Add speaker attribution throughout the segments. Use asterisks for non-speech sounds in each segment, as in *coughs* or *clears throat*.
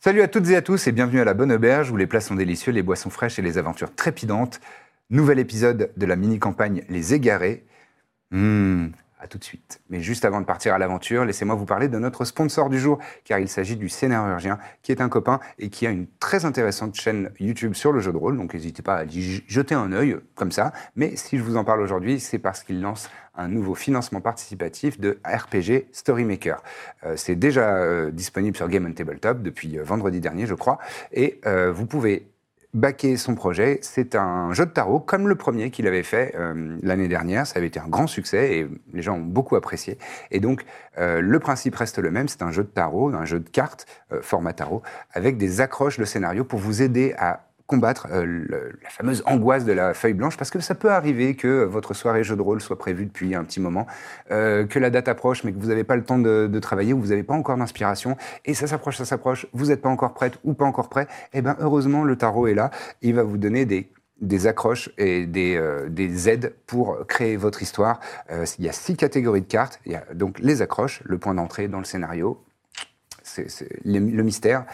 Speaker 1: Salut à toutes et à tous et bienvenue à la Bonne Auberge où les plats sont délicieux, les boissons fraîches et les aventures trépidantes. Nouvel épisode de la mini-campagne Les Égarés. Hmm, à tout de suite. Mais juste avant de partir à l'aventure, laissez-moi vous parler de notre sponsor du jour, car il s'agit du Scénarurgien, qui est un copain et qui a une très intéressante chaîne YouTube sur le jeu de rôle, donc n'hésitez pas à y jeter un œil, comme ça. Mais si je vous en parle aujourd'hui, c'est parce qu'il lance un nouveau financement participatif de RPG Storymaker. Euh, c'est déjà euh, disponible sur Game on Tabletop depuis euh, vendredi dernier, je crois, et euh, vous pouvez baquer son projet. C'est un jeu de tarot comme le premier qu'il avait fait euh, l'année dernière. Ça avait été un grand succès et les gens ont beaucoup apprécié. Et donc, euh, le principe reste le même. C'est un jeu de tarot, un jeu de cartes, euh, format tarot, avec des accroches de scénario pour vous aider à combattre euh, le- la fameuse angoisse de la feuille blanche, parce que ça peut arriver que votre soirée jeu de rôle soit prévue depuis un petit moment, euh, que la date approche, mais que vous n'avez pas le temps de, de travailler, ou vous n'avez pas encore d'inspiration, et ça s'approche, ça s'approche, vous n'êtes pas encore prête ou pas encore prêt, et bien heureusement, le tarot est là, il va vous donner des des accroches et des, euh, des aides pour créer votre histoire. Euh, il y a six catégories de cartes. Il y a donc les accroches, le point d'entrée dans le scénario, c'est c'est le le mystère.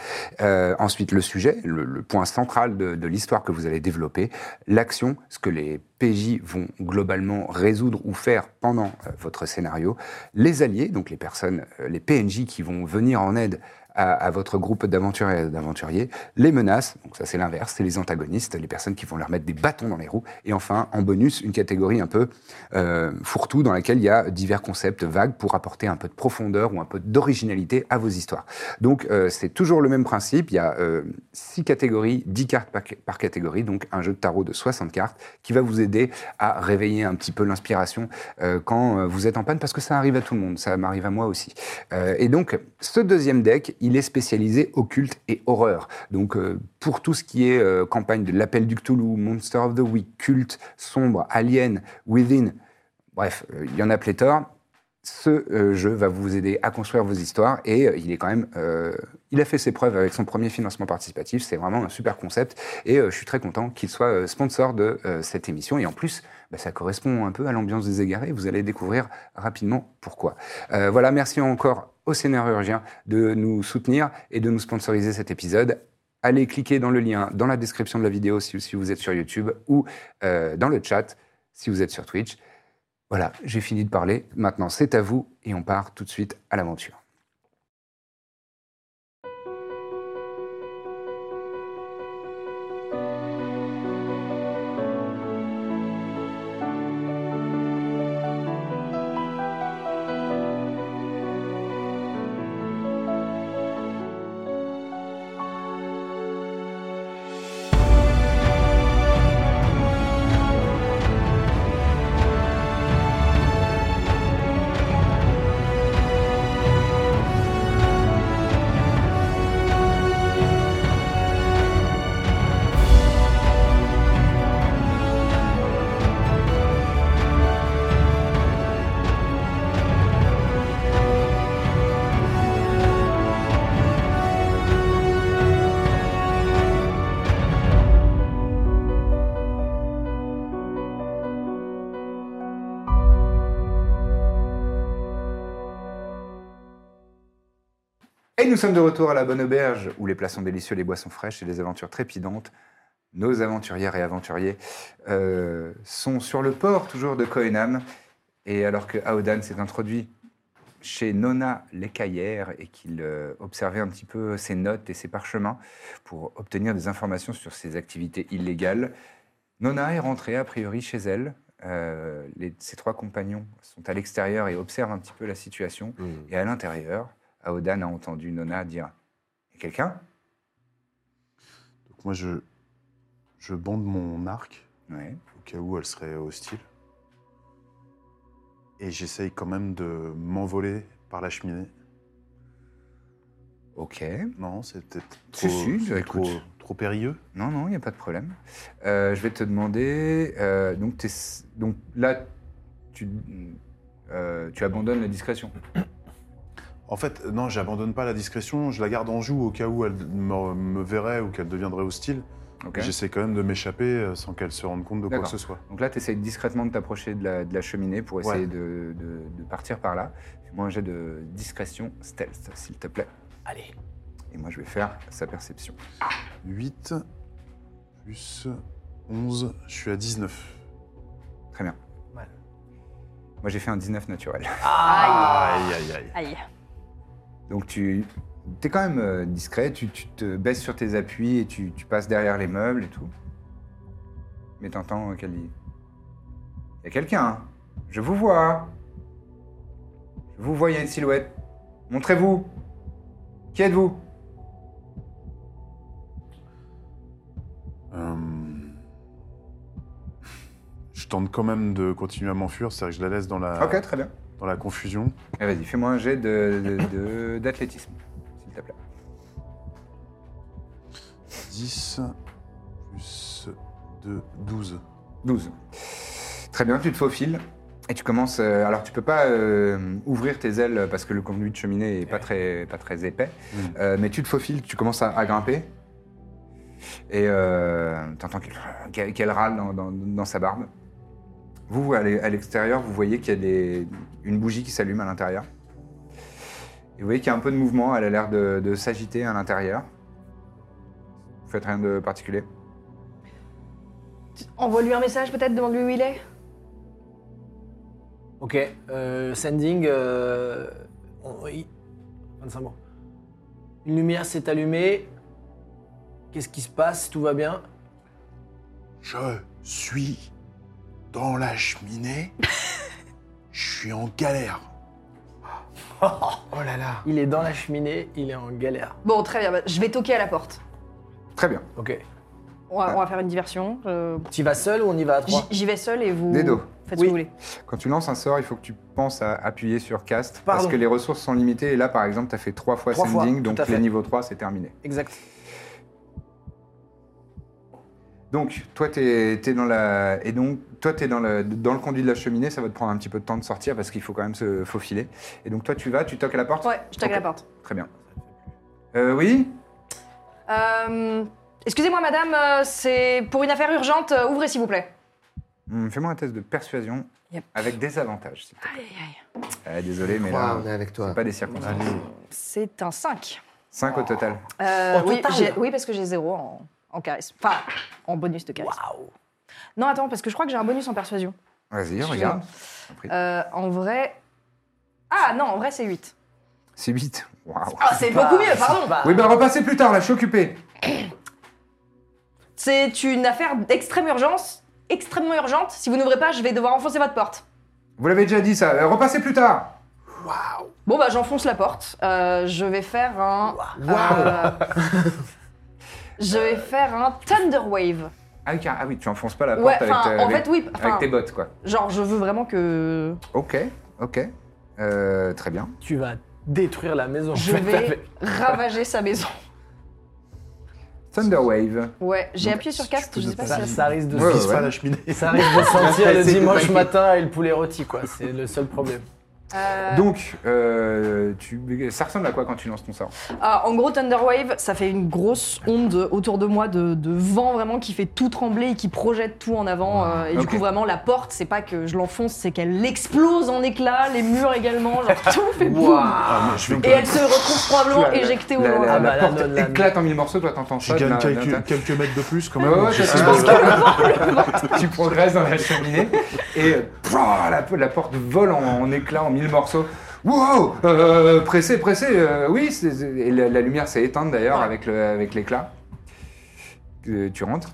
Speaker 1: Euh, ensuite, le sujet, le, le point central de, de l'histoire que vous allez développer. L'action, ce que les PJ vont globalement résoudre ou faire pendant euh, votre scénario. Les alliés, donc les personnes, euh, les PNJ qui vont venir en aide à, à votre groupe d'aventuriers et d'aventuriers. Les menaces, donc ça c'est l'inverse, c'est les antagonistes, les personnes qui vont leur mettre des bâtons dans les roues. Et enfin, en bonus, une catégorie un peu euh, fourre-tout dans laquelle il y a divers concepts vagues pour apporter un peu de profondeur ou un peu d'originalité à vos histoires. Donc euh, c'est toujours le même principe, il y a euh, six catégories, 10 cartes par, par catégorie, donc un jeu de tarot de 60 cartes qui va vous aider à réveiller un petit peu l'inspiration euh, quand euh, vous êtes en panne, parce que ça arrive à tout le monde, ça m'arrive à moi aussi. Euh, et donc ce deuxième deck, il est spécialisé occulte et horreur. Donc euh, pour tout ce qui est euh, campagne de l'appel du Cthulhu, Monster of the Week, culte, sombre, alien, within, bref, euh, il y en a pléthore. Ce euh, jeu va vous aider à construire vos histoires et euh, il est quand même, euh, il a fait ses preuves avec son premier financement participatif. C'est vraiment un super concept et euh, je suis très content qu'il soit euh, sponsor de euh, cette émission. Et en plus, bah, ça correspond un peu à l'ambiance des égarés. Vous allez découvrir rapidement pourquoi. Euh, voilà, merci encore au scénarurgien de nous soutenir et de nous sponsoriser cet épisode. Allez cliquer dans le lien dans la description de la vidéo si, si vous êtes sur YouTube ou euh, dans le chat si vous êtes sur Twitch. Voilà, j'ai fini de parler. Maintenant, c'est à vous et on part tout de suite à l'aventure. Et nous sommes de retour à la bonne auberge où les plats sont délicieux, les boissons fraîches et les aventures trépidantes. Nos aventurières et aventuriers euh, sont sur le port toujours de Kohenam. Et alors que Aodan s'est introduit chez Nona l'écaillère et qu'il euh, observait un petit peu ses notes et ses parchemins pour obtenir des informations sur ses activités illégales, Nona est rentrée a priori chez elle. Euh, les- ses trois compagnons sont à l'extérieur et observent un petit peu la situation. Et à l'intérieur, Aodan a entendu Nona dire « Quelqu'un
Speaker 2: Donc moi, je, je bande mon arc,
Speaker 1: Ouais.
Speaker 2: au cas où elle serait hostile. Et j'essaye quand même de m'envoler par la cheminée
Speaker 1: Ok.
Speaker 2: Non, c'est peut-être
Speaker 1: Si,
Speaker 2: trop,
Speaker 1: si, bah,
Speaker 2: c'est
Speaker 1: écoute.
Speaker 2: trop, trop périlleux.
Speaker 1: Non, non, il n'y a pas de problème. Euh, je vais te demander. euh, donc, t'es- donc là, tu, euh, tu abandonnes la discrétion.
Speaker 2: En fait, non, j'abandonne pas la discrétion, je la garde en joue au cas où elle me, me verrait ou qu'elle deviendrait hostile.
Speaker 1: Ok.
Speaker 2: J'essaie quand même de m'échapper euh, sans qu'elle se rende compte de quoi
Speaker 1: D'accord.
Speaker 2: que ce soit.
Speaker 1: Donc là, tu essayes discrètement de t'approcher de la, de la cheminée pour essayer
Speaker 2: Ouais.
Speaker 1: de, de- de partir par là. Fais-moi un jet de discrétion stealth, s'il te plaît.
Speaker 3: Allez.
Speaker 1: Et moi, je vais faire sa perception.
Speaker 2: 8 plus 11, je suis à 19.
Speaker 1: Très bien.
Speaker 3: Mal.
Speaker 1: Moi, j'ai fait un 19 naturel.
Speaker 3: Aïe.
Speaker 2: Aïe, aïe, aïe.
Speaker 4: Aïe.
Speaker 1: Donc tu es quand même euh, discret, tu, tu te baisses sur tes appuis et tu, tu passes derrière les meubles et tout. Mais t'entends euh, qu'elle dit Il y a quelqu'un, hein. je vous vois. Je vous vois, il y a une silhouette. Montrez-vous. Qui êtes-vous
Speaker 2: Euh, Je tente quand même de continuer à m'enfuir, c'est-à-dire que je la laisse dans la,
Speaker 1: Ok, très bien.
Speaker 2: dans la confusion.
Speaker 1: Eh, Vas-y, fais-moi un jet d'athlétisme, de, d'athlétisme, s'il te plaît.
Speaker 2: 10 plus 2, 12.
Speaker 1: 12. Très bien, tu te faufiles. Et tu commences. euh, alors, tu peux pas euh, ouvrir tes ailes parce que le conduit de cheminée est pas très, pas très épais.
Speaker 2: Mm.
Speaker 1: Euh, mais tu te faufiles, tu commences à, à grimper. Et euh, t'entends qu'elle qu'elle- qu'elle râle dans, dans- dans sa barbe. Vous, à l'e- à l'extérieur, vous voyez qu'il y a des- une bougie qui s'allume à l'intérieur. Et vous voyez qu'il y a un peu de mouvement, elle a l'air de, de s'agiter à l'intérieur. Vous faites rien de particulier.
Speaker 4: Envoie-lui un message peut-être, demande-lui où il est.
Speaker 3: Ok, euh, sending. euh, on- i- 25 mots. Une lumière s'est allumée. Qu'est-ce qui se passe Tout va bien
Speaker 2: Je suis dans la cheminée. Je suis en galère.
Speaker 3: Oh là là Il est dans la cheminée, il est en galère.
Speaker 4: Bon, très bien, bah, je vais toquer à la porte.
Speaker 1: Très bien.
Speaker 3: Ok.
Speaker 4: On va, on va faire une diversion. euh,
Speaker 3: Tu vas seul ou on y va à
Speaker 4: J'y
Speaker 3: trois
Speaker 4: j'y vais seul et vous.
Speaker 1: Dedo.
Speaker 4: Faites ce
Speaker 3: Oui.
Speaker 4: que vous voulez.
Speaker 1: Quand tu lances un sort, il faut que tu penses à appuyer sur cast parce
Speaker 3: Pardon.
Speaker 1: que les ressources sont limitées. Et là, par exemple, tu as fait trois fois
Speaker 3: Trois fois,
Speaker 1: sending,
Speaker 3: tout à
Speaker 1: donc
Speaker 3: fait.
Speaker 1: le niveau 3, c'est terminé.
Speaker 3: Exact.
Speaker 1: Donc, toi, t'es es dans la et donc toi, t'es dans le dans le conduit de la cheminée. Ça va te prendre un petit peu de temps de sortir parce qu'il faut quand même se faufiler. Et donc, toi, tu vas, tu toques à la porte.
Speaker 4: Ouais, je toque à la
Speaker 1: Ok.
Speaker 4: porte.
Speaker 1: Très bien. Euh, oui.
Speaker 4: Euh, Excusez-moi, madame, euh, c'est pour une affaire urgente, euh, ouvrez s'il vous plaît.
Speaker 1: Hum, Fais-moi un test de persuasion
Speaker 4: Yep.
Speaker 1: avec des avantages. s'il te plaît.
Speaker 4: Aïe, aïe.
Speaker 1: Euh, désolé, mais
Speaker 3: crois,
Speaker 1: là,
Speaker 3: on est avec toi.
Speaker 1: c'est pas des circonstances.
Speaker 4: C'est un 5.
Speaker 1: 5 au total.
Speaker 4: Euh,
Speaker 3: Au
Speaker 4: oui,
Speaker 3: total
Speaker 4: j'ai- oui, parce que j'ai 0 en, en charisme. Enfin, en bonus de charisme.
Speaker 3: Waouh
Speaker 4: Non, attends, parce que je crois que j'ai un bonus en persuasion.
Speaker 1: Vas-y,
Speaker 4: Excuse-moi.
Speaker 1: regarde.
Speaker 4: Euh, en vrai. Ah non, en vrai, c'est 8.
Speaker 1: C'est 8. Waouh.
Speaker 4: Ah, c'est beaucoup mieux, pardon.
Speaker 1: Oui, ben repassez plus tard. Là, je suis occupé.
Speaker 4: C'est une affaire d'extrême urgence, extrêmement urgente. Si vous n'ouvrez pas, je vais devoir enfoncer votre porte.
Speaker 1: Vous l'avez déjà dit ça. Euh, repassez plus tard.
Speaker 4: Bon, bah, j'enfonce la porte. Euh, je vais faire un. euh, je vais faire un Thunder Wave.
Speaker 1: Ah, oui, car- ah oui, tu enfonces pas la porte
Speaker 4: Ouais,
Speaker 1: avec,
Speaker 4: enfin,
Speaker 1: ta-
Speaker 4: en
Speaker 1: avec-
Speaker 4: fait, oui.
Speaker 1: avec
Speaker 4: Enfin,
Speaker 1: tes bottes, quoi.
Speaker 4: genre, je veux vraiment que.
Speaker 1: Ok, ok. Euh, très bien.
Speaker 3: Tu vas détruire la maison.
Speaker 4: Je
Speaker 3: Tu vas
Speaker 4: vais
Speaker 3: *laughs* taper.
Speaker 4: ravager sa maison.
Speaker 1: Thunderwave.
Speaker 4: Ouais, j'ai
Speaker 2: Donc,
Speaker 4: appuyé sur
Speaker 2: si
Speaker 4: cast,
Speaker 2: tu peux
Speaker 4: je
Speaker 2: ne
Speaker 4: sais pas
Speaker 2: pas
Speaker 4: si
Speaker 3: Ça,
Speaker 4: ça-
Speaker 3: ça risque de
Speaker 1: Ouais,
Speaker 3: se
Speaker 2: Vise
Speaker 1: ouais.
Speaker 2: pas la cheminée.
Speaker 3: Ça risque de sentir le
Speaker 1: C'est
Speaker 3: dimanche
Speaker 1: compliqué.
Speaker 3: matin et le poulet rôti, quoi. C'est le seul problème.
Speaker 4: Euh,
Speaker 1: Donc, euh, tu... ça ressemble à quoi quand tu lances ton sort
Speaker 4: ah, en gros, Thunderwave, ça fait une grosse onde autour de moi de, de vent vraiment qui fait tout trembler et qui projette tout en avant. euh, et du
Speaker 1: Ah, ok.
Speaker 4: coup, vraiment, la porte, c'est pas que je l'enfonce, c'est qu'elle explose en éclats, les murs également, genre *laughs* tout fait boum.
Speaker 2: Ah, mais je vais
Speaker 4: Et elle se retrouve probablement
Speaker 1: La- la-
Speaker 4: éjectée au
Speaker 1: la,
Speaker 4: loin.
Speaker 1: la-
Speaker 3: Ah
Speaker 1: la
Speaker 3: bah,
Speaker 1: porte
Speaker 3: la- la-
Speaker 1: éclate en mille morceaux, toi t'entends
Speaker 2: je
Speaker 1: ça.
Speaker 2: gagne
Speaker 1: d'un- d'un-
Speaker 2: quelques, quelques mètres de plus quand
Speaker 1: Ouais,
Speaker 2: même.
Speaker 1: ouais,
Speaker 2: Je
Speaker 1: t'as-
Speaker 2: sais
Speaker 1: t'as-
Speaker 2: pas. *laughs*
Speaker 1: tu progresses dans la cheminée et euh, prrr, la, la porte vole en, en éclats, en mille morceaux. Wow euh, Pressé, pressé, euh, oui, c'est- c'est- et la, la lumière s'est éteinte d'ailleurs
Speaker 4: Ouais.
Speaker 1: avec le- avec l'éclat. Euh, tu rentres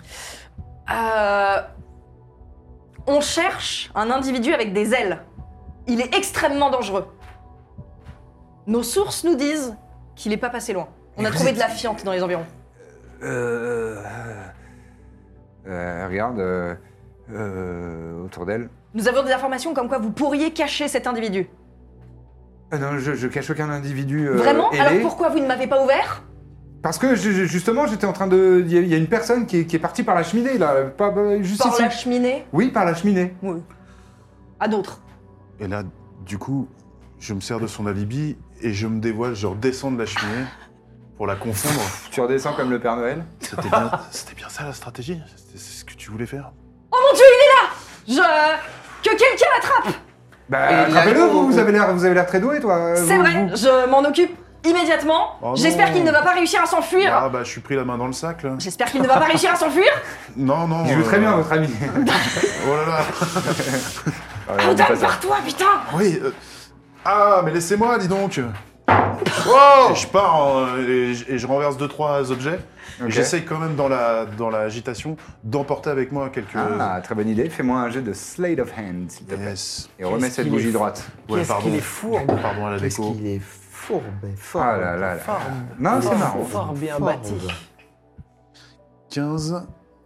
Speaker 4: Euh, on cherche un individu avec des ailes. Il est extrêmement dangereux. Nos sources nous disent qu'il est pas passé loin. On a
Speaker 1: Mais
Speaker 4: trouvé
Speaker 1: vous
Speaker 4: de la fiente dans les environs.
Speaker 1: Euh, euh, regarde euh, euh, autour d'elle.
Speaker 4: Nous avons des informations comme quoi vous pourriez cacher cet individu.
Speaker 1: Euh, non, je, je cache aucun individu. euh,
Speaker 4: Vraiment
Speaker 1: ailé.
Speaker 4: Alors pourquoi vous ne m'avez pas ouvert
Speaker 1: Parce que je- je- justement, j'étais en train de. Il y, a- il y a une personne qui est, qui est partie par la cheminée, là. Pas, pas- juste
Speaker 4: Par
Speaker 1: ici.
Speaker 4: la cheminée
Speaker 1: Oui, par la cheminée.
Speaker 4: Oui. À d'autres.
Speaker 2: Et là, du coup, je me sers de son alibi et je me dévoile, je redescends de la cheminée pour la confondre.
Speaker 1: Tu redescends comme le Père Noël.
Speaker 2: C'était bien, *laughs* c'était bien ça la stratégie C'était- C'est ce que tu voulais faire
Speaker 4: Oh mon dieu, il est là Je... Que quelqu'un l'attrape
Speaker 1: Bah,
Speaker 3: Et là,
Speaker 1: attrapez-le,
Speaker 3: on-
Speaker 1: vous, vous avez l'air, vous avez l'air très doué, toi. Euh,
Speaker 4: C'est
Speaker 1: vous-
Speaker 4: vrai,
Speaker 1: vous-
Speaker 4: je m'en occupe immédiatement.
Speaker 2: Oh non.
Speaker 4: J'espère qu'il ne va pas réussir à s'enfuir.
Speaker 2: Ah bah, je suis pris la main dans le sac là.
Speaker 4: J'espère qu'il ne va pas réussir à s'enfuir.
Speaker 2: Non, non.
Speaker 1: Il joue
Speaker 2: euh,
Speaker 1: très bien, votre ami.
Speaker 4: Ah,
Speaker 1: *laughs*
Speaker 2: Oh là *laughs* là. Ah,
Speaker 4: Oh, dame, pars-toi, putain
Speaker 2: Oui. euh, Ah, mais laissez-moi, dis donc. Oh Et je pars en- et, je, et je renverse deux trois objets.
Speaker 1: Ok.
Speaker 2: Et J'essaye quand même dans la dans l'agitation d'emporter avec moi quelques.
Speaker 1: Ah, très bonne idée. Fais-moi un jeu de Slate of Hand, s'il te plaît.
Speaker 2: Yes.
Speaker 1: Et remets
Speaker 3: Qu'est-ce
Speaker 1: cette
Speaker 3: qu'il
Speaker 1: bougie
Speaker 3: est-
Speaker 1: droite.
Speaker 2: Ouais,
Speaker 3: Qu'est-ce
Speaker 2: pardon.
Speaker 3: qu'il est fourbe
Speaker 2: Pardon à la
Speaker 5: Qu'est-ce
Speaker 2: déco.
Speaker 5: qu'il est fourbe, fourbe,
Speaker 1: Ah là là là.
Speaker 3: Fourbe.
Speaker 1: Non, c'est
Speaker 3: Fourbe,
Speaker 1: marrant.
Speaker 3: Fort bien
Speaker 5: fourbe.
Speaker 3: bâti.
Speaker 2: 15.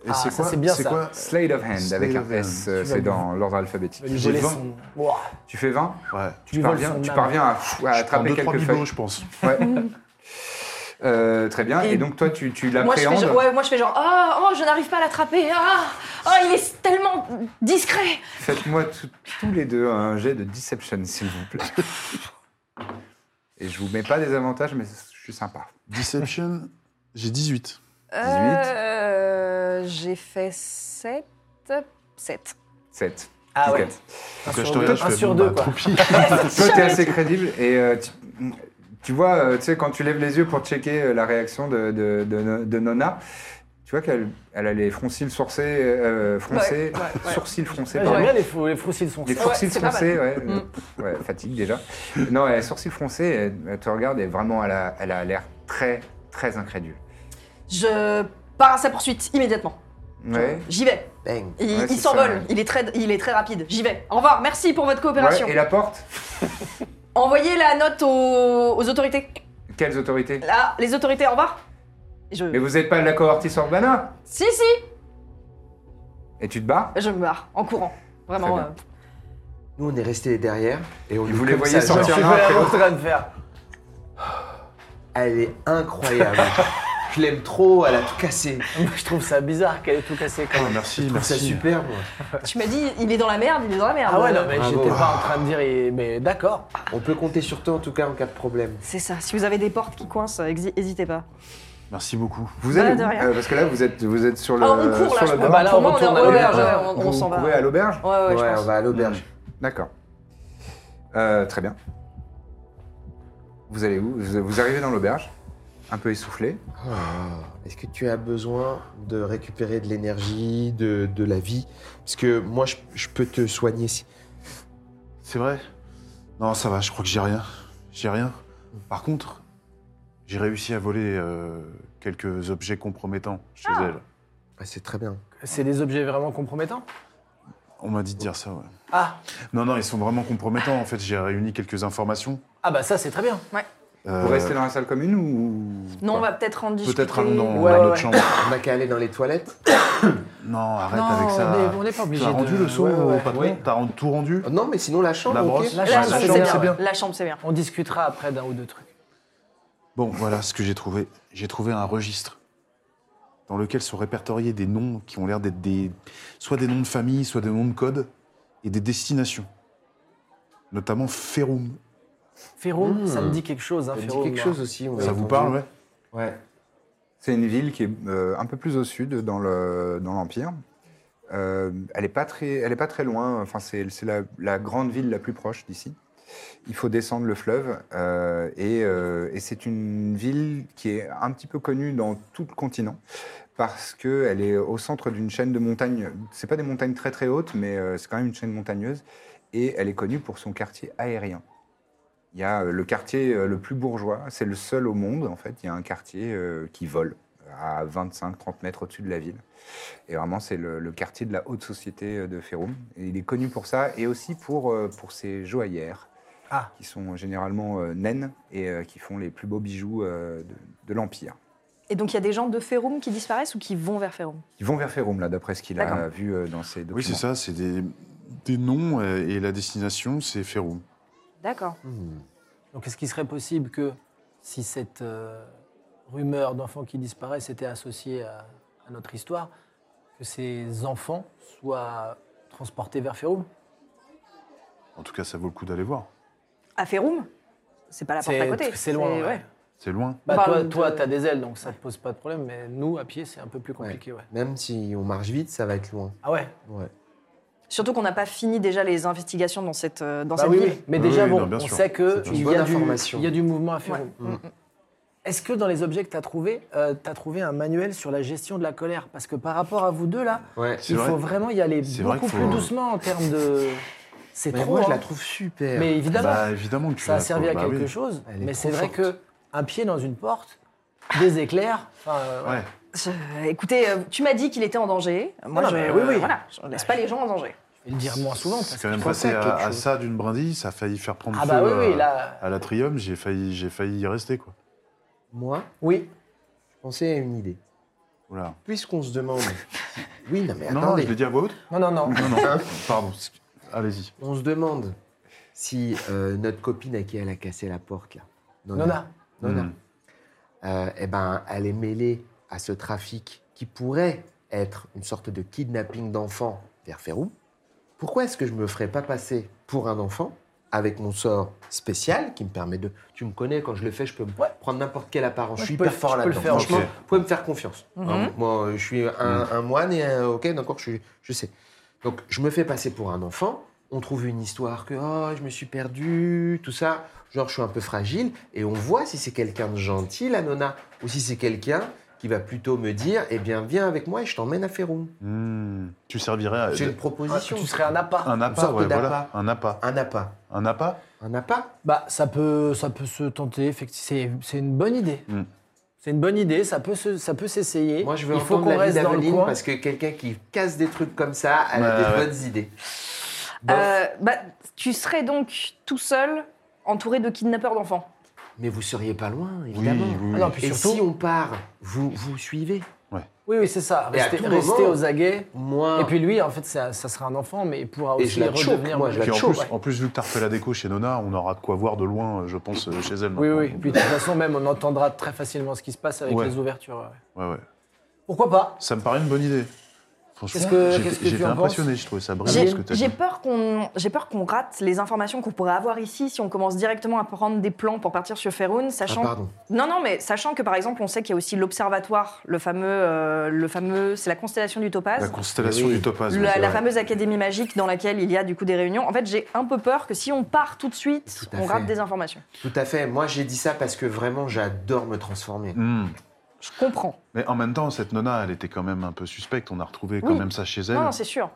Speaker 2: Et
Speaker 3: Ah,
Speaker 2: c'est
Speaker 3: ça,
Speaker 2: quoi
Speaker 3: c'est bien,
Speaker 2: c'est
Speaker 3: ça.
Speaker 2: quoi
Speaker 1: Slate of Hand
Speaker 2: Slate
Speaker 1: avec un
Speaker 2: of Hand.
Speaker 1: S, euh,
Speaker 3: Tu vas
Speaker 1: c'est
Speaker 3: lui-
Speaker 1: dans l'ordre
Speaker 3: Tu
Speaker 1: alphabétique.
Speaker 3: vas lui
Speaker 2: J'ai
Speaker 3: voler
Speaker 2: vingt.
Speaker 3: son. Ouah,
Speaker 1: Tu fais 20
Speaker 2: Ouais.
Speaker 3: tu lui voles
Speaker 1: parviens,
Speaker 3: son
Speaker 1: tu
Speaker 3: âme.
Speaker 1: parviens à, à
Speaker 2: Je prends
Speaker 1: attraper
Speaker 2: deux, trois
Speaker 1: quelques
Speaker 2: bibelots,
Speaker 1: feuilles.
Speaker 2: je pense.
Speaker 1: Ouais. Euh, très bien. Et,
Speaker 4: Et-
Speaker 1: donc toi, tu, tu
Speaker 4: moi je, fais
Speaker 1: l'appréhendes.
Speaker 4: genre, ouais, moi je fais genre, ah, oh, je n'arrive pas à l'attraper, ah, oh, il est tellement discret.
Speaker 1: Faites-moi tout- tous les deux un jet de deception, s'il vous plaît. Et je vous mets pas des avantages, mais je suis sympa.
Speaker 2: Deception, j'ai 18.
Speaker 4: Euh, J'ai fait 7. 7.
Speaker 1: 7.
Speaker 3: Ah ouais.
Speaker 1: Nickel.
Speaker 3: Un
Speaker 2: Donc là, je
Speaker 3: sur
Speaker 2: te
Speaker 3: deux,
Speaker 2: regarde, je
Speaker 3: un
Speaker 2: fais,
Speaker 3: sur
Speaker 2: bon,
Speaker 3: deux,
Speaker 2: bah,
Speaker 3: quoi.
Speaker 2: tant
Speaker 3: *laughs*
Speaker 2: pis.
Speaker 1: Toi, t'es assez crédible et euh, tu, tu vois, euh, tu sais, quand tu lèves les yeux pour checker euh, la réaction de, de- de- de Nona, tu vois qu'elle elle a les froncils sourcés, euh, froncés,
Speaker 4: Ouais, ouais, ouais.
Speaker 1: sourcils froncés,
Speaker 3: Ouais, J'aime
Speaker 1: pardon.
Speaker 3: bien les, fou- les froussilles sont.
Speaker 1: Les
Speaker 4: Ouais,
Speaker 1: sourcils
Speaker 4: c'est pas
Speaker 1: froncés, ouais. euh, ouais, fatigue déjà. Non, elle a les sourcils froncés, elle, elle te regarde et vraiment, elle a elle a l'air très, très incrédule.
Speaker 4: Je pars à sa poursuite immédiatement.
Speaker 1: Ouais.
Speaker 4: J'y vais.
Speaker 5: Bang.
Speaker 4: Il
Speaker 1: Ouais,
Speaker 4: il
Speaker 1: c'est ça, ouais.
Speaker 4: s'envole. Il, est très, il est très rapide. J'y vais. Au revoir. Merci pour votre coopération.
Speaker 1: Ouais, et la porte
Speaker 4: Envoyez la note aux, aux autorités.
Speaker 1: Quelles autorités
Speaker 4: Là, les autorités, au revoir. Et Je...
Speaker 1: Mais vous n'êtes pas de la cohortis urbana
Speaker 4: Si, si.
Speaker 1: Et tu te bats
Speaker 4: Je me barre en courant. Vraiment.
Speaker 1: Très bien.
Speaker 4: euh,
Speaker 5: Nous, on est restés derrière et on
Speaker 1: Et
Speaker 5: est
Speaker 1: vous les
Speaker 5: comme
Speaker 1: voyez
Speaker 5: ça,
Speaker 3: Je
Speaker 1: sortir.
Speaker 5: genre,
Speaker 3: suis
Speaker 1: Tiens,
Speaker 3: pas
Speaker 1: frérot.
Speaker 3: en train de faire. *laughs*
Speaker 5: Elle est incroyable. *laughs* Je l'aime trop, elle a tout cassé.
Speaker 3: Moi, je trouve ça bizarre qu'elle ait tout cassé quand
Speaker 2: Ah,
Speaker 3: même.
Speaker 2: merci,
Speaker 5: Je trouve ça
Speaker 2: merci.
Speaker 5: super, moi.
Speaker 4: euh, Tu m'as dit, il est dans la merde, il est dans la merde. Euh,
Speaker 3: Ah ouais, non, mais
Speaker 5: Bravo.
Speaker 3: j'étais pas en train de dire. il- Mais d'accord.
Speaker 5: On peut compter sur toi en tout cas en cas de problème.
Speaker 4: C'est ça. Si vous avez des portes qui coincent, n'hésitez pas.
Speaker 2: Merci beaucoup.
Speaker 1: Vous
Speaker 4: Bah,
Speaker 1: allez
Speaker 4: de
Speaker 1: où
Speaker 4: rien.
Speaker 1: Euh, Parce que là, vous êtes, vous êtes sur le.
Speaker 4: Ah, on court là.
Speaker 1: sur
Speaker 4: Je...
Speaker 1: le
Speaker 3: crois.
Speaker 1: bord.
Speaker 3: Bah là, on
Speaker 4: pour moi, on est en
Speaker 3: retourne à
Speaker 4: auberge.
Speaker 3: l'auberge,
Speaker 4: ouais, On, on
Speaker 1: Vous
Speaker 4: s'en va.
Speaker 1: courez à l'auberge
Speaker 4: Ouais, ouais,
Speaker 5: Ouais,
Speaker 4: je pense.
Speaker 5: on va à l'auberge.
Speaker 1: D'accord. Euh, très bien. Vous allez où vous, vous arrivez dans l'auberge, un peu essoufflé.
Speaker 5: Ah, Est-ce que tu as besoin de récupérer de l'énergie, de, de la vie Parce que moi, je, je peux te soigner si.
Speaker 2: C'est vrai Non, ça va, je crois que j'ai rien. J'ai rien. Par contre, j'ai réussi à voler euh, quelques objets compromettants chez elle.
Speaker 5: Ah, c'est très bien.
Speaker 3: C'est des objets vraiment compromettants.
Speaker 2: On m'a dit de dire ça, ouais.
Speaker 3: Ah.
Speaker 2: Non, non, ils sont vraiment compromettants. En fait, j'ai réuni quelques informations.
Speaker 3: Ah bah ça c'est très bien.
Speaker 2: Euh,
Speaker 1: Vous restez dans la salle commune ou
Speaker 4: Non, on va peut-être en discuter.
Speaker 2: Peut-être un dans,
Speaker 3: Ouais,
Speaker 2: dans notre
Speaker 3: ouais.
Speaker 2: chambre.
Speaker 5: On n'a qu'à aller dans les toilettes
Speaker 2: Non, arrête
Speaker 3: Non,
Speaker 2: avec ça.
Speaker 3: on est- on n'est pas obligé
Speaker 2: T'as rendu
Speaker 3: de-
Speaker 2: le saut
Speaker 3: ouais, ouais,
Speaker 2: au
Speaker 3: ouais.
Speaker 2: patron
Speaker 3: Oui. Ah,
Speaker 2: T'as rendu- tout rendu
Speaker 5: Oh, Non, mais sinon, la chambre.
Speaker 2: La
Speaker 5: ok.
Speaker 2: brosse
Speaker 3: La
Speaker 4: La
Speaker 3: chambre,
Speaker 4: chambre,
Speaker 3: c'est
Speaker 4: c'est
Speaker 3: bien,
Speaker 4: bien.
Speaker 2: ouais.
Speaker 4: La chambre, c'est bien.
Speaker 3: On discutera après d'un ou deux trucs.
Speaker 2: Bon, voilà ce que j'ai trouvé. J'ai trouvé un registre dans lequel sont répertoriés des noms qui ont l'air d'être des, soit des noms de famille, soit des noms de code, et des destinations. Notamment Ferum.
Speaker 3: Ferro,
Speaker 5: Mmh.
Speaker 3: ça me dit quelque chose. Hein,
Speaker 5: Ça me dit
Speaker 3: Féroum,
Speaker 5: quelque
Speaker 3: hein.
Speaker 5: chose aussi. on
Speaker 2: Ça
Speaker 5: l'a
Speaker 2: vous
Speaker 5: entendu.
Speaker 2: parle, ouais
Speaker 5: Ouais.
Speaker 1: C'est une ville qui est euh, un peu plus au sud, dans le dans l'empire. Euh, elle est pas très, elle est pas très loin. Enfin, c'est c'est la, la grande ville la plus proche d'ici. Il faut descendre le fleuve euh, et, euh, et c'est une ville qui est un petit peu connue dans tout le continent parce que elle est au centre d'une chaîne de montagnes. C'est pas des montagnes très très hautes, mais euh, c'est quand même une chaîne montagneuse et elle est connue pour son quartier aérien. Il y a euh, le quartier euh, le plus bourgeois, c'est le seul au monde en fait. Il y a un quartier euh, qui vole à 25-30 mètres au-dessus de la ville. Et vraiment, c'est le, le quartier de la haute société euh, de Ferrum. Et il est connu pour ça et aussi pour, euh, pour ses joaillères,
Speaker 3: Ah.
Speaker 1: qui sont généralement euh, naines et euh, qui font les plus beaux bijoux euh, de, de l'Empire.
Speaker 4: Et donc, il y a des gens de Ferrum qui disparaissent ou qui vont vers Ferrum
Speaker 1: Ils vont vers Ferrum, là, d'après ce qu'il a
Speaker 4: D'accord.
Speaker 1: vu euh, dans ses documents.
Speaker 2: Oui, c'est ça, c'est des, des noms, euh, et la destination, c'est Ferum.
Speaker 4: D'accord.
Speaker 5: Hmm.
Speaker 3: Donc est-ce qu'il serait possible que si cette euh, rumeur d'enfants qui disparaissent était associée à, à notre histoire, que ces enfants soient transportés vers Ferrum
Speaker 2: En tout cas, ça vaut le coup d'aller voir.
Speaker 4: À Ferrum C'est pas la porte à côté.
Speaker 3: C'est loin. ouais.
Speaker 4: ouais.
Speaker 2: C'est loin.
Speaker 4: On
Speaker 3: Bah, toi,
Speaker 4: parle
Speaker 3: toi,
Speaker 4: de-
Speaker 3: t'as des ailes, donc ça te pose pas de problème, mais nous, à pied, c'est un peu plus compliqué, ouais.
Speaker 5: Même si on marche vite, ça va être loin.
Speaker 3: Ah ouais
Speaker 5: Ouais.
Speaker 4: Surtout qu'on n'a pas fini déjà les investigations dans cette, euh, dans
Speaker 3: Bah
Speaker 4: cette
Speaker 3: oui,
Speaker 4: ville.
Speaker 3: oui. Mais
Speaker 2: Oui,
Speaker 3: déjà,
Speaker 2: oui,
Speaker 3: bon,
Speaker 2: non, bien
Speaker 3: on
Speaker 2: sûr.
Speaker 3: sait
Speaker 5: C'est
Speaker 3: qu'il
Speaker 5: une
Speaker 3: y,
Speaker 5: bonne
Speaker 3: a du-
Speaker 5: information.
Speaker 3: il y a du mouvement à faire.
Speaker 4: Ouais.
Speaker 3: Mm. Est-ce que dans les objets que tu as trouvés, tu as trouvé un manuel sur la gestion de la colère Parce que par rapport à vous deux, là,
Speaker 5: Ouais.
Speaker 2: C'est
Speaker 3: il
Speaker 2: vrai.
Speaker 3: faut vraiment y aller
Speaker 2: C'est vrai
Speaker 3: beaucoup
Speaker 2: qu'il
Speaker 3: plus
Speaker 2: faut-
Speaker 3: doucement en termes
Speaker 4: *laughs*
Speaker 3: de... C'est
Speaker 5: Mais
Speaker 3: trop,
Speaker 5: moi, je
Speaker 3: hein.
Speaker 5: la trouve super.
Speaker 3: Mais évidemment,
Speaker 2: Bah, évidemment que tu
Speaker 3: ça a
Speaker 2: l'as,
Speaker 3: servi
Speaker 2: toi.
Speaker 3: à
Speaker 2: Bah
Speaker 3: quelque
Speaker 2: oui.
Speaker 3: chose,
Speaker 5: Elle est
Speaker 3: mais
Speaker 5: trop
Speaker 3: c'est vrai
Speaker 5: forte.
Speaker 3: que un pied dans une porte, des éclairs, enfin, euh, ouais.
Speaker 2: Ouais.
Speaker 4: Je- écoutez, euh, tu m'as dit qu'il était en danger. Moi,
Speaker 3: non,
Speaker 4: je,
Speaker 3: mais oui, oui.
Speaker 4: Voilà, je laisse pas les gens en danger.
Speaker 3: je vais le dire moins souvent.
Speaker 2: C'est
Speaker 3: parce
Speaker 2: quand même
Speaker 3: que-
Speaker 2: passé
Speaker 5: pensais à
Speaker 2: à, à
Speaker 5: quelque chose.
Speaker 2: ça d'une brindille, ça a failli faire prendre
Speaker 3: Ah
Speaker 2: feu euh,
Speaker 3: bah oui, oui,
Speaker 2: à-
Speaker 3: là...
Speaker 2: à l'atrium, j'ai failli, j'ai failli y rester, quoi.
Speaker 5: Moi,
Speaker 3: Oui,
Speaker 5: je pensais à une idée.
Speaker 2: Oula.
Speaker 5: Puisqu'on se
Speaker 2: *laughs*
Speaker 5: demande. Oui, non, mais
Speaker 2: Non, non,
Speaker 5: attendez. Hein
Speaker 2: je l'ai dit à voix haute
Speaker 3: non, non, non.
Speaker 2: Non, non, *laughs* pardon. c'est- Allez-y.
Speaker 5: On se demande si euh, notre copine à qui elle a cassé la porte, là,
Speaker 3: Nona,
Speaker 5: Nona,
Speaker 2: Hmm.
Speaker 5: euh, eh ben, elle est mêlée à ce trafic qui pourrait être une sorte de kidnapping d'enfants vers Ferrou. Pourquoi est-ce que je me ferais pas passer pour un enfant avec mon sort spécial qui me permet de... Tu me connais, quand je le fais, je peux me
Speaker 3: Ouais.
Speaker 5: prendre n'importe quelle apparence.
Speaker 3: Ouais,
Speaker 5: je
Speaker 3: je
Speaker 5: suis
Speaker 3: peux
Speaker 5: hyper
Speaker 3: le-
Speaker 5: fort
Speaker 3: je peux le
Speaker 5: là-dedans.
Speaker 3: faire, Mhm.
Speaker 5: Franchement,
Speaker 2: ok.
Speaker 5: vous pouvez me faire confiance.
Speaker 4: Mhm.
Speaker 5: Hein, Moi, je suis un, un moine et un- ok, d'accord, je, suis- je sais. Donc, je me fais passer pour un enfant. On trouve une histoire que oh, je me suis perdu, tout ça. Genre, je suis un peu fragile. Et on voit si c'est quelqu'un de gentil, la nona, ou si c'est quelqu'un qui va plutôt me dire Eh bien, viens avec moi et je t'emmène à Ferrum.
Speaker 2: Hmm. Tu servirais à
Speaker 5: C'est une
Speaker 3: Ah,
Speaker 5: proposition.
Speaker 3: tu serais un appât.
Speaker 2: un appât,
Speaker 5: sorte
Speaker 2: ouais, voilà.
Speaker 5: d'appât.
Speaker 2: Un appât.
Speaker 5: Un appât.
Speaker 2: Un appât
Speaker 5: Un appât
Speaker 3: Bah, ça peut, ça peut se tenter, effectivement. C'est, c'est une bonne idée.
Speaker 2: Mm.
Speaker 3: C'est une bonne idée, ça peut, se- ça peut s'essayer.
Speaker 5: Moi, je veux
Speaker 3: Il faut
Speaker 5: entendre
Speaker 3: qu'on
Speaker 5: la vie
Speaker 3: reste dans le
Speaker 5: d'Aveline
Speaker 3: coin. Bah,
Speaker 5: parce que quelqu'un qui casse des trucs comme ça, elle a
Speaker 2: Ouais,
Speaker 5: des
Speaker 2: ouais.
Speaker 5: bonnes idées.
Speaker 4: Euh, bah, tu serais donc tout seul, entouré de kidnappeurs d'enfants.
Speaker 2: Ah
Speaker 5: Mais vous seriez pas loin,
Speaker 2: Oui,
Speaker 5: évidemment.
Speaker 2: oui,
Speaker 3: Ah
Speaker 2: oui.
Speaker 3: non, puis
Speaker 5: Et
Speaker 3: surtout,
Speaker 5: si on part, vous, vous suivez
Speaker 3: oui, oui, c'est ça.
Speaker 5: Et à
Speaker 3: Rester,
Speaker 5: tout moment-
Speaker 3: rester aux aguets.
Speaker 5: Moi,
Speaker 3: Et puis lui, en fait, ça, ça sera un enfant, mais il pourra
Speaker 5: Ah. Et
Speaker 3: aussi
Speaker 5: je la chope,
Speaker 3: redevenir.
Speaker 5: moi, je la
Speaker 2: Puis en,
Speaker 5: chaud,
Speaker 2: plus, en plus, vu que t'as refait la déco chez Nona, on aura de quoi voir de loin, euh, je pense, euh, chez elle.
Speaker 3: Oui,
Speaker 2: maintenant.
Speaker 3: oui. Puis de toute façon, même, on entendra très facilement ce qui se passe avec
Speaker 2: Ouais.
Speaker 3: les ouvertures. ouais.
Speaker 2: Ouais, ouais.
Speaker 3: Pourquoi pas
Speaker 2: Ça me paraît une bonne idée. Franchement,
Speaker 3: Qu'est-ce que-
Speaker 2: j'ai-
Speaker 3: qu'est-ce que
Speaker 2: j'ai
Speaker 3: tu
Speaker 2: été
Speaker 3: en penses
Speaker 2: impressionné, je trouvais ça brillant
Speaker 4: J'ai
Speaker 2: ce que t'as
Speaker 4: j'ai
Speaker 2: dit.
Speaker 4: peur qu'on j'ai peur qu'on rate les informations qu'on pourrait avoir ici si on commence directement à prendre des plans pour partir sur Ferun,
Speaker 5: Ah,
Speaker 4: sachant
Speaker 5: pardon.
Speaker 4: non non mais sachant que par exemple on sait qu'il y a aussi l'observatoire, le fameux euh, le fameux c'est la constellation du
Speaker 2: La
Speaker 4: Topaz.
Speaker 2: constellation
Speaker 5: Oui.
Speaker 2: du topaz.
Speaker 4: La,
Speaker 2: ouais,
Speaker 4: la
Speaker 2: ouais.
Speaker 4: fameuse académie magique dans laquelle il y a du coup des réunions. En fait, j'ai un peu peur que si on part tout de suite,
Speaker 5: Tout à
Speaker 4: on
Speaker 5: fait.
Speaker 4: rate des informations.
Speaker 5: Tout à fait. Moi, j'ai dit ça parce que vraiment, j'adore me transformer.
Speaker 2: Hmm.
Speaker 4: Je comprends.
Speaker 2: Mais en même temps, cette nonna, elle était quand même un peu suspecte. On a retrouvé quand
Speaker 4: Oui.
Speaker 2: même ça chez elle.
Speaker 4: Non, non, c'est sûr.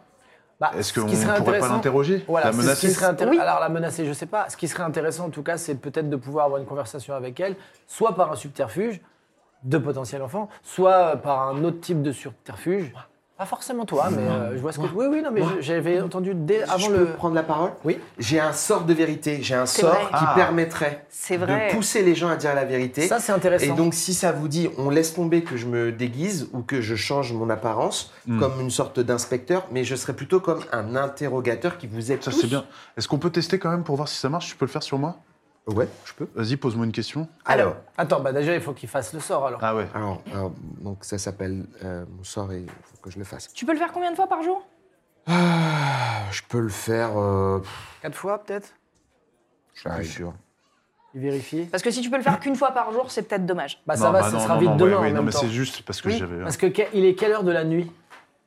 Speaker 3: Bah,
Speaker 2: Est-ce
Speaker 3: ce
Speaker 2: qu'on
Speaker 3: qui
Speaker 2: ne
Speaker 3: serait
Speaker 2: pourrait pas
Speaker 3: intéressant-
Speaker 2: l'interroger
Speaker 3: Voilà,
Speaker 2: La
Speaker 3: c'est ce qui
Speaker 2: menacer
Speaker 3: serait intér-
Speaker 4: Oui.
Speaker 3: Alors la menacer, je sais pas. Ce qui serait intéressant en tout cas, c'est peut-être de pouvoir avoir une conversation avec elle, soit par un subterfuge de potentiel enfant, soit euh, par un autre type de subterfuge. Pas forcément toi, mais euh, je vois ce que. Oui, oui, non, mais
Speaker 5: Moi.
Speaker 3: je- j'avais entendu dès
Speaker 5: Avant
Speaker 3: avant
Speaker 5: je
Speaker 3: le.
Speaker 5: peux prendre la parole
Speaker 3: Oui.
Speaker 5: J'ai un sort de vérité. J'ai un
Speaker 4: C'est
Speaker 5: sort
Speaker 4: vrai.
Speaker 5: qui
Speaker 2: Ah.
Speaker 5: permettrait
Speaker 4: C'est vrai.
Speaker 5: de pousser les gens à dire la vérité.
Speaker 3: Ça, c'est intéressant.
Speaker 5: et donc, si ça vous dit, on laisse tomber que je me déguise ou que je change mon apparence
Speaker 2: Hmm.
Speaker 5: comme une sorte d'inspecteur, mais je serais plutôt comme un interrogateur qui vous aide
Speaker 2: Ça,
Speaker 5: tous.
Speaker 2: c'est bien. Est-ce qu'on peut tester quand même pour voir si ça marche Tu peux le faire sur moi
Speaker 5: Ouais, je peux.
Speaker 2: Vas-y, pose-moi une question.
Speaker 5: Alors,
Speaker 3: Attends, bah déjà, il faut qu'il fasse le sort alors.
Speaker 2: Ah ouais.
Speaker 5: alors, alors, donc ça s'appelle euh, mon sort et faut que je le fasse.
Speaker 4: Tu peux le faire combien de fois par jour
Speaker 5: Ah, je peux le faire. euh,
Speaker 3: Quatre fois peut-être
Speaker 5: je suis plus sûr.
Speaker 3: Il vérifie.
Speaker 4: Parce que si tu peux le faire qu'une fois par jour, c'est peut-être dommage.
Speaker 5: Ah,
Speaker 3: Bah ça
Speaker 2: Non,
Speaker 3: va,
Speaker 2: bah
Speaker 3: ça
Speaker 2: non,
Speaker 3: sera
Speaker 2: non,
Speaker 3: vite
Speaker 2: non,
Speaker 3: demain
Speaker 2: ouais, ouais,
Speaker 3: en
Speaker 2: non,
Speaker 3: même
Speaker 2: mais
Speaker 3: temps.
Speaker 2: c'est juste parce que
Speaker 3: Oui,
Speaker 2: j'avais. euh.
Speaker 3: parce que que- il est quelle heure de la nuit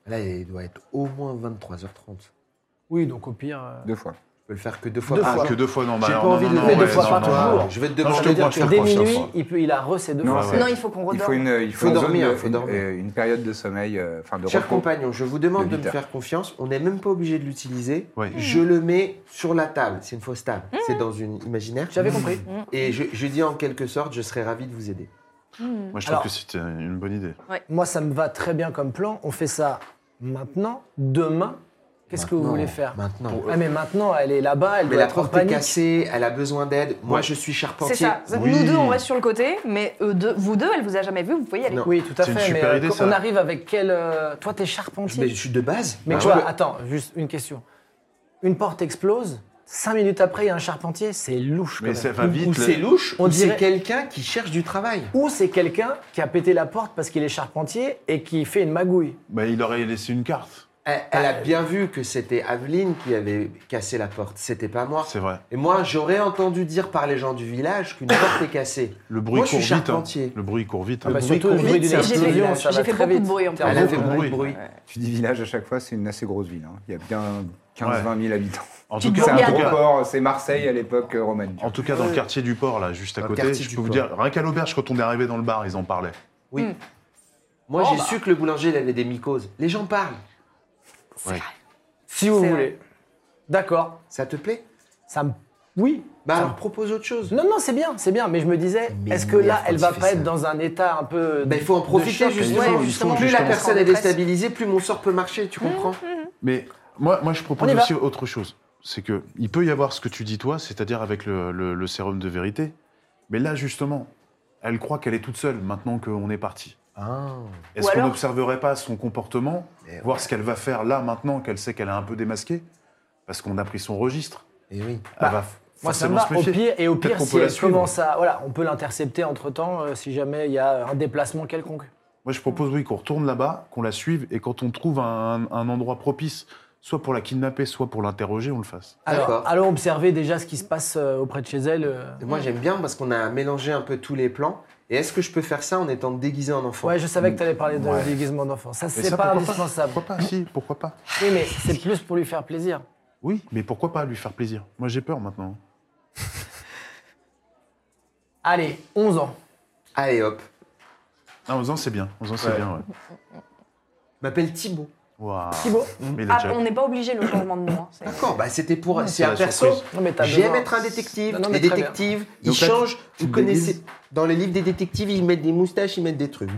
Speaker 5: Là, il doit être au moins 23h30. Je
Speaker 3: Oui, donc au pire. euh,
Speaker 1: Deux fois.
Speaker 5: peux le faire que deux fois
Speaker 3: Deux
Speaker 5: par
Speaker 2: Ah,
Speaker 5: jour.
Speaker 2: que deux fois, non, bah
Speaker 5: J'ai
Speaker 2: alors,
Speaker 5: pas
Speaker 2: non,
Speaker 5: envie
Speaker 2: non,
Speaker 5: de le faire
Speaker 2: ouais,
Speaker 5: deux fois
Speaker 2: non,
Speaker 5: par
Speaker 2: non,
Speaker 3: jour.
Speaker 2: ouais.
Speaker 5: Je vais te
Speaker 2: Non, je
Speaker 5: demander
Speaker 2: te crois,
Speaker 5: de
Speaker 2: je
Speaker 5: faire
Speaker 2: te
Speaker 3: Dès
Speaker 2: crois, je te
Speaker 3: minuit,
Speaker 2: crois.
Speaker 3: il, peut, il a reset deux
Speaker 1: Non,
Speaker 3: fois.
Speaker 2: ouais.
Speaker 4: Non, il faut qu'on
Speaker 1: Il
Speaker 4: redorme.
Speaker 1: faut une, il faut
Speaker 5: Faut
Speaker 1: une zone
Speaker 5: dormir,
Speaker 1: de-
Speaker 5: faut
Speaker 1: une-
Speaker 5: dormir.
Speaker 1: euh, une période de sommeil, euh, enfin de
Speaker 5: Cher
Speaker 1: repos.
Speaker 5: compagnon, je vous
Speaker 1: De
Speaker 5: demande de me
Speaker 1: huit
Speaker 5: faire confiance. On n'est même pas obligé de l'utiliser.
Speaker 2: Ouais.
Speaker 5: Je le mets sur la table. C'est une fausse table. C'est dans une imaginaire.
Speaker 3: Mmh.
Speaker 5: Mmh.
Speaker 3: J'avais compris. Mmh.
Speaker 5: Et je, je dis en quelque sorte, je serais ravi de vous aider.
Speaker 2: Moi, je trouve
Speaker 3: Alors-
Speaker 2: que c'était une bonne idée.
Speaker 3: Moi, ça me va très bien comme plan. On fait ça maintenant, demain. Qu'est-ce que vous
Speaker 5: Maintenant,
Speaker 3: voulez faire
Speaker 5: Maintenant.
Speaker 3: Ah, mais maintenant, elle est là-bas, elle
Speaker 5: mais
Speaker 3: doit
Speaker 5: la
Speaker 3: être en
Speaker 5: porte est
Speaker 3: panique.
Speaker 5: cassée, elle a besoin d'aide. Moi, je suis charpentier.
Speaker 4: C'est ça. Nous
Speaker 2: Oui.
Speaker 4: deux, on reste sur le côté, mais eux deux- vous deux, elle vous a jamais vu, vous pouvez y aller.
Speaker 5: Non.
Speaker 3: Oui, tout à
Speaker 2: C'est une
Speaker 3: fait. Mais
Speaker 2: super idée,
Speaker 3: euh,
Speaker 2: ça.
Speaker 3: on arrive avec quel. euh, Toi, t'es
Speaker 5: Mais
Speaker 3: charpentier.
Speaker 5: je suis de base.
Speaker 3: Mais
Speaker 5: Bah,
Speaker 3: tu vois,
Speaker 5: je peux-
Speaker 3: attends, juste une question. Une porte explose, Cinq minutes après, il y a un charpentier, c'est louche.
Speaker 2: Mais
Speaker 3: quand
Speaker 2: ça
Speaker 3: même.
Speaker 2: va vite.
Speaker 5: Ou
Speaker 2: le-
Speaker 5: c'est louche,
Speaker 3: on
Speaker 5: ou c'est
Speaker 3: dirait-
Speaker 5: quelqu'un qui cherche du travail.
Speaker 3: Ou c'est quelqu'un qui a pété la porte parce qu'il est charpentier et qui fait une magouille.
Speaker 2: Bah, il aurait laissé une carte.
Speaker 5: Elle, elle
Speaker 3: Ah,
Speaker 5: a bien vu que c'était Aveline qui avait cassé la porte, c'était pas moi.
Speaker 2: C'est vrai.
Speaker 5: Et moi, j'aurais entendu dire par les gens du village qu'une *coughs* porte est cassée.
Speaker 2: Le bruit
Speaker 5: Moi, je
Speaker 2: court
Speaker 5: suis
Speaker 2: vite. hein.
Speaker 5: charpentier.
Speaker 2: Le bruit court vite.
Speaker 3: Ah
Speaker 2: hein.
Speaker 3: bah,
Speaker 5: bruit
Speaker 3: surtout le
Speaker 5: court
Speaker 3: bruit
Speaker 5: vite,
Speaker 3: d'une
Speaker 5: c'est- j'ai fait-
Speaker 3: explosion, ça
Speaker 4: j'ai
Speaker 3: va
Speaker 4: fait
Speaker 3: très
Speaker 4: beaucoup
Speaker 3: vite.
Speaker 4: de bruit en plus.
Speaker 5: Elle
Speaker 3: T'as
Speaker 5: avait
Speaker 3: beaucoup de
Speaker 5: beaucoup de
Speaker 2: bruit.
Speaker 5: bruit.
Speaker 1: Tu dis village à chaque fois, c'est une assez grosse ville. hein. Il y a bien 15-20 000 habitants.
Speaker 2: En
Speaker 4: Petite
Speaker 2: tout cas,
Speaker 1: C'est un
Speaker 2: en
Speaker 4: Bourgade.
Speaker 2: tout
Speaker 1: gros
Speaker 2: cas,
Speaker 1: port, c'est Marseille à l'époque euh, romaine.
Speaker 2: en tout cas, dans le quartier du port, là, juste à
Speaker 5: Dans le
Speaker 2: côté,
Speaker 5: quartier
Speaker 2: je
Speaker 5: du
Speaker 2: peux vous
Speaker 5: port.
Speaker 2: dire, rien qu'à l'auberge, quand on est arrivé dans le bar, ils en parlaient.
Speaker 5: Oui.
Speaker 4: Hmm.
Speaker 5: Moi,
Speaker 4: Bon,
Speaker 5: j'ai
Speaker 4: bah.
Speaker 5: su que le boulanger, il avait des mycoses. Les gens parlent.
Speaker 4: C'est vrai.
Speaker 3: Si vous
Speaker 4: C'est
Speaker 3: voulez. D'accord.
Speaker 5: Ça te plaît
Speaker 3: Ça me. Oui.
Speaker 5: Bah
Speaker 3: Ça
Speaker 5: alors, propose autre chose.
Speaker 3: Non, non, c'est bien, c'est bien. Mais je me disais,
Speaker 5: Mais
Speaker 3: est-ce que là,
Speaker 5: merde,
Speaker 3: elle va
Speaker 5: tu fais
Speaker 3: pas
Speaker 5: ça.
Speaker 3: être dans un état un peu.
Speaker 5: Bah, il faut en
Speaker 3: de
Speaker 5: profiter,
Speaker 3: choc
Speaker 5: justement.
Speaker 4: Ouais,
Speaker 2: justement,
Speaker 4: justement,
Speaker 5: Plus la
Speaker 2: justement.
Speaker 5: personne est
Speaker 4: En détresse.
Speaker 5: déstabilisée, plus mon sort peut marcher,
Speaker 4: Hmm.
Speaker 5: tu comprends
Speaker 2: Mais moi, moi je
Speaker 3: On
Speaker 2: propose
Speaker 3: y va.
Speaker 2: aussi autre chose. C'est que il peut y avoir ce que tu dis toi, c'est-à-dire avec le, le- le sérum de vérité. Mais là, justement, elle croit qu'elle est toute seule maintenant qu'on est parti.
Speaker 3: Ah.
Speaker 2: Est-ce
Speaker 4: Ou
Speaker 2: qu'on
Speaker 4: alors-
Speaker 2: n'observerait pas son comportement,
Speaker 5: Mais
Speaker 2: voir ce qu'elle va faire là maintenant qu'elle sait qu'elle a un peu démasqué Parce qu'on a pris son registre.
Speaker 5: Et oui.
Speaker 2: Elle
Speaker 3: Bah,
Speaker 2: va
Speaker 3: Moi, ça
Speaker 2: forcément
Speaker 3: me va.
Speaker 2: se
Speaker 3: Au
Speaker 2: méfier.
Speaker 3: pire, et au
Speaker 2: Peut-être
Speaker 3: pire,
Speaker 2: qu'on
Speaker 3: si
Speaker 2: peut la
Speaker 3: elle
Speaker 2: suivre.
Speaker 3: commence à. Voilà, on peut l'intercepter entre temps si jamais il y a un déplacement quelconque.
Speaker 2: Moi, je propose, oui, qu'on retourne là-bas, qu'on la suive, et quand on trouve un, un endroit propice, soit pour la kidnapper, soit pour l'interroger, on le fasse.
Speaker 3: Alors,
Speaker 5: D'accord.
Speaker 3: allons observer déjà ce qui se passe euh, auprès de chez elle. euh.
Speaker 5: Et Moi, j'aime bien parce qu'on a mélangé un peu tous les plans. Et est-ce que je peux faire ça en étant déguisé en enfant
Speaker 3: Ouais, je savais que t'allais parler de
Speaker 2: Ouais.
Speaker 3: déguisement d'enfant. Ça,
Speaker 2: Mais
Speaker 3: c'est
Speaker 2: ça,
Speaker 3: pas
Speaker 2: pourquoi
Speaker 3: indispensable.
Speaker 2: Pourquoi pas Si, pourquoi pas
Speaker 3: Oui, mais c'est plus pour lui faire plaisir.
Speaker 2: Oui, mais pourquoi pas lui faire plaisir Moi, j'ai peur maintenant.
Speaker 3: Allez, 11 ans.
Speaker 5: Allez hop.
Speaker 2: Ah, 11 ans, c'est bien. 11 ans, c'est
Speaker 5: Ouais.
Speaker 2: bien, ouais.
Speaker 5: Je m'appelle Thibaut.
Speaker 2: Waouh. Mmh.
Speaker 3: Thibaut.
Speaker 2: Mais il a
Speaker 4: Ah,
Speaker 2: déjà-
Speaker 4: on n'est pas obligé le changement de nom. hein, c'est-
Speaker 5: D'accord, bah c'était pour. C'est
Speaker 2: c'est
Speaker 5: un
Speaker 2: la
Speaker 5: perso.
Speaker 2: surprise.
Speaker 3: Non, mais t'as
Speaker 5: J'aime
Speaker 3: besoin-
Speaker 5: être un détective.
Speaker 3: Non, non, mais
Speaker 5: les
Speaker 3: très bien.
Speaker 5: détectives, ils
Speaker 2: Donc là, tu-
Speaker 5: changent.
Speaker 2: tu
Speaker 5: vous
Speaker 2: te
Speaker 5: connaissez.
Speaker 2: déguises
Speaker 5: Dans les livres des détectives, ils mettent des moustaches, ils mettent des trucs.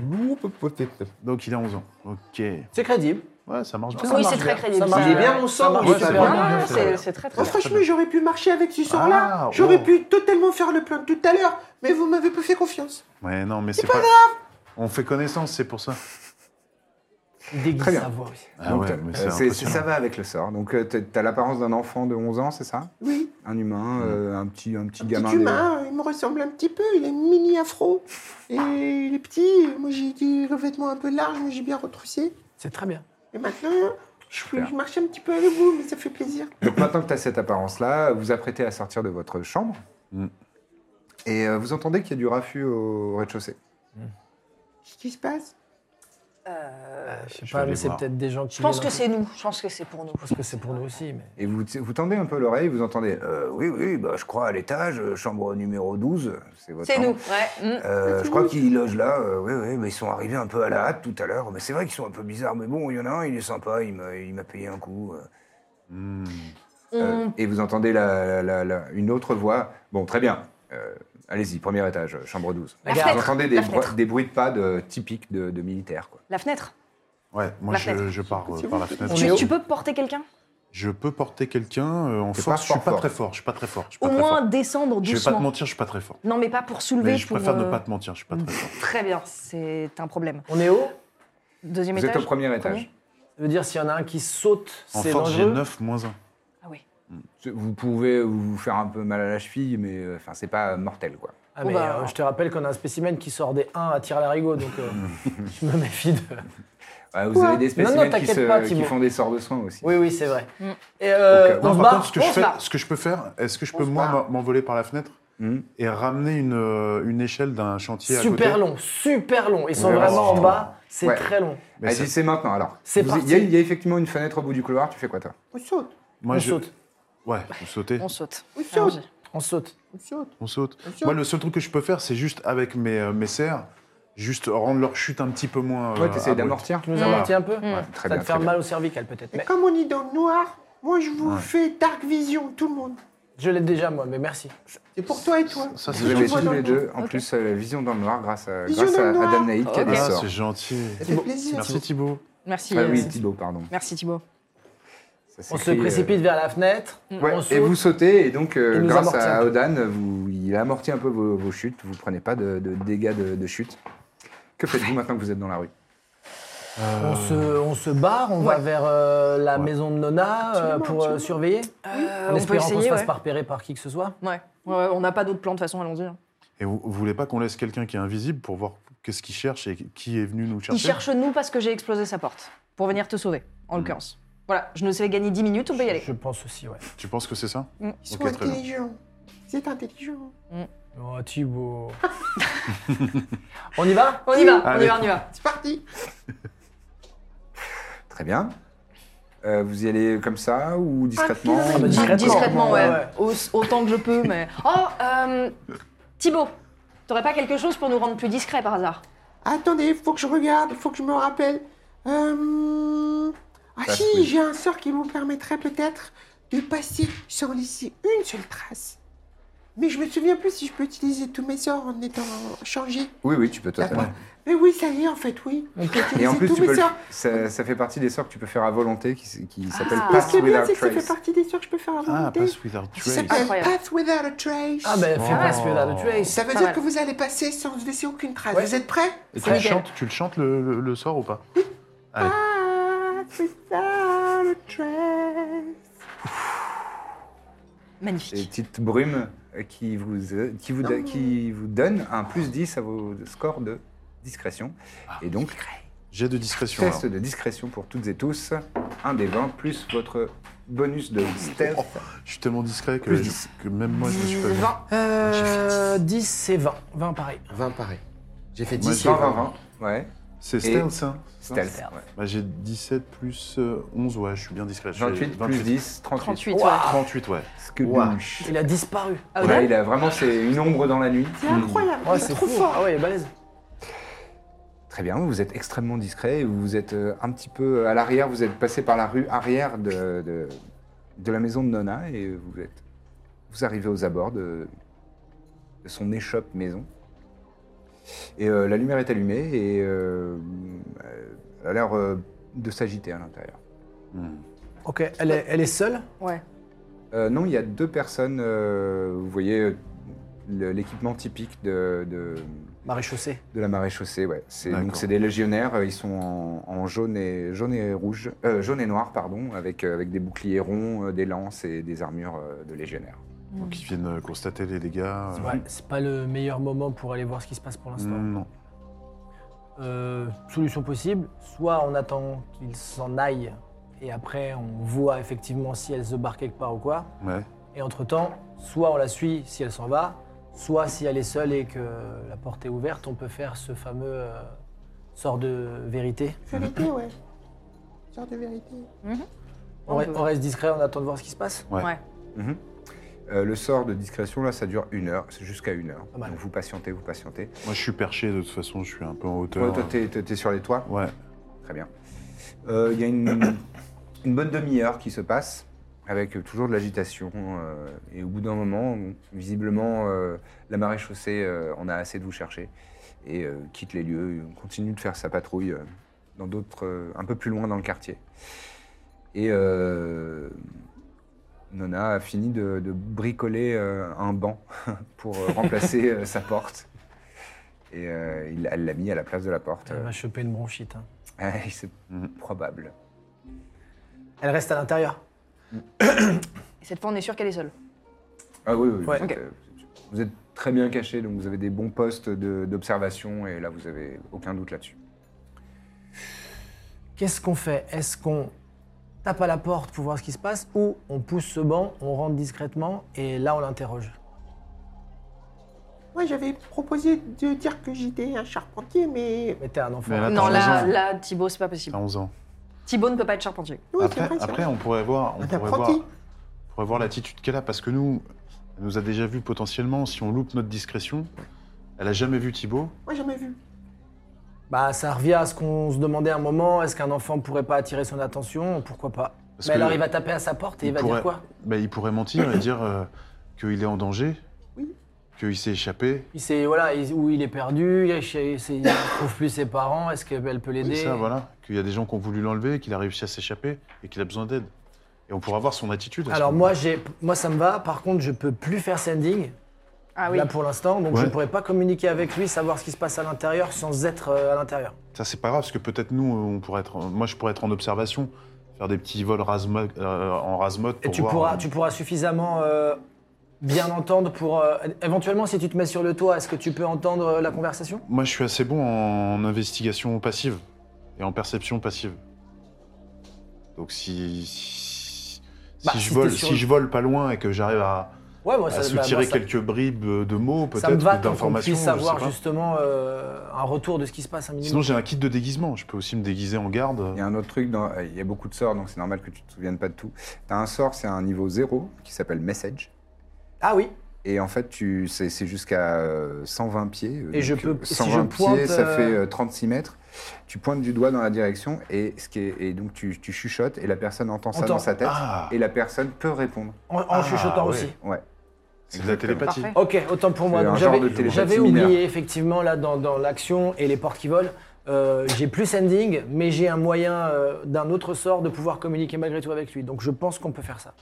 Speaker 2: Donc, il a 11 ans. Ok.
Speaker 3: C'est crédible.
Speaker 2: Ouais, ça marche bien.
Speaker 3: Ça
Speaker 4: Oui,
Speaker 3: marche
Speaker 4: c'est très
Speaker 3: bien.
Speaker 4: crédible.
Speaker 3: Ça marche
Speaker 5: Il est bien, mon
Speaker 3: Ça
Speaker 5: sang,
Speaker 3: marche
Speaker 5: il est
Speaker 3: super
Speaker 5: pas
Speaker 4: Non,
Speaker 3: bien.
Speaker 4: non,
Speaker 2: bien
Speaker 4: non,
Speaker 2: fait.
Speaker 4: c'est c'est très très
Speaker 5: Moi, Ah, franchement, j'aurais pu marcher avec ce
Speaker 2: Ah,
Speaker 5: sort-là. J'aurais
Speaker 2: oh.
Speaker 5: pu totalement faire le plan de tout à l'heure, mais vous m'avez pas fait confiance.
Speaker 2: Ouais, non, mais c'est pas... grave On fait connaissance, c'est pour ça.
Speaker 3: Il déguise
Speaker 1: Très bien.
Speaker 3: sa voix aussi.
Speaker 2: Ah
Speaker 1: Donc,
Speaker 2: ouais,
Speaker 1: t'as-
Speaker 2: mais
Speaker 1: euh,
Speaker 2: c'est
Speaker 1: c'est- c'est-
Speaker 2: impressionnant.
Speaker 1: ça va avec le sort. Donc, euh, t'as- t'as l'apparence d'un enfant de 11 ans, c'est ça
Speaker 5: Oui,
Speaker 1: Un humain,
Speaker 2: Mm.
Speaker 1: euh, un petit, un petit
Speaker 5: un
Speaker 1: gamin.
Speaker 5: petit
Speaker 1: de-
Speaker 5: humain, il me ressemble un petit peu, il est mini afro. Et il est petit, moi j'ai des revêtements un peu larges, mais j'ai bien retroussé.
Speaker 3: C'est très bien.
Speaker 5: Et maintenant, je, je marche un petit peu avec vous, mais ça fait plaisir.
Speaker 1: Donc, maintenant que tu as cette apparence-là, vous vous apprêtez à sortir de votre chambre.
Speaker 2: Mm.
Speaker 1: Et euh, vous entendez qu'il y a du raffut au rez-de-chaussée.
Speaker 5: Qu'est-ce qui se passe
Speaker 3: Euh, Je sais
Speaker 2: je
Speaker 3: pas,
Speaker 2: vais
Speaker 3: mais
Speaker 2: aller
Speaker 3: c'est
Speaker 2: voir.
Speaker 3: peut-être des gens qui.
Speaker 4: Je pense que c'est nous. Je pense que c'est pour nous.
Speaker 3: Je pense que c'est pour nous aussi. Mais...
Speaker 1: Et vous, vous tendez un peu l'oreille, vous entendez euh, Oui, oui, bah, je crois à l'étage, euh, chambre numéro 12. C'est votre
Speaker 4: C'est
Speaker 1: chambre.
Speaker 4: nous, ouais. mm.
Speaker 3: Ah,
Speaker 1: Euh, je crois qu'ils logent là, euh, oui, oui, mais ils sont arrivés un peu à la hâte tout à l'heure. Mais c'est vrai qu'ils sont un peu bizarres, mais bon, il y en a un, il est sympa, il m'a il m'a payé un coup. euh.
Speaker 2: Hmm.
Speaker 1: Euh,
Speaker 3: Mm.
Speaker 4: On-
Speaker 1: et vous entendez la, la- la- une autre voix. Bon, très bien. Euh, Allez-y, premier étage, euh, chambre 12.
Speaker 4: La
Speaker 1: vous
Speaker 4: fenêtre,
Speaker 1: entendez des,
Speaker 4: la
Speaker 1: bruits-
Speaker 4: fenêtre.
Speaker 1: des bruits de pas de- typiques de, de militaires. Quoi.
Speaker 4: La fenêtre.
Speaker 2: Ouais, moi,
Speaker 4: La
Speaker 2: je,
Speaker 4: fenêtre.
Speaker 2: je pars euh,
Speaker 5: C'est
Speaker 2: par la
Speaker 5: vous.
Speaker 2: fenêtre.
Speaker 3: On est
Speaker 4: Tu,
Speaker 3: où
Speaker 4: tu peux porter quelqu'un
Speaker 2: Je peux porter quelqu'un euh, en
Speaker 1: T'es
Speaker 2: force.
Speaker 1: pas
Speaker 2: Je suis
Speaker 1: fort,
Speaker 2: pas
Speaker 1: fort.
Speaker 2: très fort. Je suis pas très fort. Je suis pas
Speaker 4: Au
Speaker 2: très
Speaker 4: moins
Speaker 2: fort.
Speaker 4: descendre
Speaker 2: Je vais pas te
Speaker 4: doucement.
Speaker 2: mentir, je suis pas très fort.
Speaker 4: Non, mais pas pour soulever.
Speaker 2: Mais je
Speaker 4: pour,
Speaker 2: préfère ne
Speaker 4: euh,
Speaker 2: pas te mentir, je suis pas très fort.
Speaker 4: *laughs* Très bien, c'est un problème.
Speaker 3: On est haut
Speaker 4: Deuxième
Speaker 1: Vous
Speaker 4: étage
Speaker 1: êtes au premier étage.
Speaker 4: Premier
Speaker 3: Ça veut dire s'il y en a un qui saute,
Speaker 2: En
Speaker 3: c'est
Speaker 2: force, j'ai
Speaker 3: dangereux.
Speaker 2: 9 moins 1.
Speaker 4: Ah oui.
Speaker 1: Vous pouvez vous faire un peu mal à la cheville, mais euh, enfin, c'est pas mortel. quoi.
Speaker 3: Ah, mais
Speaker 4: Oh, bah,
Speaker 3: euh, je te rappelle qu'on a un spécimen qui sort des 1 à tir à l'arigot, donc euh, je me méfie de.
Speaker 1: Ouais, vous
Speaker 3: Quoi
Speaker 1: avez des
Speaker 3: Non, non,
Speaker 1: spécimens qui,
Speaker 3: t'inquiète
Speaker 1: se-
Speaker 3: pas,
Speaker 1: qui
Speaker 3: Thibaut.
Speaker 1: font des sorts de soins aussi.
Speaker 3: *laughs* Oui, oui, c'est vrai.
Speaker 4: Mm.
Speaker 3: Et euh,
Speaker 1: Ok.
Speaker 3: on
Speaker 2: Non, par
Speaker 3: se barre,
Speaker 2: contre, ce que,
Speaker 3: on
Speaker 2: je
Speaker 3: se
Speaker 2: fais,
Speaker 3: barre.
Speaker 2: ce que je peux faire, est-ce que je
Speaker 5: On
Speaker 2: peux,
Speaker 5: se
Speaker 2: moi,
Speaker 5: barre.
Speaker 2: m'en- m'envoler par la fenêtre
Speaker 1: Hmm.
Speaker 2: et ramener une, euh, une échelle d'un chantier à
Speaker 3: Super
Speaker 2: côté
Speaker 3: long, super long. Ils sont
Speaker 1: Ouais,
Speaker 3: vraiment en
Speaker 1: c'est-
Speaker 3: bas. C'est
Speaker 1: Ouais.
Speaker 3: très long.
Speaker 2: Mais
Speaker 1: Vas-y,
Speaker 2: ça-
Speaker 1: c'est maintenant alors.
Speaker 3: C'est
Speaker 1: Vous- Il y, a-
Speaker 3: parti.
Speaker 1: il y a effectivement une fenêtre au bout du couloir, tu fais quoi toi
Speaker 5: On saute,
Speaker 2: Moi,
Speaker 3: on
Speaker 2: je-
Speaker 3: saute,
Speaker 2: Ouais, on sauter.
Speaker 4: On saute.
Speaker 5: on saute,
Speaker 4: Allons-y.
Speaker 3: on saute.
Speaker 5: on saute.
Speaker 2: On saute.
Speaker 5: On saute.
Speaker 2: Moi, le seul truc que je peux faire, c'est juste avec mes, euh, mes serres, juste rendre leur chute un petit peu moins.
Speaker 1: Ouais,
Speaker 2: euh,
Speaker 1: t'essayes
Speaker 2: abrupte.
Speaker 1: d'amortir.
Speaker 3: Tu nous
Speaker 2: Voilà.
Speaker 3: amortis un peu
Speaker 1: Très
Speaker 3: Ça
Speaker 1: bien,
Speaker 3: te faire
Speaker 1: très
Speaker 3: mal au cervical peut-être.
Speaker 5: Et
Speaker 3: Mais
Speaker 5: comme on est dans le noir, moi je vous
Speaker 2: Ouais.
Speaker 5: fais Dark Vision, tout le monde.
Speaker 3: je l'ai déjà moi, mais merci.
Speaker 5: C'est pour toi et toi.
Speaker 2: Ça,
Speaker 1: Vous
Speaker 2: c'est
Speaker 1: avez
Speaker 5: vois
Speaker 2: gentil.
Speaker 1: tous
Speaker 5: dans
Speaker 1: les
Speaker 5: le
Speaker 1: deux, en
Speaker 4: Ok.
Speaker 1: plus, euh, la vision dans le noir grâce à,
Speaker 5: Vision
Speaker 1: grâce
Speaker 5: dans
Speaker 1: à,
Speaker 5: le
Speaker 1: à
Speaker 5: noir.
Speaker 1: Dame Naïd qui a des
Speaker 4: Ok.
Speaker 2: Ah,
Speaker 1: sorts.
Speaker 2: c'est gentil.
Speaker 5: Ça fait plaisir.
Speaker 2: Merci Thibaut.
Speaker 4: Merci.
Speaker 1: Ah
Speaker 4: euh,
Speaker 1: oui, Thibaut, pardon.
Speaker 4: Merci Thibaut.
Speaker 1: Ça
Speaker 3: On se
Speaker 1: s'écrit, euh,
Speaker 3: précipite vers la fenêtre.
Speaker 1: ouais,
Speaker 3: on
Speaker 1: et
Speaker 3: saute.
Speaker 1: vous sautez, et donc euh,
Speaker 3: Il nous
Speaker 1: grâce
Speaker 3: amortit un
Speaker 1: à
Speaker 3: peu.
Speaker 1: Odan, vous, il amortit un peu vos, vos chutes, vous prenez pas de, de dégâts de, de chute. Que faites-vous maintenant que vous êtes dans la rue
Speaker 3: On, se, on se barre, on va vers euh, la maison de Nona euh, pour euh, surveiller
Speaker 4: Euh,
Speaker 3: En
Speaker 4: on peut
Speaker 3: espérant qu'on se
Speaker 4: essayer,
Speaker 3: fasse
Speaker 4: ouais.
Speaker 3: pas repérer par qui que ce soit
Speaker 4: Ouais. Ouais, ouais, on n'a pas d'autre plan de toute façon, allons-y. hein.
Speaker 2: Et vous, vous voulez pas qu'on laisse quelqu'un qui est invisible pour voir qu'est-ce qu'il cherche et qui est venu nous chercher
Speaker 4: Il cherche nous parce que j'ai explosé sa porte, pour venir te sauver,
Speaker 2: Hmm.
Speaker 4: en l'occurrence. Voilà, je nous ai gagné 10 minutes, on peut y aller.
Speaker 3: Je pense aussi, ouais.
Speaker 2: Tu penses que c'est ça
Speaker 5: Ils sont
Speaker 2: Ok, très bien.
Speaker 5: intelligents. C'est intelligent.
Speaker 3: Oh, Thibaut. *laughs* on y va
Speaker 4: On y va, on
Speaker 2: Allez.
Speaker 4: y va, on y va.
Speaker 5: C'est parti.
Speaker 1: Très bien. Euh, vous y allez comme ça ou discrètement
Speaker 4: Ah,
Speaker 3: bah,
Speaker 4: Discrètement,
Speaker 3: discrètement.
Speaker 4: ouais.
Speaker 3: Ouais, ouais.
Speaker 4: Au- autant que je peux, mais... Oh, euh, Thibaut, t'aurais pas quelque chose pour nous rendre plus discrets par hasard
Speaker 5: Attendez, faut que je regarde, faut que je me rappelle. Euh, Ah
Speaker 1: Passe,
Speaker 5: si,
Speaker 1: oui.
Speaker 5: j'ai un sort qui vous permettrait peut-être de passer sans laisser une seule trace. Mais je me souviens plus si je peux utiliser tous mes sorts en étant changé.
Speaker 1: Oui, oui, tu peux totalement.
Speaker 5: Mais oui, ça y est en fait, oui. Je peux
Speaker 1: Et en
Speaker 5: utiliser
Speaker 1: plus,
Speaker 5: tous
Speaker 1: tu
Speaker 5: mes
Speaker 1: peux le-
Speaker 5: sorts.
Speaker 1: ça, ça fait partie des sorts que tu peux faire à volonté qui, s- qui s'appelle
Speaker 4: Ah.
Speaker 5: Mais
Speaker 1: Pass
Speaker 5: ce qui est bien,
Speaker 1: Without
Speaker 5: c'est que ça fait
Speaker 1: Trace.
Speaker 5: partie des sorts que je peux faire à
Speaker 2: Ah,
Speaker 5: volonté.
Speaker 2: Pass Without
Speaker 5: ça
Speaker 2: Trace.
Speaker 5: s'appelle
Speaker 4: Incroyable.
Speaker 5: Pass Without a Trace.
Speaker 3: Ah, ben, fais
Speaker 2: Ah.
Speaker 3: pas celui là de Trace.
Speaker 5: Ça veut
Speaker 4: Pas
Speaker 5: dire
Speaker 4: mal.
Speaker 5: que vous allez passer sans laisser aucune trace.
Speaker 3: Ouais.
Speaker 5: Vous êtes prêts
Speaker 2: Et tu,
Speaker 4: C'est
Speaker 2: le
Speaker 4: nickel.
Speaker 2: chantes, tu le chantes le, le- le sort ou pas Allez.
Speaker 5: Pass Without a Trace.
Speaker 1: Des
Speaker 4: Magnifique.
Speaker 1: petites brumes euh, qui vous, euh, qui, vous, do- qui vous donnent un plus 10 à vos scores de discrétion. Et donc,
Speaker 2: J'ai de discrétion.
Speaker 1: test
Speaker 2: alors.
Speaker 1: de discrétion pour toutes et tous. Un des 20 plus votre bonus de stealth.
Speaker 2: Oh, je suis tellement discret que,
Speaker 1: Plus dix.
Speaker 2: que même moi je me suis pas vu.
Speaker 4: 20.
Speaker 3: Euh, 10 et 20. 20 pareil.
Speaker 5: 20 pareil. J'ai fait
Speaker 2: Moi,
Speaker 5: 10 et
Speaker 1: 20,
Speaker 5: 20.
Speaker 1: 20, 20. Ouais,
Speaker 2: C'est stealth, ça
Speaker 1: stealth.
Speaker 3: Stealth.
Speaker 1: ouais.
Speaker 2: Bah, J'ai 17 plus euh, 11, ouais, je suis bien discret. je suis-
Speaker 1: 28 plus 10, 38.
Speaker 4: 38,
Speaker 3: Ouah.
Speaker 4: ouais.
Speaker 2: 38, ouais.
Speaker 1: Ce que
Speaker 5: Ouah.
Speaker 1: douche.
Speaker 3: Il a disparu.
Speaker 4: Ah,
Speaker 1: Ouais,
Speaker 4: ouais
Speaker 1: il a vraiment, c'est une ombre dans la nuit.
Speaker 5: C'est incroyable,
Speaker 3: Ouais,
Speaker 5: c'est
Speaker 3: c'est
Speaker 5: trop
Speaker 3: fou.
Speaker 5: fort.
Speaker 3: Ah ouais, il est balèze.
Speaker 1: Très bien, vous êtes extrêmement discret, et vous êtes euh, un petit peu à l'arrière, vous êtes passé par la rue arrière de, de, de la maison de Nona et vous êtes vous arrivez aux abords de, de son échoppe maison. Et euh, la lumière est allumée et euh, elle a l'air euh, de s'agiter à l'intérieur.
Speaker 3: Ok, elle est, elle est seule
Speaker 4: Ouais.
Speaker 1: Euh, non, il y a deux personnes, euh, vous voyez euh, le- l'équipement typique de- de,
Speaker 3: Marie-chaussée.
Speaker 1: De la marée chaussée, ouais. C'est
Speaker 2: D'accord.
Speaker 1: donc c'est des légionnaires. euh, Ils sont en, en jaune et jaune et rouge, euh, jaune et noir, pardon, avec euh, avec des boucliers ronds, euh, des lances et des armures euh, de légionnaires.
Speaker 2: Donc ils viennent euh, constater les dégâts. euh,
Speaker 3: Ouais, c'est pas le meilleur moment pour aller voir ce qui se passe pour l'instant.
Speaker 2: Non.
Speaker 3: Euh, solution possible, soit on attend qu'ils s'en aillent et après on voit effectivement si elle se barre quelque part ou quoi.
Speaker 2: Ouais.
Speaker 3: Et entre-temps, soit on la suit si elle s'en va, soit si elle est seule et que la porte est ouverte, on peut faire ce fameux euh, sort de vérité.
Speaker 5: Vérité, ouais. Genre de vérité.
Speaker 3: On, re- on reste discret, on attend de voir ce qui se passe.
Speaker 2: Ouais.
Speaker 4: Ouais.
Speaker 1: Mhm. Euh, le sort de discrétion là, ça dure une heure, c'est jusqu'à une heure.
Speaker 3: mal.
Speaker 1: Donc vous patientez, vous patientez.
Speaker 2: Moi je suis perché de toute façon, je suis un peu en
Speaker 1: Toi,
Speaker 2: hauteur.
Speaker 1: toi, t'es t'es- t'es sur les toits.
Speaker 2: Ouais.
Speaker 1: Très bien. Euh, Il y a une, *coughs* une bonne demi-heure qui se passe, avec toujours de l'agitation. euh, et au bout d'un moment, bon, visiblement, euh, la marée chaussée euh, en a assez de vous chercher et euh, quitte les lieux. On continue de faire sa patrouille euh, dans d'autres, euh, un peu plus loin dans le quartier. Et euh, Nona a fini de, de bricoler euh, un banc *laughs* pour euh, remplacer euh, sa porte. Et euh, il- elle l'a mis à la place de la porte. euh,
Speaker 3: Elle va choper une bronchite. hein.
Speaker 1: Ouais, Ah, *laughs* c'est
Speaker 2: Mhm.
Speaker 1: probable.
Speaker 3: Elle reste à l'intérieur.
Speaker 4: Et cette fois, on est sûr qu'elle est seule.
Speaker 1: Ah oui, oui.
Speaker 3: Ouais.
Speaker 1: Vous, êtes,
Speaker 4: Ok.
Speaker 1: euh, vous êtes très bien caché, donc vous avez des bons postes de- d'observation et là vous avez aucun doute là-dessus.
Speaker 3: Qu'est-ce qu'on fait Est-ce qu'on tape à la porte pour voir ce qui se passe ou on pousse ce banc, on rentre discrètement et là on l'interroge
Speaker 5: Moi, j'avais proposé de dire que j'étais un charpentier, mais.
Speaker 3: Mais t'es un enfant.
Speaker 2: Mais elle a- Attends,
Speaker 4: non, là,
Speaker 2: raison.
Speaker 4: là, Thibaut, c'est pas
Speaker 2: T'as
Speaker 4: possible.
Speaker 2: 11 ans.
Speaker 4: Thibaut ne peut pas être charpentier.
Speaker 5: Oui, c'est
Speaker 2: après,
Speaker 5: vrai, c'est
Speaker 2: après,
Speaker 5: vrai.
Speaker 2: on pourrait voir, on
Speaker 5: Un
Speaker 2: pourrait voir,
Speaker 5: Ah, apprenti.
Speaker 2: on pourrait voir l'attitude qu'elle a parce que nous, elle nous a déjà vu potentiellement si on loupe notre discrétion. Elle a jamais vu Thibaut.
Speaker 5: Moi, jamais vu.
Speaker 3: Bah, ça revient à ce qu'on se demandait à un moment. Est-ce qu'un enfant pourrait pas attirer son attention Pourquoi pas
Speaker 2: Parce
Speaker 3: Mais
Speaker 2: que-
Speaker 3: alors, il va taper à sa porte et il, va
Speaker 2: pourrait,
Speaker 3: dire quoi
Speaker 2: bah, Il pourrait mentir et dire euh, qu'il est en danger,
Speaker 5: Oui.
Speaker 2: qu'il s'est échappé.
Speaker 3: Il sait voilà il- où il est perdu. Il, chez- c'est- il trouve plus ses parents. Est-ce qu'elle peut l'aider
Speaker 2: C'est ça, voilà. Qu'il y a des gens qui ont voulu l'enlever, qu'il a réussi à s'échapper et qu'il a besoin d'aide. Et on pourra voir son attitude. à ce
Speaker 3: Alors
Speaker 2: moment.
Speaker 3: moi, j'ai, moi ça me va. Par contre, je peux plus faire sending.
Speaker 4: Ah oui.
Speaker 3: là pour l'instant, donc je
Speaker 2: Ouais.
Speaker 3: ne pourrais pas communiquer avec lui, savoir ce qui se passe à l'intérieur sans être euh, à l'intérieur.
Speaker 2: Ça, c'est pas grave, parce que peut-être nous, on pourrait être, moi, je pourrais être en observation, faire des petits vols rasmo- euh, en rasmode
Speaker 3: Et
Speaker 2: pour
Speaker 3: tu
Speaker 2: voir,
Speaker 3: pourras,
Speaker 2: euh,
Speaker 3: tu pourras suffisamment euh, bien entendre pour. euh, éventuellement, si tu te mets sur le toit, est-ce que tu peux entendre euh, la conversation
Speaker 2: Moi, je suis assez bon en investigation passive et en perception passive. Donc, si. Si,
Speaker 3: Bah,
Speaker 2: si
Speaker 3: si
Speaker 2: je vole,
Speaker 3: t'es sur
Speaker 2: si
Speaker 3: le-
Speaker 2: je vole pas loin et que j'arrive à,
Speaker 3: Ouais, moi
Speaker 2: à
Speaker 3: bah,
Speaker 2: Ah, soutirer
Speaker 3: moi, ça-
Speaker 2: quelques bribes euh, de mots,
Speaker 3: Ça me
Speaker 2: peut-être,
Speaker 3: va
Speaker 2: ou
Speaker 3: tant qu'on
Speaker 2: d'informations.
Speaker 3: puisse
Speaker 2: je
Speaker 3: savoir
Speaker 2: sais pas.
Speaker 3: justement euh, un retour de ce qui se passe un minimum.
Speaker 2: Sinon, j'ai un kit de déguisement. Je peux aussi me déguiser en garde.
Speaker 1: Il y a un autre truc, dans- euh, il y a beaucoup de sorts, donc c'est normal que tu te souviennes pas de tout. T'as un sort, c'est un niveau 0 qui s'appelle Message.
Speaker 3: Ah oui,
Speaker 1: Et en fait, tu, c'est, c'est jusqu'à euh, 120 pieds. euh,
Speaker 3: Et je peux-
Speaker 1: euh,
Speaker 3: si
Speaker 1: 120
Speaker 3: je pointe,
Speaker 1: pieds, ça
Speaker 3: euh,
Speaker 1: fait euh, 36 mètres. Tu pointes du doigt dans la direction et, ce qui est, et donc tu, tu chuchotes et la personne entend ça
Speaker 3: Entend.
Speaker 1: dans sa tête
Speaker 2: Ah.
Speaker 1: et la personne peut répondre.
Speaker 3: en, en
Speaker 2: Ah,
Speaker 3: chuchotant
Speaker 2: ouais.
Speaker 3: aussi.
Speaker 1: Ouais.
Speaker 2: C'est de la
Speaker 1: Exactement.
Speaker 2: télépathie.
Speaker 4: Parfait.
Speaker 3: Ok, autant pour moi.
Speaker 1: C'est
Speaker 3: Donc
Speaker 1: un genre
Speaker 3: j'avais-
Speaker 1: de télépathie
Speaker 3: j'avais
Speaker 1: mineure.
Speaker 3: oublié effectivement là dans, dans l'action et les portes qui volent. euh, j'ai plus ending, mais j'ai un moyen euh, d'un autre sort de pouvoir communiquer malgré tout avec lui. Donc je pense qu'on peut faire ça.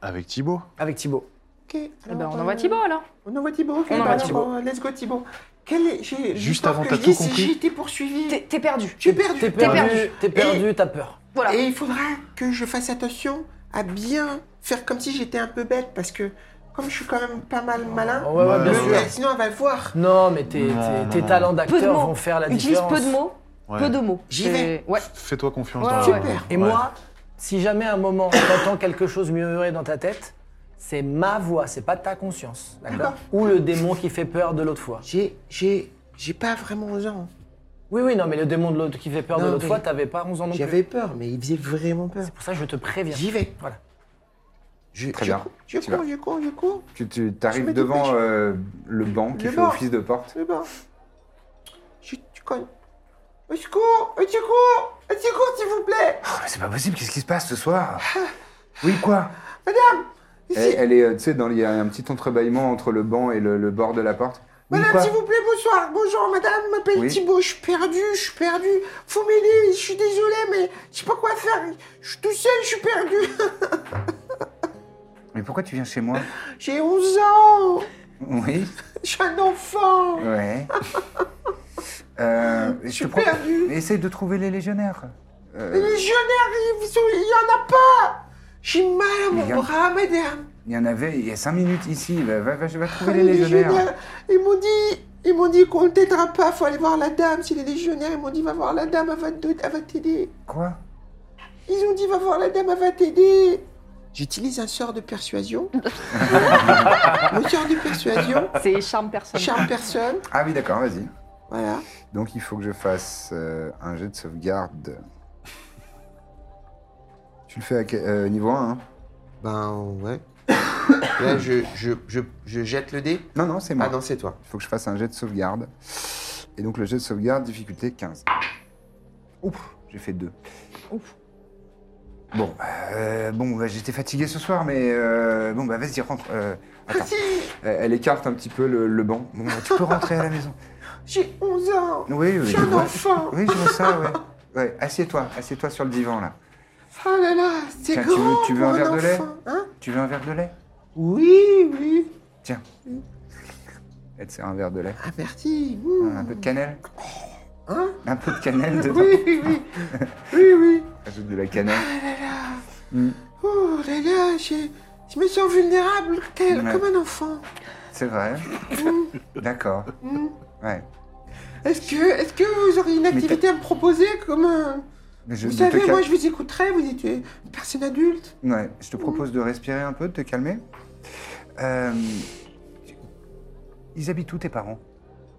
Speaker 2: Avec Thibaut.
Speaker 3: Avec Thibaut.
Speaker 5: Ok.
Speaker 4: Eh ben,
Speaker 5: alors,
Speaker 4: on
Speaker 5: euh,
Speaker 4: envoie Thibaut alors.
Speaker 5: On envoie Thibaut.
Speaker 4: On
Speaker 5: On
Speaker 4: envoie
Speaker 5: envoie
Speaker 4: Thibaut.
Speaker 5: Let's go Thibaut. Quel est, j'ai-
Speaker 2: Juste
Speaker 5: l'histoire
Speaker 2: avant,
Speaker 5: que
Speaker 2: t'as
Speaker 5: je
Speaker 2: tout
Speaker 5: dis, c'est
Speaker 2: compris
Speaker 5: J'ai été poursuivi.
Speaker 4: T'es t'es perdu.
Speaker 5: J'ai perdu.
Speaker 3: T'es
Speaker 4: perdu.
Speaker 3: perdu, t'es perdu,
Speaker 5: Et-
Speaker 3: t'as peur.
Speaker 4: Voilà.
Speaker 5: Et il faudra que je fasse attention à bien faire comme si j'étais un peu bête parce que comme je suis quand même pas mal malin,
Speaker 3: Ouais, ouais,
Speaker 2: Ouais,
Speaker 3: bien
Speaker 5: le-
Speaker 3: sûr.
Speaker 2: ouais.
Speaker 5: sinon elle va le voir.
Speaker 3: Non, mais tes,
Speaker 2: Non,
Speaker 3: tes-
Speaker 2: non,
Speaker 3: tes
Speaker 2: non.
Speaker 3: talents
Speaker 4: Peu de
Speaker 3: d'acteur
Speaker 4: mots.
Speaker 3: vont faire la
Speaker 4: Utilise
Speaker 3: différence.
Speaker 4: peu de mots,
Speaker 2: Ouais.
Speaker 4: peu de mots.
Speaker 5: J'y vais.
Speaker 4: C'est- Ouais.
Speaker 2: Fais-toi confiance.
Speaker 4: Ouais,
Speaker 2: dans
Speaker 4: ouais,
Speaker 2: la-
Speaker 4: ouais.
Speaker 3: Et
Speaker 2: Ouais.
Speaker 3: moi, si jamais à un moment t'entends quelque chose murmurer dans ta tête, c'est ma voix, c'est pas ta conscience, d'accord
Speaker 5: D'accord.
Speaker 3: Ou le démon qui fait peur de l'autre fois.
Speaker 5: J'ai, j'ai, j'ai pas vraiment 11 ans.
Speaker 3: Oui, oui, non, mais le démon de l'autre qui fait peur de
Speaker 5: Non,
Speaker 3: l'autre
Speaker 5: mais-
Speaker 3: fois, t'avais pas 11 ans non plus.
Speaker 5: J'avais peur, mais il faisait vraiment peur.
Speaker 3: C'est pour ça que je te préviens.
Speaker 5: J'y vais.
Speaker 3: Voilà.
Speaker 5: Je,
Speaker 1: Très
Speaker 5: je
Speaker 1: bien.
Speaker 5: cou- Je
Speaker 1: Tu vas.
Speaker 5: cours, je cours, je cours.
Speaker 1: Tu, tu
Speaker 5: Je
Speaker 1: arrives
Speaker 5: me
Speaker 1: devant
Speaker 5: dépêche.
Speaker 1: euh, le banc qui
Speaker 5: Le
Speaker 1: fait
Speaker 5: banc.
Speaker 1: office de porte.
Speaker 5: C'est bon. Je, tu connais. Au secours, au secours, au secours, s'il vous plaît.
Speaker 1: Oh, mais c'est pas possible, qu'est-ce qui se passe ce soir Ah. Oui, quoi
Speaker 5: Ici.
Speaker 1: elle, elle est, euh, tu sais, dans- il y a un petit entrebâillement entre le banc et le, le bord de la porte. Oui,
Speaker 5: Madame,
Speaker 1: quoi
Speaker 5: s'il vous plaît, bonsoir, bonjour, madame, je m'appelle
Speaker 1: Oui.
Speaker 5: Thibaut, je suis perdu, je suis perdu, faut m'aider, je suis désolé, mais je sais pas quoi faire, je suis tout seul, je suis perdu, *laughs*
Speaker 1: Mais pourquoi tu viens chez moi
Speaker 5: j'ai 11 ans,
Speaker 1: Oui,
Speaker 5: je suis un enfant,
Speaker 1: *laughs* ouais. Euh, je
Speaker 5: je suis
Speaker 1: te propose-
Speaker 5: perdu,
Speaker 1: Essaye de trouver les légionnaires.
Speaker 5: les
Speaker 1: Euh,
Speaker 5: légionnaires, ils sont- il y en a pas, j'ai mal à
Speaker 1: Il y
Speaker 5: mon
Speaker 1: en-
Speaker 5: bras, madame,
Speaker 1: Il y en avait il y a cinq minutes ici. Va, va, va- va trouver
Speaker 5: Ah,
Speaker 1: les légionnaires.
Speaker 5: ils m'ont dit, ils m'ont dit qu'on ne t'aidera pas, faut aller voir la dame, c'est les légionnaires, ils m'ont dit, va voir la dame, elle va te- elle va t'aider,
Speaker 1: Quoi
Speaker 5: ils ont dit, va voir la dame, elle va t'aider. J'utilise un sort de
Speaker 1: *laughs*
Speaker 5: persuasion. Le sort de persuasion,
Speaker 4: C'est charme personne.
Speaker 5: charme personne.
Speaker 1: Ah oui, d'accord, vas-y.
Speaker 5: Voilà.
Speaker 1: Donc il faut que je fasse euh, un jet de sauvegarde. Tu le fais à que- euh, niveau 1, hein
Speaker 5: Ben *coughs* ouais. Là, je, je, je, je jette le dé.
Speaker 1: Non, non, c'est moi.
Speaker 5: Ah non, c'est toi.
Speaker 1: Il faut que je fasse un jet de sauvegarde. Et donc le jet de sauvegarde, difficulté 15. Ouf, j'ai fait 2.
Speaker 4: Ouf.
Speaker 1: Bon, euh, bon bah, j'étais fatigué ce soir, mais euh, bon, bah vas-y, rentre. euh,
Speaker 5: Ah,
Speaker 1: attends. Euh, Elle écarte un petit peu le, le banc. Bon, bah, tu peux rentrer à la maison.
Speaker 5: J'ai 11 ans.
Speaker 1: *laughs* Oui, oui.
Speaker 5: Je suis
Speaker 1: je
Speaker 5: un
Speaker 1: vois-
Speaker 5: enfant.
Speaker 1: Oui, je vois ça, ouais. Ouais, assieds-toi, assieds-toi sur le divan, là.
Speaker 5: Oh là là, c'est
Speaker 1: Tiens, tu
Speaker 5: grand
Speaker 1: veux- tu veux
Speaker 5: pour
Speaker 1: un verre de lait
Speaker 5: enfant, hein
Speaker 1: Tu veux un verre de lait
Speaker 5: Oui, oui.
Speaker 1: Tiens. Elle te sert un verre de lait.
Speaker 5: Ah merci.
Speaker 1: Un,
Speaker 5: Mmh.
Speaker 1: peu de cannelle
Speaker 5: Hein
Speaker 1: Un peu de cannelle dedans.
Speaker 5: Oui, oui, oui. Oui, oui.
Speaker 1: Ajoute de la cannelle.
Speaker 5: Oh là là, j'ai- je me sens vulnérable tel,
Speaker 1: Ouais.
Speaker 5: comme un enfant.
Speaker 1: C'est vrai.
Speaker 5: Mm.
Speaker 1: D'accord. Ouais.
Speaker 5: Est-ce que, est-ce que vous auriez une activité à me proposer comme un...
Speaker 1: Mais je,
Speaker 5: Vous
Speaker 1: de te
Speaker 5: savez,
Speaker 1: cal-
Speaker 5: moi je vous écouterais, vous étiez une personne adulte.
Speaker 1: Ouais, je te propose de respirer un peu, de te calmer. Euh, Ils habitent où tes parents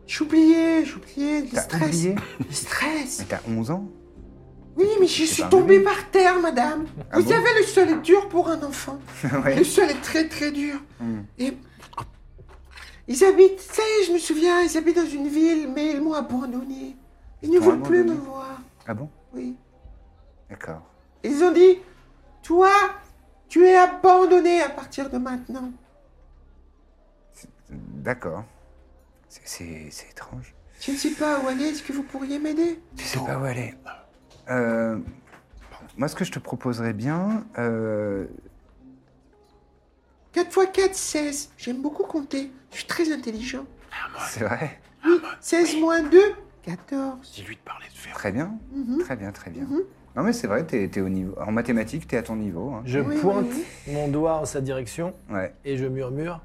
Speaker 5: J'oubliais, j'oubliais, le
Speaker 1: T'as
Speaker 5: stress.
Speaker 1: oublié
Speaker 5: Le stress.
Speaker 1: Mais t'as 11 ans *laughs*
Speaker 5: Oui, mais je
Speaker 1: C'est
Speaker 5: suis
Speaker 1: un
Speaker 5: tombée
Speaker 1: bébé.
Speaker 5: par terre, madame.
Speaker 1: Ah
Speaker 5: Vous
Speaker 1: bon
Speaker 5: savez, le sol est dur pour un enfant.
Speaker 1: Ouais.
Speaker 5: Le sol est très, très dur.
Speaker 1: Hmm.
Speaker 5: Et. Ils habitent, ça y est, je me souviens, ils habitent dans une ville, mais ils m'ont abandonné. Ils
Speaker 1: Ils
Speaker 5: ne
Speaker 1: t'ont
Speaker 5: veulent plus me
Speaker 1: abandonné
Speaker 5: voir.
Speaker 1: Ah bon
Speaker 5: Oui.
Speaker 1: D'accord.
Speaker 5: Ils ont dit Toi, tu es abandonné à partir de maintenant.
Speaker 1: D'accord. C'est- C'est c'est étrange.
Speaker 5: Je ne sais pas où aller, est-ce que vous pourriez m'aider
Speaker 1: Tu sais pas où aller. Euh, moi, ce que je te proposerais bien, euh,
Speaker 5: 4 x 4, 16. J'aime beaucoup compter. Je suis très intelligent.
Speaker 1: C'est vrai.
Speaker 5: 16 moins 2, 14.
Speaker 2: Dis-lui de parler de fer.
Speaker 1: Très bien. Très bien, très bien. Non, mais c'est vrai, t'es t'es au niveau. En mathématiques, t'es à ton niveau. hein.
Speaker 3: Je
Speaker 5: Oui, oui,
Speaker 3: pointe
Speaker 5: oui.
Speaker 3: mon doigt en sa direction
Speaker 1: Ouais.
Speaker 3: et je murmure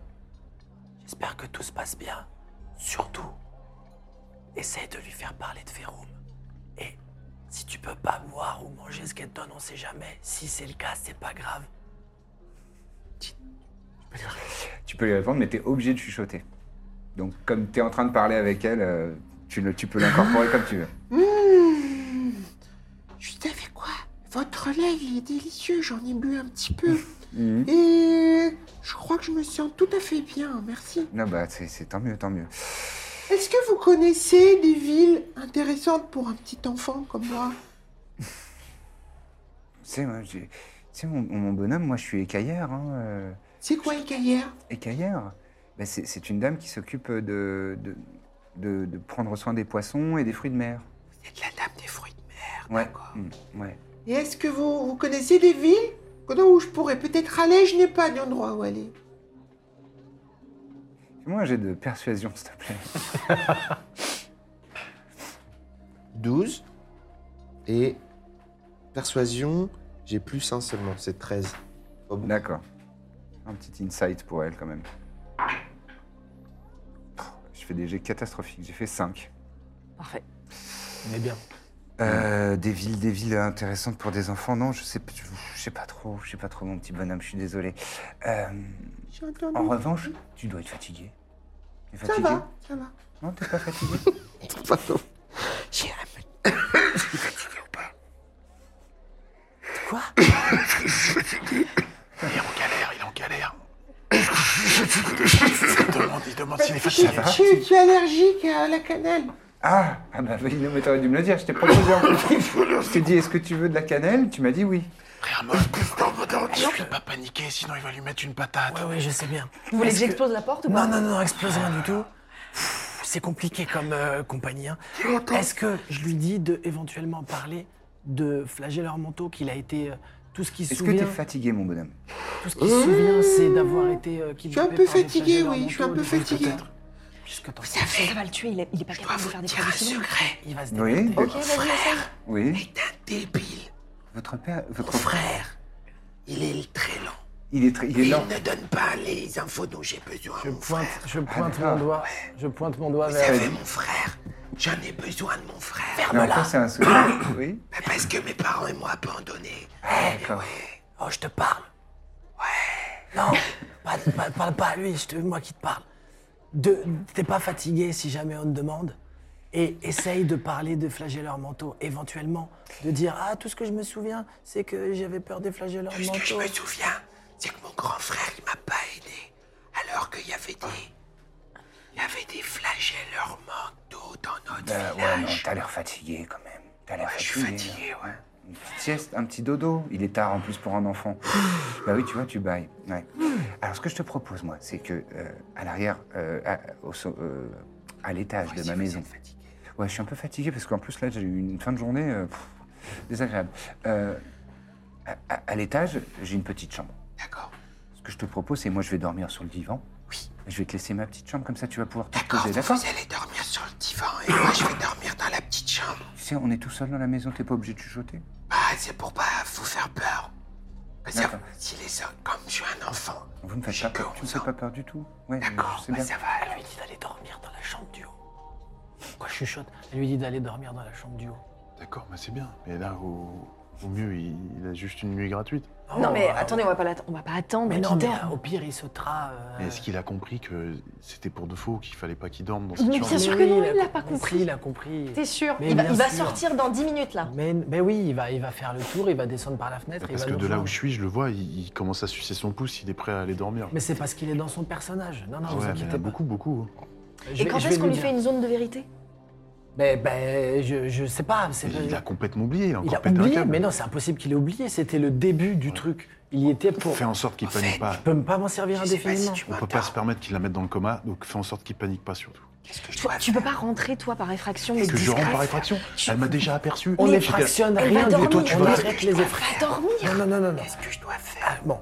Speaker 3: J'espère que tout se passe bien. Surtout, essaye de lui faire parler de Ferrum. Et si tu peux pas boire ou manger ce qu'elle te donne, on sait jamais. Si c'est le cas, c'est pas grave.
Speaker 1: Tu peux lui répondre, mais t'es obligé de chuchoter. Donc, comme t'es en train de parler avec elle, euh, tu, le- tu peux l'incorporer comme tu veux.
Speaker 5: Je vous savez quoi Votre lait, il est délicieux, j'en ai bu un petit peu.
Speaker 1: Mhm.
Speaker 5: Et je crois que je me sens tout à fait bien, merci.
Speaker 1: Non, bah, c'est c'est tant mieux, tant mieux.
Speaker 5: Est-ce que vous connaissez des villes intéressantes pour un petit enfant comme moi
Speaker 1: C'est moi, j'ai- tu sais, mon, mon bonhomme, moi, je suis écaillère. Hein, euh,
Speaker 5: C'est quoi les carrières
Speaker 1: écaillère Ben, c'est, c'est une dame qui s'occupe de, de, de- de prendre soin des poissons et des fruits de mer.
Speaker 5: C'est de la dame des fruits de mer.
Speaker 1: Ouais.
Speaker 5: d'accord.
Speaker 1: Mm, ouais.
Speaker 5: Et est-ce que vous, vous connaissez des villes où je pourrais peut-être aller Je n'ai pas d'endroit où aller.
Speaker 1: Fais-moi un jet de persuasion, s'il te plaît.
Speaker 5: 12. Et persuasion, j'ai plus un seulement, c'est 13. Pas beaucoup.
Speaker 1: D'accord. Un petit insight pour elle, quand même. Je fais des jets catastrophiques. J'ai fait 5.
Speaker 4: Parfait.
Speaker 3: On est bien.
Speaker 1: Euh, des villes, des villes intéressantes pour des enfants, non, je sais, p- je sais pas trop, je sais pas trop, mon petit bonhomme, je suis désolé. Euh,
Speaker 5: J'ai entendu.
Speaker 1: en revanche, tu dois être fatigué. T'es
Speaker 5: ça
Speaker 1: fatigué
Speaker 5: va, ça va.
Speaker 1: Non, t'es pas fatigué. *laughs*
Speaker 5: Pardon. J'ai la main.
Speaker 2: Il est en galère, il est en galère. demande, il demande s'il est
Speaker 5: Ah, Tu,
Speaker 2: fatigué.
Speaker 5: tu- tu es allergique à la cannelle.
Speaker 1: Ah, ah bah oui, non, mais t'aurais dû me le dire, je t'ai proposé en
Speaker 5: *laughs*
Speaker 1: Je t'ai dit, est-ce que tu veux de la cannelle Tu m'as dit oui.
Speaker 2: Frère mode, tu suis pas paniqué, sinon il va lui mettre une patate.
Speaker 3: Ouais, ouais, je sais bien.
Speaker 4: Vous voulez que j'explose la porte ou pas
Speaker 3: Non, non, non, explose rien du tout. Pff, C'est compliqué comme euh, compagnie. hein. Est-ce que je lui dis de éventuellement parler de flageller manteau qu'il a été euh, tout ce qui se
Speaker 1: Est-ce que t'es
Speaker 3: souvient
Speaker 1: fatigué, mon bonhomme
Speaker 3: Tout ce qu'il se souvient, c'est d'avoir été euh,
Speaker 5: Je suis un
Speaker 3: kidnappé
Speaker 5: peu
Speaker 3: par des
Speaker 5: fatigué,
Speaker 3: flageoleurs
Speaker 5: oui, je suis un
Speaker 3: mentaux,
Speaker 5: peu
Speaker 3: il va-
Speaker 5: fatigué.
Speaker 3: Qu'est-ce que t'en
Speaker 5: Vous savez,
Speaker 4: Ça va le tuer, il est, il est pas capable de faire des
Speaker 5: dire un
Speaker 4: prévisions.
Speaker 5: secret.
Speaker 3: Il va se
Speaker 1: Oui,
Speaker 3: démerder.
Speaker 5: Oh.
Speaker 4: Ok, vas-y, essaye.
Speaker 1: oui.
Speaker 5: Débile.
Speaker 1: Votre père, votre
Speaker 5: Mon frère, il est très lent.
Speaker 1: il est très, il est
Speaker 5: Il
Speaker 1: lent.
Speaker 5: ne donne pas les infos dont j'ai besoin.
Speaker 3: Je
Speaker 5: mon
Speaker 3: pointe,
Speaker 5: frère.
Speaker 3: je pointe mon
Speaker 1: d'accord.
Speaker 3: doigt. Je pointe mon doigt
Speaker 5: Vous
Speaker 3: vers.
Speaker 5: savez, mon frère, j'en ai besoin de mon frère.
Speaker 1: Mais encore, c'est un
Speaker 5: *coughs*
Speaker 1: secret. Oui.
Speaker 5: Bah, Parce que mes parents ils m'ont abandonné.
Speaker 1: D'accord.
Speaker 3: Oh, je te parle. Ouais.
Speaker 5: *laughs*
Speaker 3: Non, pas- pas- parle pas à lui, je te- moi qui te parle. De- T'es pas fatigué si jamais on te demande. Et essaye de parler de flagelleurs mentaux, éventuellement. De dire Ah, tout ce que je me souviens, c'est que j'avais peur des flagelleurs
Speaker 5: Tout ce que je
Speaker 3: mentaux.
Speaker 5: me souviens, c'est que mon grand frère, il m'a pas aidé. Alors qu'il y avait des. Il y avait des flagelleurs mentaux dans notre
Speaker 1: Euh, ouais, non,
Speaker 5: village.
Speaker 1: t'as l'air fatigué quand même. T'as l'air
Speaker 5: Ouais, je suis
Speaker 1: fatigué.
Speaker 5: fatigué, ouais.
Speaker 1: Une petite sieste, un petit dodo. Il est tard en plus pour un
Speaker 5: *sighs*
Speaker 1: enfant. bah oui, tu vois, tu bailles. Ouais. Alors, ce que je te propose, moi, c'est que euh, à l'arrière, euh, à, au so- euh, à l'étage de ma maison. Ouais, je suis un peu fatigué parce qu'en plus, là, j'ai eu une fin de journée euh, pff, désagréable. Euh, à- à- à l'étage, j'ai une petite chambre.
Speaker 5: D'accord.
Speaker 1: Ce que je te propose, c'est moi, je vais dormir sur le divan.
Speaker 5: Oui.
Speaker 1: Je vais te laisser ma petite chambre, comme ça, tu vas pouvoir te
Speaker 5: D'accord,
Speaker 1: poser.
Speaker 5: vous,
Speaker 1: D'accord
Speaker 5: vous allez dormir sur le divan et moi je vais dormir dans la petite chambre.
Speaker 1: Tu sais, on est tout seul dans la maison, t'es pas obligé de chuchoter.
Speaker 5: Bah, c'est pour pas vous faire peur. Parce que
Speaker 1: D'accord.
Speaker 5: Si les hommes, comme je suis un enfant,
Speaker 1: Vous me faites
Speaker 5: J'ai
Speaker 1: pas peur.
Speaker 5: que
Speaker 1: Tu me
Speaker 5: 11
Speaker 1: fais
Speaker 5: ans.
Speaker 1: pas peur du tout. Ouais,
Speaker 5: d'accord,
Speaker 1: je sais
Speaker 5: bah,
Speaker 1: bien.
Speaker 5: ça va.
Speaker 3: Elle lui dit d'aller dormir dans la chambre du haut. Quoi, je chuchote Elle lui dit d'aller dormir dans la chambre du haut.
Speaker 2: D'accord, bah c'est bien. Mais là, au, au mieux, il, il a juste une nuit gratuite.
Speaker 4: Non,
Speaker 3: Oh,
Speaker 4: mais
Speaker 3: euh,
Speaker 4: attendez, on va pas l'attendre. On va pas attendre.
Speaker 3: Mais
Speaker 4: qu'il
Speaker 3: non, mais
Speaker 4: dorme.
Speaker 3: euh, au pire, il sautera. euh,
Speaker 2: Mais est-ce qu'il a compris que c'était pour de faux, qu'il fallait pas qu'il dorme
Speaker 3: *laughs*
Speaker 2: dans cette
Speaker 4: Mais
Speaker 2: chambre
Speaker 4: bien sûr que
Speaker 3: oui,
Speaker 4: non,
Speaker 3: a
Speaker 4: il l'a pas
Speaker 3: compris,
Speaker 4: compris.
Speaker 3: Il a compris.
Speaker 4: T'es sûr
Speaker 3: Mais
Speaker 4: Il va,
Speaker 3: bien
Speaker 4: il va
Speaker 3: sûr.
Speaker 4: sortir dans 10 minutes là.
Speaker 3: Mais, mais oui, il va, il va faire le tour, il va descendre par la fenêtre. il
Speaker 2: Parce
Speaker 3: va
Speaker 2: que
Speaker 3: nous
Speaker 2: de là où
Speaker 3: rejoindre.
Speaker 2: je suis, je le vois, il, il commence à sucer son pouce, il est prêt à aller dormir.
Speaker 3: Mais c'est parce qu'il est dans son personnage. Non, non, vous
Speaker 2: ouais, mais
Speaker 3: inquiétez
Speaker 2: là,
Speaker 3: pas.
Speaker 2: beaucoup, beaucoup. hein.
Speaker 3: Je
Speaker 4: Et
Speaker 3: vais-
Speaker 4: quand
Speaker 3: je
Speaker 4: est-ce
Speaker 3: vais
Speaker 4: qu'on lui
Speaker 3: dire.
Speaker 4: fait une zone de vérité
Speaker 3: Mais ben, je, je sais pas. c'est pas-
Speaker 2: Il a complètement oublié, il a
Speaker 3: il
Speaker 2: encore
Speaker 3: a
Speaker 2: pété un
Speaker 3: oublié.
Speaker 2: câble.
Speaker 3: Mais non, c'est impossible qu'il ait oublié. C'était le début du truc. Il y était pour.
Speaker 2: Fais en sorte qu'il panique pas.
Speaker 3: Je peux pas m'en servir
Speaker 5: Je sais pas si
Speaker 3: indéfiniment.
Speaker 5: tu
Speaker 2: On peut pas se permettre qu'il la mette dans le coma, donc fais en sorte qu'il panique pas surtout.
Speaker 5: Qu'est-ce que je
Speaker 4: tu,
Speaker 5: dois
Speaker 4: tu
Speaker 5: faire
Speaker 4: peux pas rentrer toi par effraction, mais
Speaker 2: Que je rentre
Speaker 4: discrète.
Speaker 2: par effraction Elle m'a déjà aperçu.
Speaker 3: On
Speaker 2: J'étais-
Speaker 3: n'effractionne
Speaker 4: Elle va
Speaker 3: rien du
Speaker 4: dormir.
Speaker 3: tout.
Speaker 4: Et toi, tu
Speaker 3: On
Speaker 4: vas-
Speaker 3: arrête les effractions.
Speaker 4: Va dormir.
Speaker 3: Non, non, non, non. non.
Speaker 5: Qu'est-ce que je dois faire
Speaker 3: Ah, bon,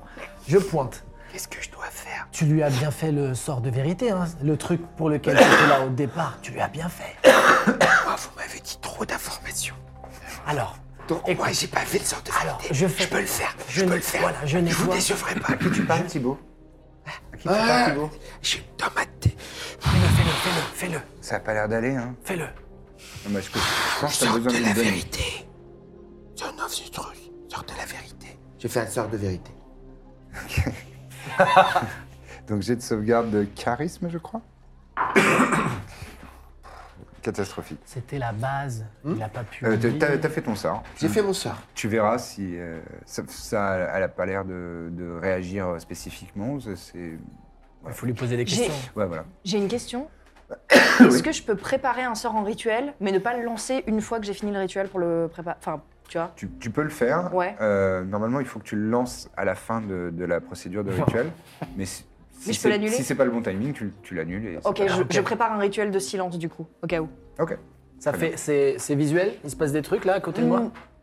Speaker 3: je pointe.
Speaker 5: Qu'est-ce que je dois faire
Speaker 3: Tu lui as bien fait le sort de vérité, hein, le truc pour lequel tu étais là au départ, tu lui as bien fait.
Speaker 5: Oh, Vous m'avez dit trop d'informations.
Speaker 3: Alors,
Speaker 5: Donc,
Speaker 3: Écoute.
Speaker 5: moi, j'ai pas fait de sorte de
Speaker 3: Alors,
Speaker 5: vérité.
Speaker 3: je fais-
Speaker 5: peux le faire.
Speaker 3: je
Speaker 5: Je, peux
Speaker 3: ne-
Speaker 5: le faire.
Speaker 3: voilà, je
Speaker 5: je vous
Speaker 3: nettoie.
Speaker 5: décevrai pas.
Speaker 1: Tu parles, Thibaut À qui tu parles,
Speaker 5: Ah,
Speaker 1: Thibaut
Speaker 5: J'ai dans ma tête.
Speaker 3: fais-le, fais-le, fais-le, fais-le,
Speaker 1: Ça a pas l'air d'aller, hein
Speaker 3: fais-le.
Speaker 1: Non, mais je, je pense que t'as
Speaker 5: Sors
Speaker 1: besoin
Speaker 5: de
Speaker 1: d'une
Speaker 5: la
Speaker 1: bonne...
Speaker 5: vérité. Son of the truth. Sors de la vérité. J'ai fait un sort de vérité.
Speaker 1: Donc j'ai de sauvegarde de charisme, je crois. *coughs* Catastrophique.
Speaker 3: C'était la base, il a pas pu.
Speaker 1: Euh, t'as-
Speaker 3: oublier.
Speaker 1: T'as t'as fait ton sort.
Speaker 5: J'ai fait mon sort.
Speaker 1: Tu verras si euh, ça, ça, elle a pas l'air de, de réagir spécifiquement. ça, C'est
Speaker 3: Il faut lui poser des questions.
Speaker 1: ouais voilà.
Speaker 4: J'ai une
Speaker 3: *coughs*
Speaker 4: question. Est-ce que je peux préparer un sort en rituel, mais ne pas le lancer une fois que j'ai fini le rituel pour le préparer Enfin, tu vois
Speaker 1: Tu, tu peux le faire.
Speaker 4: Ouais.
Speaker 1: Euh, normalement, il faut que tu le lances à la fin de, de la procédure de rituel. Mais si, si
Speaker 4: Mais je peux
Speaker 1: c'est-
Speaker 4: l'annuler
Speaker 1: Si c'est pas le bon timing, tu, tu l'annules. et c'est
Speaker 4: Ok,
Speaker 1: pas
Speaker 4: je,
Speaker 1: grave.
Speaker 4: je prépare un rituel de silence du coup, au cas où.
Speaker 1: Ok.
Speaker 3: Ça fait, c'est c'est visuel, il se passe des trucs là à côté de moi.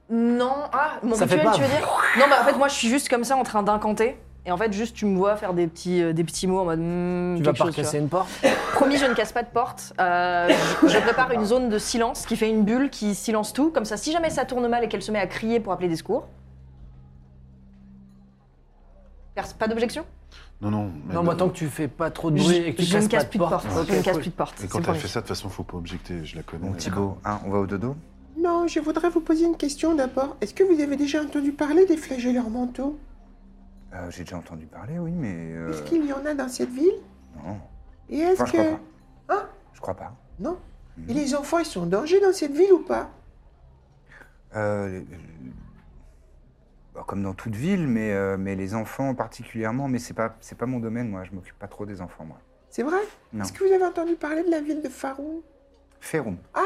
Speaker 4: Mm, Non, ah, mon
Speaker 3: Ça fait
Speaker 4: rituel,
Speaker 3: pas.
Speaker 4: tu veux dire Non, bah en fait, moi je suis juste comme ça en train d'incanter. Et en fait, juste tu me vois faire des petits, euh, des petits mots en mode. hmm,
Speaker 3: Tu vas
Speaker 4: quelque
Speaker 3: pas
Speaker 4: chose, tu vois.
Speaker 3: casser une porte
Speaker 4: Promis, je ne casse pas de porte. Euh, je, je prépare une zone de silence qui fait une bulle qui silence tout. Comme ça, si jamais ça tourne mal et qu'elle se met à crier pour appeler des secours. Pers- Pas d'objection
Speaker 2: Non, non. mais
Speaker 3: Non, moi tant que tu fais pas trop de
Speaker 4: je,
Speaker 3: bruit et que tu
Speaker 4: je ne
Speaker 3: casses
Speaker 4: casse
Speaker 3: pas
Speaker 4: plus de porte.
Speaker 3: porte.
Speaker 4: Je ne
Speaker 3: ok,
Speaker 4: casse
Speaker 3: cool.
Speaker 4: plus de porte.
Speaker 2: Mais
Speaker 4: c'est
Speaker 2: quand
Speaker 4: promis.
Speaker 2: elle fait ça, de toute façon, faut pas objecter, je la connais.
Speaker 1: Bon Thibaut, hein, on va au dodo.
Speaker 5: Non, je voudrais vous poser une question d'abord. Est-ce que vous avez déjà entendu parler des flagelleurs mentaux
Speaker 1: Euh, J'ai déjà entendu parler, oui, mais euh,
Speaker 5: Est-ce qu'il y en a dans cette ville
Speaker 1: non.
Speaker 5: Et est-ce
Speaker 1: Enfin, je
Speaker 5: que...
Speaker 1: crois pas.
Speaker 5: Hein
Speaker 1: Je crois pas.
Speaker 5: Non Et les enfants, ils sont en danger dans cette ville ou pas
Speaker 1: Euh, les- bah, comme dans toute ville, mais, euh, mais les enfants particulièrement. Mais c'est pas c'est pas mon domaine, moi. Je m'occupe pas trop des enfants, moi.
Speaker 5: C'est vrai
Speaker 1: Non.
Speaker 5: Est-ce que vous avez entendu parler de la ville de Faroun
Speaker 1: Féroum.
Speaker 5: Ah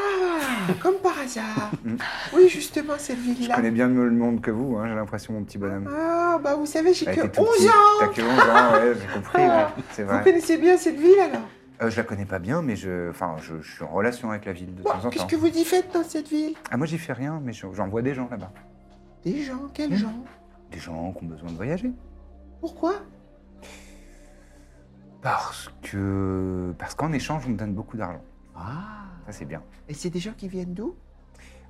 Speaker 5: *laughs* Comme par hasard Oui, justement, cette
Speaker 1: Je
Speaker 5: ville-là.
Speaker 1: connais bien mieux le monde que vous. hein, J'ai l'impression, mon petit bonhomme.
Speaker 5: Ah, bah vous savez, j'ai
Speaker 1: Elle
Speaker 5: que
Speaker 1: était tout
Speaker 5: 11
Speaker 1: petit. T'as
Speaker 5: ans Ah.
Speaker 1: que 11 ans, ouais, j'ai compris, ouais, c'est
Speaker 5: Vous
Speaker 1: vrai.
Speaker 5: connaissez bien cette ville alors
Speaker 1: Euh, je la connais pas bien, mais je, enfin, je, je suis en relation avec la ville de
Speaker 5: Bon,
Speaker 1: temps en
Speaker 5: qu'est-ce
Speaker 1: temps.
Speaker 5: que vous y faites dans cette ville
Speaker 1: Ah, moi j'y fais rien, mais je- j'en vois des gens là-bas.
Speaker 5: Des gens, quels
Speaker 1: Hmm.
Speaker 5: gens
Speaker 1: Des gens qui ont besoin de voyager.
Speaker 5: Pourquoi
Speaker 1: Parce que. Parce qu'en échange, on me donne beaucoup d'argent.
Speaker 5: Ah
Speaker 1: Ça, c'est bien.
Speaker 5: Et c'est des gens qui viennent d'où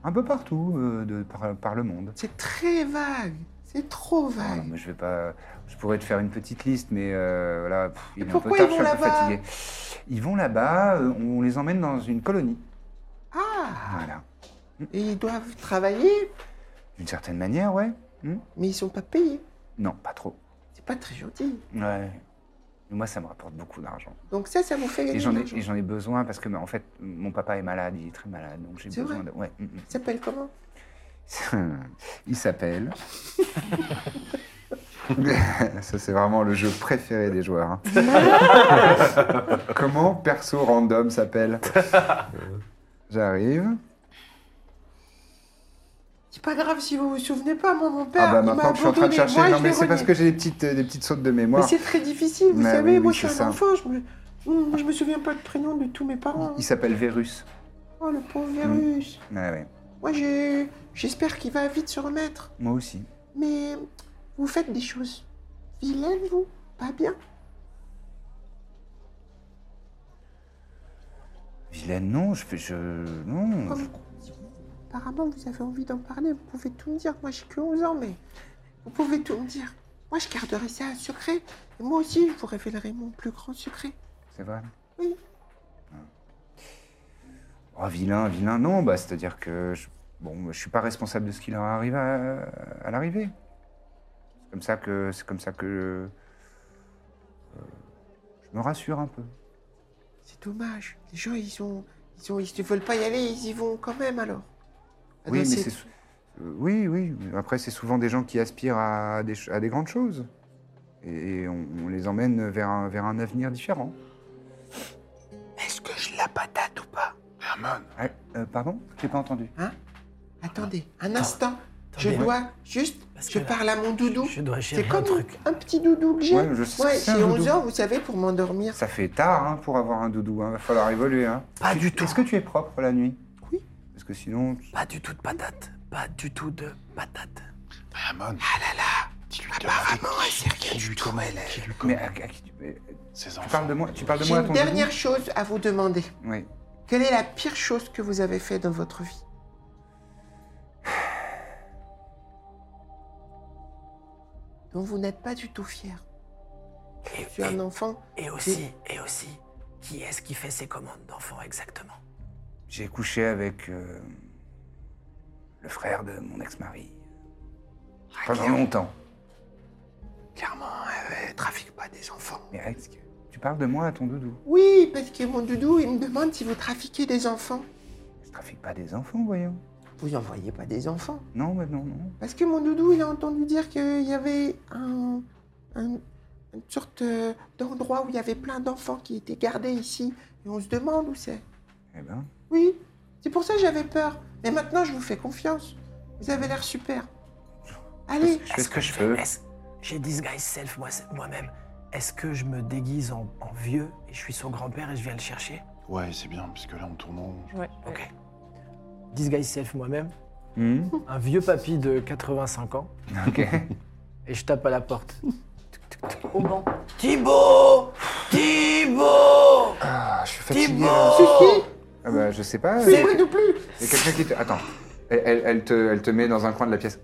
Speaker 1: Un peu partout, euh, de, par, par le monde.
Speaker 5: C'est très vague. C'est trop
Speaker 1: Ah,
Speaker 5: vague.
Speaker 1: non, mais je vais pas. Je pourrais te faire une petite liste, mais euh, voilà, pff, il est un peu
Speaker 5: pourquoi
Speaker 1: tard,
Speaker 5: ils
Speaker 1: je
Speaker 5: vont
Speaker 1: suis un peu
Speaker 5: là-bas
Speaker 1: fatigué. Ils vont là-bas, euh, on les emmène dans une colonie.
Speaker 5: Ah
Speaker 1: Voilà.
Speaker 5: Et ils doivent travailler,
Speaker 1: D'une certaine manière, ouais. Hmm
Speaker 5: mais ils sont pas payés.
Speaker 1: non, pas trop.
Speaker 5: C'est pas très gentil.
Speaker 1: Ouais. Moi, ça me rapporte beaucoup d'argent.
Speaker 5: Donc ça, ça vous fait
Speaker 1: Et
Speaker 5: gagner de
Speaker 1: j'en ai,
Speaker 5: l'argent.
Speaker 1: et j'en ai besoin parce que, bah, en fait, mon papa est malade, il est très malade, donc j'ai
Speaker 5: C'est
Speaker 1: besoin
Speaker 5: vrai
Speaker 1: de. Ouais. mm,
Speaker 5: Ça s'appelle comment
Speaker 1: mm. il s'appelle. *laughs* Ça, c'est vraiment le jeu préféré des joueurs. *laughs* hein. Comment perso random s'appelle J'arrive.
Speaker 5: C'est pas grave si vous vous souvenez pas, moi, mon père,
Speaker 1: Ah bah
Speaker 5: il m'a
Speaker 1: maintenant que je suis en train de
Speaker 5: abandonné.
Speaker 1: chercher.
Speaker 5: Moi,
Speaker 1: non,
Speaker 5: je
Speaker 1: mais
Speaker 5: l'ai
Speaker 1: c'est parce
Speaker 5: renié.
Speaker 1: que j'ai des petites, euh, des petites sautes de
Speaker 5: Mais
Speaker 1: mémoire.
Speaker 5: c'est très difficile, vous
Speaker 1: Bah
Speaker 5: savez,
Speaker 1: oui, oui,
Speaker 5: moi, je suis un
Speaker 1: c'est ça.
Speaker 5: enfant, je me... Mm, je me souviens pas de prénom de tous mes parents.
Speaker 1: Il Mm. s'appelle Vérus.
Speaker 5: Oh, le pauvre virus.
Speaker 1: Ouais, Ah ouais.
Speaker 5: Moi, j'ai- j'espère qu'il va vite se remettre.
Speaker 1: Moi aussi.
Speaker 5: Mais vous faites des choses vilaines, vous Pas bien
Speaker 1: Vilaine, non, je fais. Je... Non.
Speaker 5: Comme- Apparemment, vous avez envie d'en parler, vous pouvez tout me dire. Moi, j'ai que 11 ans, mais vous pouvez tout me dire. Moi, je garderai ça un secret. Et moi aussi, je vous révélerai mon plus grand secret.
Speaker 1: C'est vrai Ah.
Speaker 5: Oui.
Speaker 1: Oh, vilain, vilain, non, bah, c'est-à-dire que je, bon, bah, je suis pas responsable de ce qui leur arrive à, à l'arrivée. C'est comme ça que, c'est comme ça que euh, je me rassure un peu.
Speaker 5: C'est dommage. Les gens, ils ont, ils ont, ils ne veulent pas y aller, ils y vont quand même alors. Ah
Speaker 1: oui,
Speaker 5: non,
Speaker 1: mais Eh ben, c'est, sou- euh, oui, oui. mais Après, c'est souvent des gens qui aspirent à des, ch- à des grandes choses, et, et on, on les emmène vers un, vers un avenir différent.
Speaker 5: Est-ce que je la patate ou pas
Speaker 2: Herman
Speaker 1: Ah, euh, pardon, j'ai pas entendu.
Speaker 5: Attendez, un instant. Je
Speaker 3: attendez.
Speaker 5: dois juste.
Speaker 3: Parce
Speaker 5: Je
Speaker 3: que là,
Speaker 5: parle à mon doudou.
Speaker 3: Je dois
Speaker 5: C'est
Speaker 3: gérer un
Speaker 5: comme
Speaker 3: truc.
Speaker 5: un petit doudou que j'ai.
Speaker 1: Ouais, je sais
Speaker 5: Moi,
Speaker 1: que c'est un
Speaker 5: j'ai 11
Speaker 1: doudou.
Speaker 5: ans, vous savez, pour m'endormir.
Speaker 1: Ça fait tard hein, pour avoir un doudou, hein. va falloir évoluer. Hein.
Speaker 3: Pas
Speaker 1: Tu-
Speaker 3: du tout.
Speaker 1: Est-ce que tu es propre la nuit
Speaker 5: Oui.
Speaker 1: Parce que sinon,
Speaker 3: Pas du tout de patate. Pas du tout de patate.
Speaker 2: Herman Dis-lui de garder
Speaker 5: elle sait rien
Speaker 2: qui, comment elle est,
Speaker 1: Mais à- à qui tu, mais
Speaker 2: ses
Speaker 1: tu
Speaker 2: enfants.
Speaker 1: parles de moi, tu parles de
Speaker 5: J'ai
Speaker 1: moi à
Speaker 5: une
Speaker 1: ton
Speaker 5: dernière chose à vous demander.
Speaker 1: goût Oui.
Speaker 5: Quelle est la pire chose que vous avez fait dans votre vie *sighs* Dont vous n'êtes pas du tout fier.
Speaker 3: Eh,
Speaker 5: Je suis un enfant.
Speaker 3: Et aussi, et aussi, qui est-ce qui fait ses commandes d'enfants exactement
Speaker 1: J'ai couché avec euh, le frère de mon ex-mari.
Speaker 3: Ah,
Speaker 1: Pendant longtemps.
Speaker 5: Clairement, elle ne trafique pas des enfants.
Speaker 1: Mais est-ce que tu parles de moi à ton doudou
Speaker 5: Oui, parce que mon doudou, il me demande si vous trafiquez des enfants.
Speaker 1: Je trafique pas des enfants, voyons.
Speaker 5: Vous n'envoyez pas des enfants.
Speaker 1: Non, mais non, non.
Speaker 5: Parce que mon doudou, il a entendu dire qu'il y avait un, un- une sorte euh, d'endroit où il y avait plein d'enfants qui étaient gardés ici. Et on se demande où c'est.
Speaker 1: Eh ben,
Speaker 5: Oui, c'est pour ça que j'avais peur. Mais maintenant, je vous fais confiance. Vous avez l'air super. Allez,
Speaker 1: je fais ce que je peux.
Speaker 3: Est-ce- J'ai disguise self moi- moi-même. Est-ce que je me déguise en, en vieux et je suis son grand-père et je viens le chercher
Speaker 2: Ouais, c'est bien, parce que là, on tourne en rond.
Speaker 4: Ouais.
Speaker 3: Ok. Disguise self moi-même,
Speaker 1: Hmm
Speaker 3: un vieux papy de 85 ans,
Speaker 1: Ok.
Speaker 3: et je tape à la porte.
Speaker 4: Au banc.
Speaker 3: Thibaut Thibaut
Speaker 1: Ah, je suis fatigué. là.
Speaker 3: Thibaut
Speaker 1: Ah bah, je sais pas.
Speaker 5: c'est
Speaker 1: Il
Speaker 5: vrai non plus.
Speaker 1: y a quelqu'un qui te. Attends. Elle, elle- elle te, elle te met dans un coin de la pièce.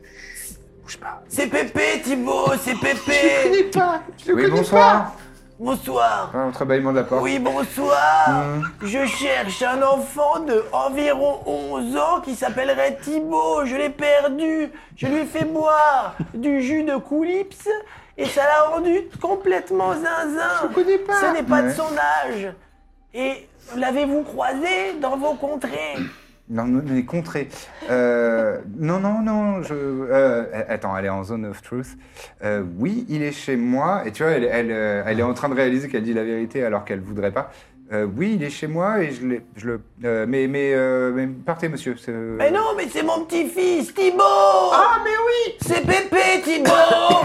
Speaker 1: Chut, bouge pas. Oh,
Speaker 3: C'est Pépé, Thibaut C'est
Speaker 5: Je ne
Speaker 3: Pépé
Speaker 5: connais pas. Je le
Speaker 1: oui,
Speaker 5: connais
Speaker 1: bonsoir.
Speaker 3: Bonsoir
Speaker 1: Ah, Entrebâillement de la porte. Mmh.
Speaker 3: Oui, bonsoir Je cherche un enfant de environ 11 ans qui s'appellerait Thibaut. Je l'ai perdu. Je lui ai fait boire du jus de coulips et ça l'a rendu complètement zinzin.
Speaker 5: Je connais pas.
Speaker 3: Ce n'est pas de
Speaker 1: Ouais.
Speaker 3: son âge. Et l'avez-vous croisé dans vos contrées
Speaker 1: Non, non, mais contré. Euh, non, non, non, je... euh, attends, elle est en zone of truth. Euh, oui, il est chez moi. Et tu vois, elle, elle, euh, elle est en train de réaliser qu'elle dit la vérité alors qu'elle voudrait pas. Euh, oui, il est chez moi et je, l'ai- je le... euh, mais, mais, euh, mais partez, monsieur. c'est- euh,
Speaker 3: Mais non, mais c'est mon petit-fils, Thibaut
Speaker 5: Ah, mais oui.
Speaker 3: C'est Pépé, Thibaut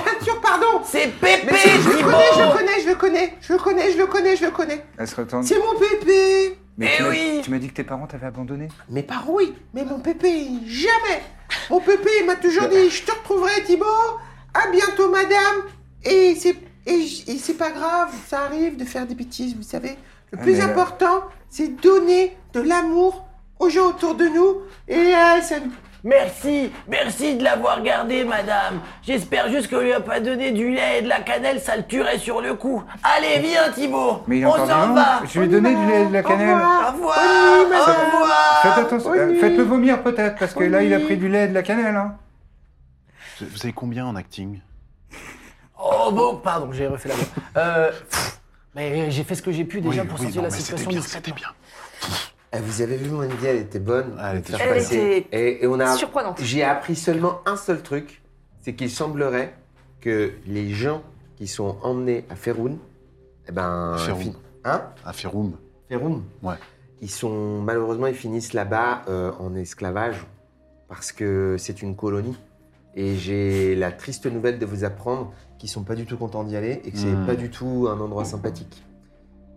Speaker 5: Bien sûr, pardon.
Speaker 3: C'est Pépé,
Speaker 5: Mais je le
Speaker 3: Thibaut
Speaker 5: connais, je le connais, je le connais. Je le connais, je le connais, je le connais.
Speaker 1: Elle se retourne.
Speaker 5: C'est mon pépé.
Speaker 1: Mais
Speaker 3: Eh
Speaker 1: tu m'as-
Speaker 3: oui.
Speaker 1: Tu m'as dit que tes parents t'avaient abandonné
Speaker 5: Mes parents, oui, mais mon pépé, jamais Mon pépé, il m'a toujours dit, je te retrouverai, Thibaut, à bientôt, madame Et c'est et j- et c'est pas grave, ça arrive de faire des bêtises, vous savez. Le
Speaker 1: Ah,
Speaker 5: plus
Speaker 1: mais, euh,
Speaker 5: important, c'est donner de l'amour aux gens autour de nous, et euh, ça nous...
Speaker 3: Merci, merci de l'avoir gardé, madame. J'espère juste qu'on lui a pas donné du lait et de la cannelle, ça le tuerait sur le coup. Allez, viens, Thibaut
Speaker 1: Mais il est
Speaker 3: On
Speaker 1: encore
Speaker 3: s'en
Speaker 1: vivant.
Speaker 3: va
Speaker 1: Je lui ai donné du lait et de la cannelle.
Speaker 3: Au revoir
Speaker 5: Bonne nuit,
Speaker 3: Au
Speaker 5: madame.
Speaker 3: revoir
Speaker 1: Faites attention,
Speaker 5: Bonne
Speaker 1: euh,
Speaker 5: nuit.
Speaker 1: faites-le vomir peut-être, parce que là, il a pris du lait et de la cannelle. hein.
Speaker 2: Vous vous savez combien en acting
Speaker 3: Oh, bon, pardon, j'ai refait la voix. Euh, pff, mais j'ai fait ce que j'ai pu déjà
Speaker 2: Oui,
Speaker 3: pour
Speaker 2: oui,
Speaker 3: sortir
Speaker 2: non,
Speaker 3: la
Speaker 2: mais c'était
Speaker 3: situation
Speaker 2: bien,
Speaker 3: discrètement.
Speaker 2: c'était bien.
Speaker 5: Ah, vous avez vu, mon idée, elle était bonne.
Speaker 2: Ah, elle était
Speaker 5: Je
Speaker 2: super.
Speaker 5: suis
Speaker 4: Elle
Speaker 5: passé.
Speaker 4: était
Speaker 5: Et, et on a.
Speaker 4: surprenante.
Speaker 5: J'ai appris seulement un seul truc c'est qu'il semblerait que les gens qui sont emmenés à Feroun, eh ben.
Speaker 2: Feroun.
Speaker 5: fin- Hein
Speaker 2: À Feroum.
Speaker 5: Feroun.
Speaker 2: Ouais.
Speaker 5: Ils sont malheureusement ils finissent là-bas euh, en esclavage parce que c'est une colonie. Et j'ai la triste nouvelle de vous apprendre qu'ils sont pas du tout contents d'y aller et que c'est
Speaker 2: Hmm.
Speaker 5: pas du tout un endroit sympathique.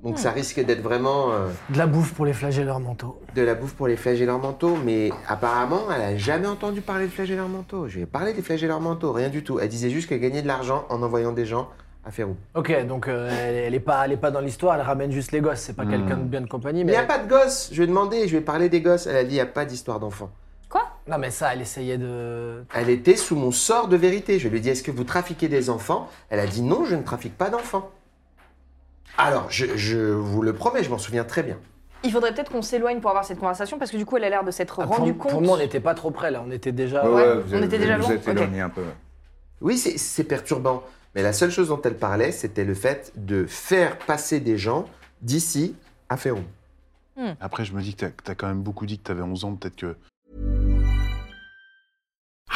Speaker 5: Donc ça risque d'être vraiment euh,
Speaker 3: De la bouffe pour les flagelleurs mentaux.
Speaker 5: de la bouffe pour les flagelleurs mentaux, mais apparemment elle a jamais entendu parler de flagelleurs mentaux. J'ai parlé des flagelleurs mentaux, rien du tout. Elle disait juste qu'elle gagnait de l'argent en envoyant des gens à Ferrou.
Speaker 3: Ok, donc euh, elle, elle est pas, elle est pas dans l'histoire, elle ramène juste les gosses. C'est
Speaker 1: Hmm.
Speaker 3: pas quelqu'un de bien de
Speaker 2: Eh
Speaker 3: compagnie,
Speaker 5: Il n'y
Speaker 3: mais
Speaker 2: ben.
Speaker 5: a pas de gosses, je lui ai demandé, je vais parler des gosses. Elle a dit il n'y a pas d'histoire d'enfant.
Speaker 3: non, mais ça, elle essayait de.
Speaker 5: Elle était sous mon sort de vérité. Je lui ai dit, est-ce que vous trafiquez des enfants Elle a dit, non, je ne trafique pas d'enfants. Alors, je, je vous le promets, je m'en souviens très bien.
Speaker 4: Il faudrait peut-être qu'on s'éloigne pour avoir cette conversation parce que du coup, elle a l'air de s'être
Speaker 3: Ah, pour,
Speaker 4: rendue
Speaker 3: pour
Speaker 4: compte.
Speaker 3: moi, on n'était pas trop près là. On était déjà.
Speaker 4: Ouais, on
Speaker 1: avez-
Speaker 4: était déjà
Speaker 1: vous
Speaker 4: loin,
Speaker 1: êtes
Speaker 4: ok.
Speaker 1: éloigné un peu.
Speaker 5: Oui, c'est- c'est perturbant. Mais la seule chose dont elle parlait, c'était le fait de faire passer des gens d'ici à Féron.
Speaker 2: Après, je me dis que t'as- t'as quand même beaucoup dit que t'avais 11 ans, peut-être que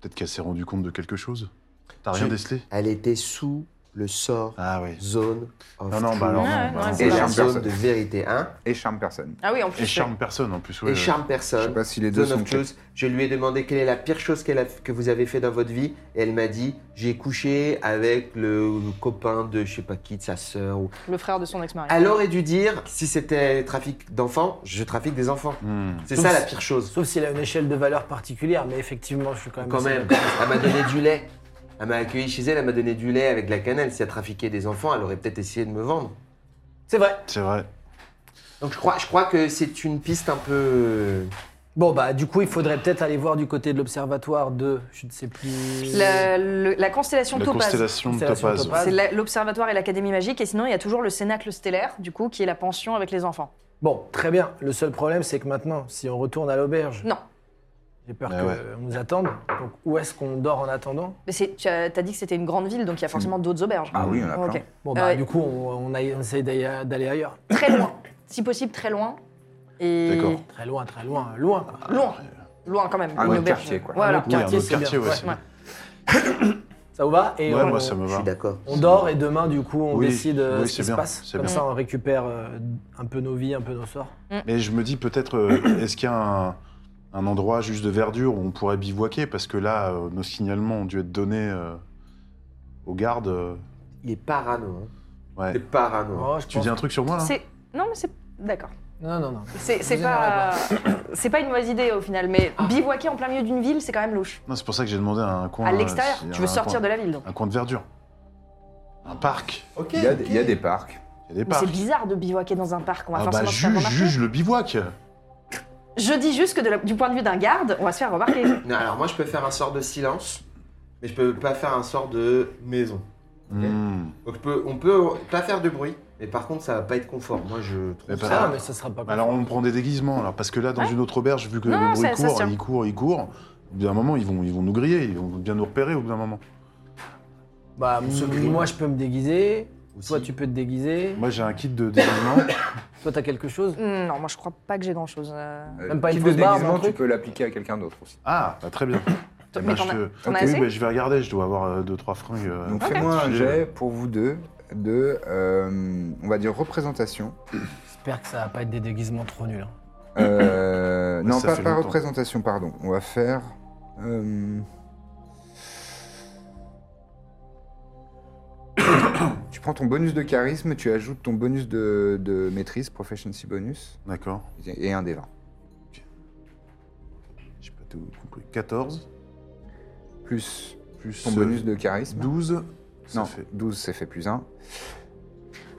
Speaker 2: Peut-être qu'elle s'est rendue compte de quelque chose. T'as rien
Speaker 5: Je-
Speaker 2: décelé
Speaker 5: Elle était sous le sort
Speaker 2: Ah oui.
Speaker 5: zone of
Speaker 2: Non, non,
Speaker 5: truth.
Speaker 2: bah alors non.
Speaker 4: Ouais,
Speaker 2: bah
Speaker 4: ouais,
Speaker 2: non.
Speaker 4: c'est
Speaker 5: Et
Speaker 4: pas
Speaker 5: la
Speaker 1: Charme
Speaker 5: zone
Speaker 1: personne.
Speaker 5: de vérité, hein
Speaker 1: Et charme personne.
Speaker 4: Ah oui, en plus.
Speaker 2: Et charme personne en plus. ouais,
Speaker 5: Et
Speaker 2: ouais.
Speaker 5: charme
Speaker 1: euh, Je sais
Speaker 5: personne.
Speaker 1: pas si les deux
Speaker 5: Zone
Speaker 1: sont
Speaker 5: of truth. Je lui ai demandé quelle est la pire chose qu'elle a- que vous avez fait dans votre vie. Et elle m'a dit j'ai couché avec le copain de je sais pas qui, de sa sœur. Ou...
Speaker 4: Le frère de son
Speaker 3: Ah,
Speaker 4: ex-mari.
Speaker 5: Elle aurait dû dire si c'était trafic d'enfants, je trafique des enfants.
Speaker 2: Hmm.
Speaker 5: C'est
Speaker 3: Sauf
Speaker 5: ça la
Speaker 3: si-
Speaker 5: pire chose.
Speaker 3: Sauf s'il a une échelle de valeur particulière, mais effectivement, je suis quand même.
Speaker 5: Quand
Speaker 3: assez
Speaker 5: même,
Speaker 3: d'accord.
Speaker 5: elle m'a donné du lait. Elle m'a accueilli chez elle, elle m'a donné du lait avec de la cannelle. Si elle trafiquait des enfants, elle aurait peut-être essayé de me vendre.
Speaker 3: C'est vrai.
Speaker 2: C'est vrai.
Speaker 5: Donc je crois, je crois que c'est une piste un peu. euh,
Speaker 3: Bon, bah, du coup, il faudrait peut-être aller voir du côté de l'observatoire de. Je ne sais plus.
Speaker 4: La, le- la constellation
Speaker 2: La
Speaker 4: Topaz.
Speaker 2: constellation de
Speaker 3: Constellation
Speaker 2: Topaz.
Speaker 3: Topaz.
Speaker 4: C'est la- l'observatoire et l'académie magique, et sinon il y a toujours le cénacle stellaire, du coup, qui est la pension avec les enfants.
Speaker 3: Bon, très bien. Le seul problème, c'est que maintenant, si on retourne à l'auberge,
Speaker 4: Non,
Speaker 3: j'ai peur
Speaker 2: Bah
Speaker 3: qu'on
Speaker 2: ouais.
Speaker 3: nous attende. Donc, où est-ce qu'on dort en attendant
Speaker 4: mais c'est- tu as t'as dit que c'était une grande ville, donc il y a forcément d'autres auberges.
Speaker 1: Ah oui, il y en a
Speaker 4: Ok.
Speaker 1: plein.
Speaker 3: Bon, bah,
Speaker 4: Euh,
Speaker 3: du coup, on, on aille- on essaye d'aller d'aller ailleurs.
Speaker 4: Très loin, si possible très loin. Et
Speaker 2: D'accord.
Speaker 3: Très loin, très loin, loin. quoi.
Speaker 4: loin, loin quand même.
Speaker 1: Un
Speaker 4: une
Speaker 1: autre
Speaker 4: auberge.
Speaker 1: quartier, quoi.
Speaker 4: Voilà.
Speaker 3: Un
Speaker 2: Oui, un
Speaker 3: Quartier,
Speaker 2: autre
Speaker 3: c'est
Speaker 2: quartier,
Speaker 3: bien.
Speaker 2: ouais.
Speaker 3: Ouais.
Speaker 2: c'est-
Speaker 4: Ouais.
Speaker 3: Ça vous va Et
Speaker 2: Ouais,
Speaker 3: on,
Speaker 2: moi ça me
Speaker 5: Je
Speaker 2: va.
Speaker 5: suis d'accord.
Speaker 3: on dort et demain, du coup, on
Speaker 2: Oui,
Speaker 3: décide euh,
Speaker 2: oui,
Speaker 3: ce
Speaker 2: c'est
Speaker 3: qui se
Speaker 2: bien,
Speaker 3: passe.
Speaker 2: c'est
Speaker 3: Comme
Speaker 2: bien.
Speaker 3: ça, on récupère euh, un peu nos vies, un peu nos sorts.
Speaker 2: Mais je me dis peut-être, euh, est-ce qu'il y a un, un endroit juste de verdure où on pourrait bivouaquer Parce que là, euh, nos signalements ont dû être donnés euh, aux gardes. euh,
Speaker 5: Il est parano. Hein.
Speaker 2: ouais.
Speaker 5: Il est parano. hein.
Speaker 3: Oh, je
Speaker 2: Tu
Speaker 3: pense-
Speaker 2: dis un truc sur moi là
Speaker 4: C'est non mais c'est d'accord.
Speaker 3: Non, non, non.
Speaker 4: C'est c'est
Speaker 3: Vous
Speaker 4: pas *coughs* c'est pas une mauvaise idée au final, mais bivouaquer en plein milieu d'une ville, c'est quand même louche.
Speaker 2: Non, c'est pour ça que j'ai demandé un coin. euh,
Speaker 4: À l'extérieur, tu veux sortir
Speaker 2: de
Speaker 4: de la ville donc.
Speaker 2: Un coin de verdure. Un parc.
Speaker 3: Oh,
Speaker 5: Ok.
Speaker 1: Il y a, des- il y a des parcs.
Speaker 2: Il y a des
Speaker 4: Mais
Speaker 2: parcs.
Speaker 4: c'est bizarre de bivouaquer dans un parc, on va
Speaker 2: Ah bah
Speaker 4: forcément se faire
Speaker 2: juge,
Speaker 4: remarquer.
Speaker 2: juge le bivouac.
Speaker 4: Je dis juste que de la- du point de vue d'un garde, on va se faire remarquer. *coughs*
Speaker 5: Non, alors moi je peux faire un sort de silence, mais je peux pas faire un sort de maison.
Speaker 2: Hmm.
Speaker 5: Donc je peux, on peut pas faire de bruit, mais par contre ça va pas être confort. Moi je trouve
Speaker 2: Mais
Speaker 5: ça.
Speaker 3: Ah,
Speaker 2: Ah.
Speaker 3: mais ça sera pas
Speaker 2: Bah Alors on prend des déguisements alors parce que là dans une autre auberge vu que
Speaker 4: Non, non,
Speaker 2: le bruit
Speaker 4: ça- ça
Speaker 2: court,
Speaker 4: se tient.
Speaker 2: il court, il court. Au bout d'un moment ils vont, ils vont nous griller, ils vont bien nous repérer au bout d'un moment.
Speaker 3: Bah,
Speaker 5: se
Speaker 3: m-
Speaker 5: grille.
Speaker 3: moi, je peux me déguiser.
Speaker 5: Aussi.
Speaker 3: Toi, tu peux te déguiser.
Speaker 2: Moi j'ai un kit de
Speaker 4: *coughs*
Speaker 2: déguisement.
Speaker 3: Toi, t'as quelque chose
Speaker 4: Hmm, non, moi je crois pas que j'ai euh, grand chose.
Speaker 3: Même pas une
Speaker 1: Kit
Speaker 3: fausse
Speaker 1: de Euh,
Speaker 3: barbe,
Speaker 1: déguisement,
Speaker 3: un
Speaker 1: tu
Speaker 3: truc
Speaker 1: peux l'appliquer à quelqu'un d'autre aussi.
Speaker 2: ah bah, très bien. Eh
Speaker 4: Mais
Speaker 2: ben,
Speaker 4: t'en
Speaker 2: je
Speaker 4: as-
Speaker 2: te-
Speaker 4: t'en as
Speaker 2: Oui,
Speaker 4: assez
Speaker 2: bah, je vais regarder, je dois avoir euh, deux trois fringues. euh.
Speaker 1: Donc fais-moi un
Speaker 2: Je-
Speaker 1: jet pour vous deux de, euh, on va dire, représentation.
Speaker 3: J'espère que ça va pas être des déguisements trop nuls.
Speaker 2: *coughs*
Speaker 3: hein.
Speaker 1: Euh, non,
Speaker 2: ça
Speaker 1: pas,
Speaker 2: fait
Speaker 1: pas
Speaker 2: longtemps.
Speaker 1: représentation, pardon. On va faire. euh, *coughs* tu prends ton bonus de charisme, tu ajoutes ton bonus de, de maîtrise, proficiency bonus,
Speaker 2: D'accord.
Speaker 1: et un des 20.
Speaker 2: J'ai pas tout compris. 14
Speaker 1: Plus
Speaker 2: plus
Speaker 1: ton
Speaker 2: euh,
Speaker 1: bonus de charisme.
Speaker 2: 12. ça
Speaker 1: non,
Speaker 2: fait-
Speaker 1: 12, ça fait plus 1.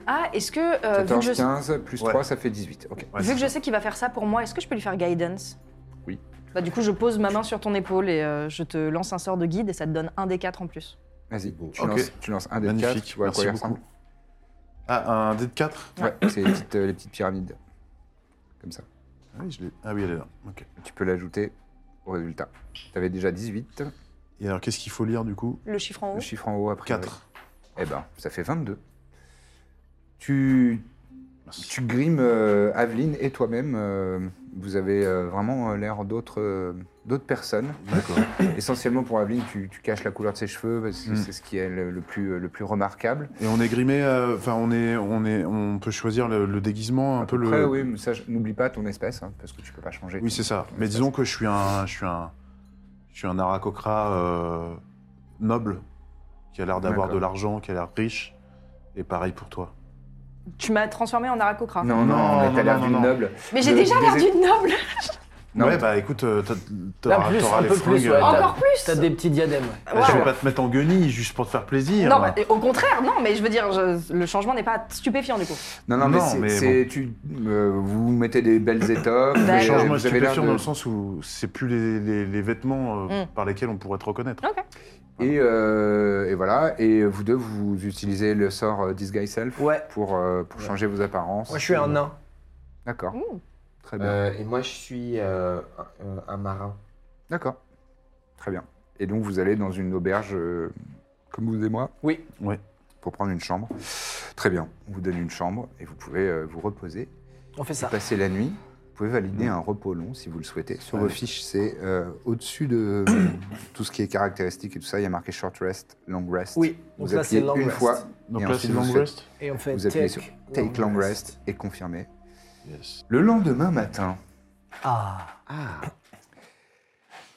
Speaker 4: Ah, est-ce que, euh, vu, que
Speaker 1: 14,
Speaker 4: je,
Speaker 1: 15, plus
Speaker 2: Ouais.
Speaker 1: 3, ça fait 18. Ok.
Speaker 2: Ouais,
Speaker 4: vu
Speaker 2: c'est
Speaker 4: que je sais qu'il va faire ça pour moi, est-ce que je peux lui faire guidance
Speaker 1: Oui.
Speaker 4: Bah, du coup, je pose ma main sur ton épaule et euh, je te lance un sort de guide et ça te donne un des quatre en plus.
Speaker 1: Vas-y, tu,
Speaker 2: Ok.
Speaker 1: lances, tu lances un des 4,
Speaker 2: Magnifique,
Speaker 1: tu vois à quoi
Speaker 2: merci
Speaker 1: il ressemble.
Speaker 2: beaucoup. Ah, un dé de 4
Speaker 1: Ouais, c'est les petites, euh, les petites pyramides. Comme ça.
Speaker 2: ah oui, je l'ai- ah oui, elle est là. Ok.
Speaker 1: Tu peux l'ajouter au résultat. Tu avais déjà 18.
Speaker 2: Et alors, qu'est-ce qu'il faut lire du coup
Speaker 4: Le chiffre en haut
Speaker 1: Le chiffre en haut après.
Speaker 2: 4.
Speaker 1: Eh ben, ça fait 22. Tu, tu grimes euh, Aveline et toi-même. euh, vous avez euh, vraiment euh, l'air d'autres euh, d'autres personnes.
Speaker 2: D'accord.
Speaker 1: Essentiellement pour Aveline, tu, tu caches la couleur de ses cheveux parce que
Speaker 2: Mm.
Speaker 1: c'est ce qui est le, le plus, euh, le plus remarquable.
Speaker 2: Et on est grimé, euh, enfin on est, on est, on peut choisir le, le déguisement un
Speaker 1: À
Speaker 2: peu
Speaker 1: peu
Speaker 2: le.
Speaker 1: près, oui, mais ça, je- n'oublie pas ton espèce hein, parce que tu peux pas changer.
Speaker 2: Oui, c'est ça. Mais disons que je suis un, je suis un, je suis un aracocra euh, noble qui a l'air d'avoir
Speaker 1: D'accord.
Speaker 2: de l'argent, qui a l'air riche. Et pareil pour toi.
Speaker 4: Tu m'as transformé en aracocra.
Speaker 1: Non, non,
Speaker 2: Non,
Speaker 1: mais
Speaker 2: non,
Speaker 1: t'as l'air
Speaker 2: non,
Speaker 1: d'une
Speaker 2: non.
Speaker 1: noble.
Speaker 4: Mais j'ai
Speaker 1: Le-
Speaker 4: déjà l'air
Speaker 1: des-
Speaker 4: d'une noble
Speaker 1: Non,
Speaker 2: ouais,
Speaker 1: mais-
Speaker 2: bah écoute, euh, t'as-
Speaker 3: Là,
Speaker 2: t'auras
Speaker 3: plus,
Speaker 2: t'auras
Speaker 3: un
Speaker 2: les
Speaker 3: peu plus,
Speaker 2: fringues.
Speaker 3: ouais.
Speaker 2: euh,
Speaker 3: T'as-
Speaker 4: Encore plus
Speaker 3: T'as des petits diadèmes. ouais.
Speaker 2: bah, Je
Speaker 4: Waouh.
Speaker 2: vais pas te mettre en guenille juste pour te faire plaisir.
Speaker 4: Non, bah, et au contraire, non, mais je veux dire, je- le changement n'est pas stupéfiant du coup.
Speaker 1: Non, non,
Speaker 2: Non,
Speaker 1: mais
Speaker 2: mais
Speaker 1: c'est- c'est. tu- euh, vous mettez des
Speaker 2: *coughs*
Speaker 1: belles étoffes.
Speaker 4: D'accord.
Speaker 3: euh,
Speaker 1: mais
Speaker 2: Le changement est
Speaker 1: vous avez l'air
Speaker 2: stupéfiant
Speaker 1: de-
Speaker 2: dans le sens où c'est plus les, les- les vêtements euh,
Speaker 4: Mm.
Speaker 2: par lesquels on pourrait te reconnaître.
Speaker 4: Ok.
Speaker 1: Et, euh, et voilà, et vous deux, vous utilisez le sort euh, Disguise Self
Speaker 3: Ouais.
Speaker 1: pour, euh, pour changer vos apparences.
Speaker 3: Moi, je suis un nain.
Speaker 1: D'accord.
Speaker 4: Ouh.
Speaker 1: Très bien.
Speaker 5: Euh, et moi je suis euh, un- euh, un marin.
Speaker 1: D'accord. Très bien. Et donc, vous allez dans une auberge, euh, comme vous et moi
Speaker 3: Oui.
Speaker 2: Ouais.
Speaker 1: Pour prendre une chambre. Très bien. On vous donne une chambre et vous pouvez euh, vous reposer
Speaker 3: On fait
Speaker 1: et
Speaker 3: ça.
Speaker 1: passer la nuit. Vous pouvez valider un repos long si vous le souhaitez. Sur vos fiches, c'est euh, au-dessus de tout ce qui est caractéristique et tout ça, il y a marqué short rest, long rest.
Speaker 3: Oui,
Speaker 1: vous
Speaker 3: donc là,
Speaker 1: appuyez
Speaker 3: c'est long
Speaker 1: une
Speaker 3: rest.
Speaker 1: fois.
Speaker 2: Donc
Speaker 1: et
Speaker 2: là, c'est
Speaker 1: ensuite,
Speaker 2: long
Speaker 1: vous faites-
Speaker 2: rest
Speaker 3: Et on fait
Speaker 1: Vous appuyez
Speaker 3: take,
Speaker 1: sur take long rest et confirmé.
Speaker 2: Yes.
Speaker 1: Le lendemain matin,
Speaker 3: Ah,
Speaker 5: Ah,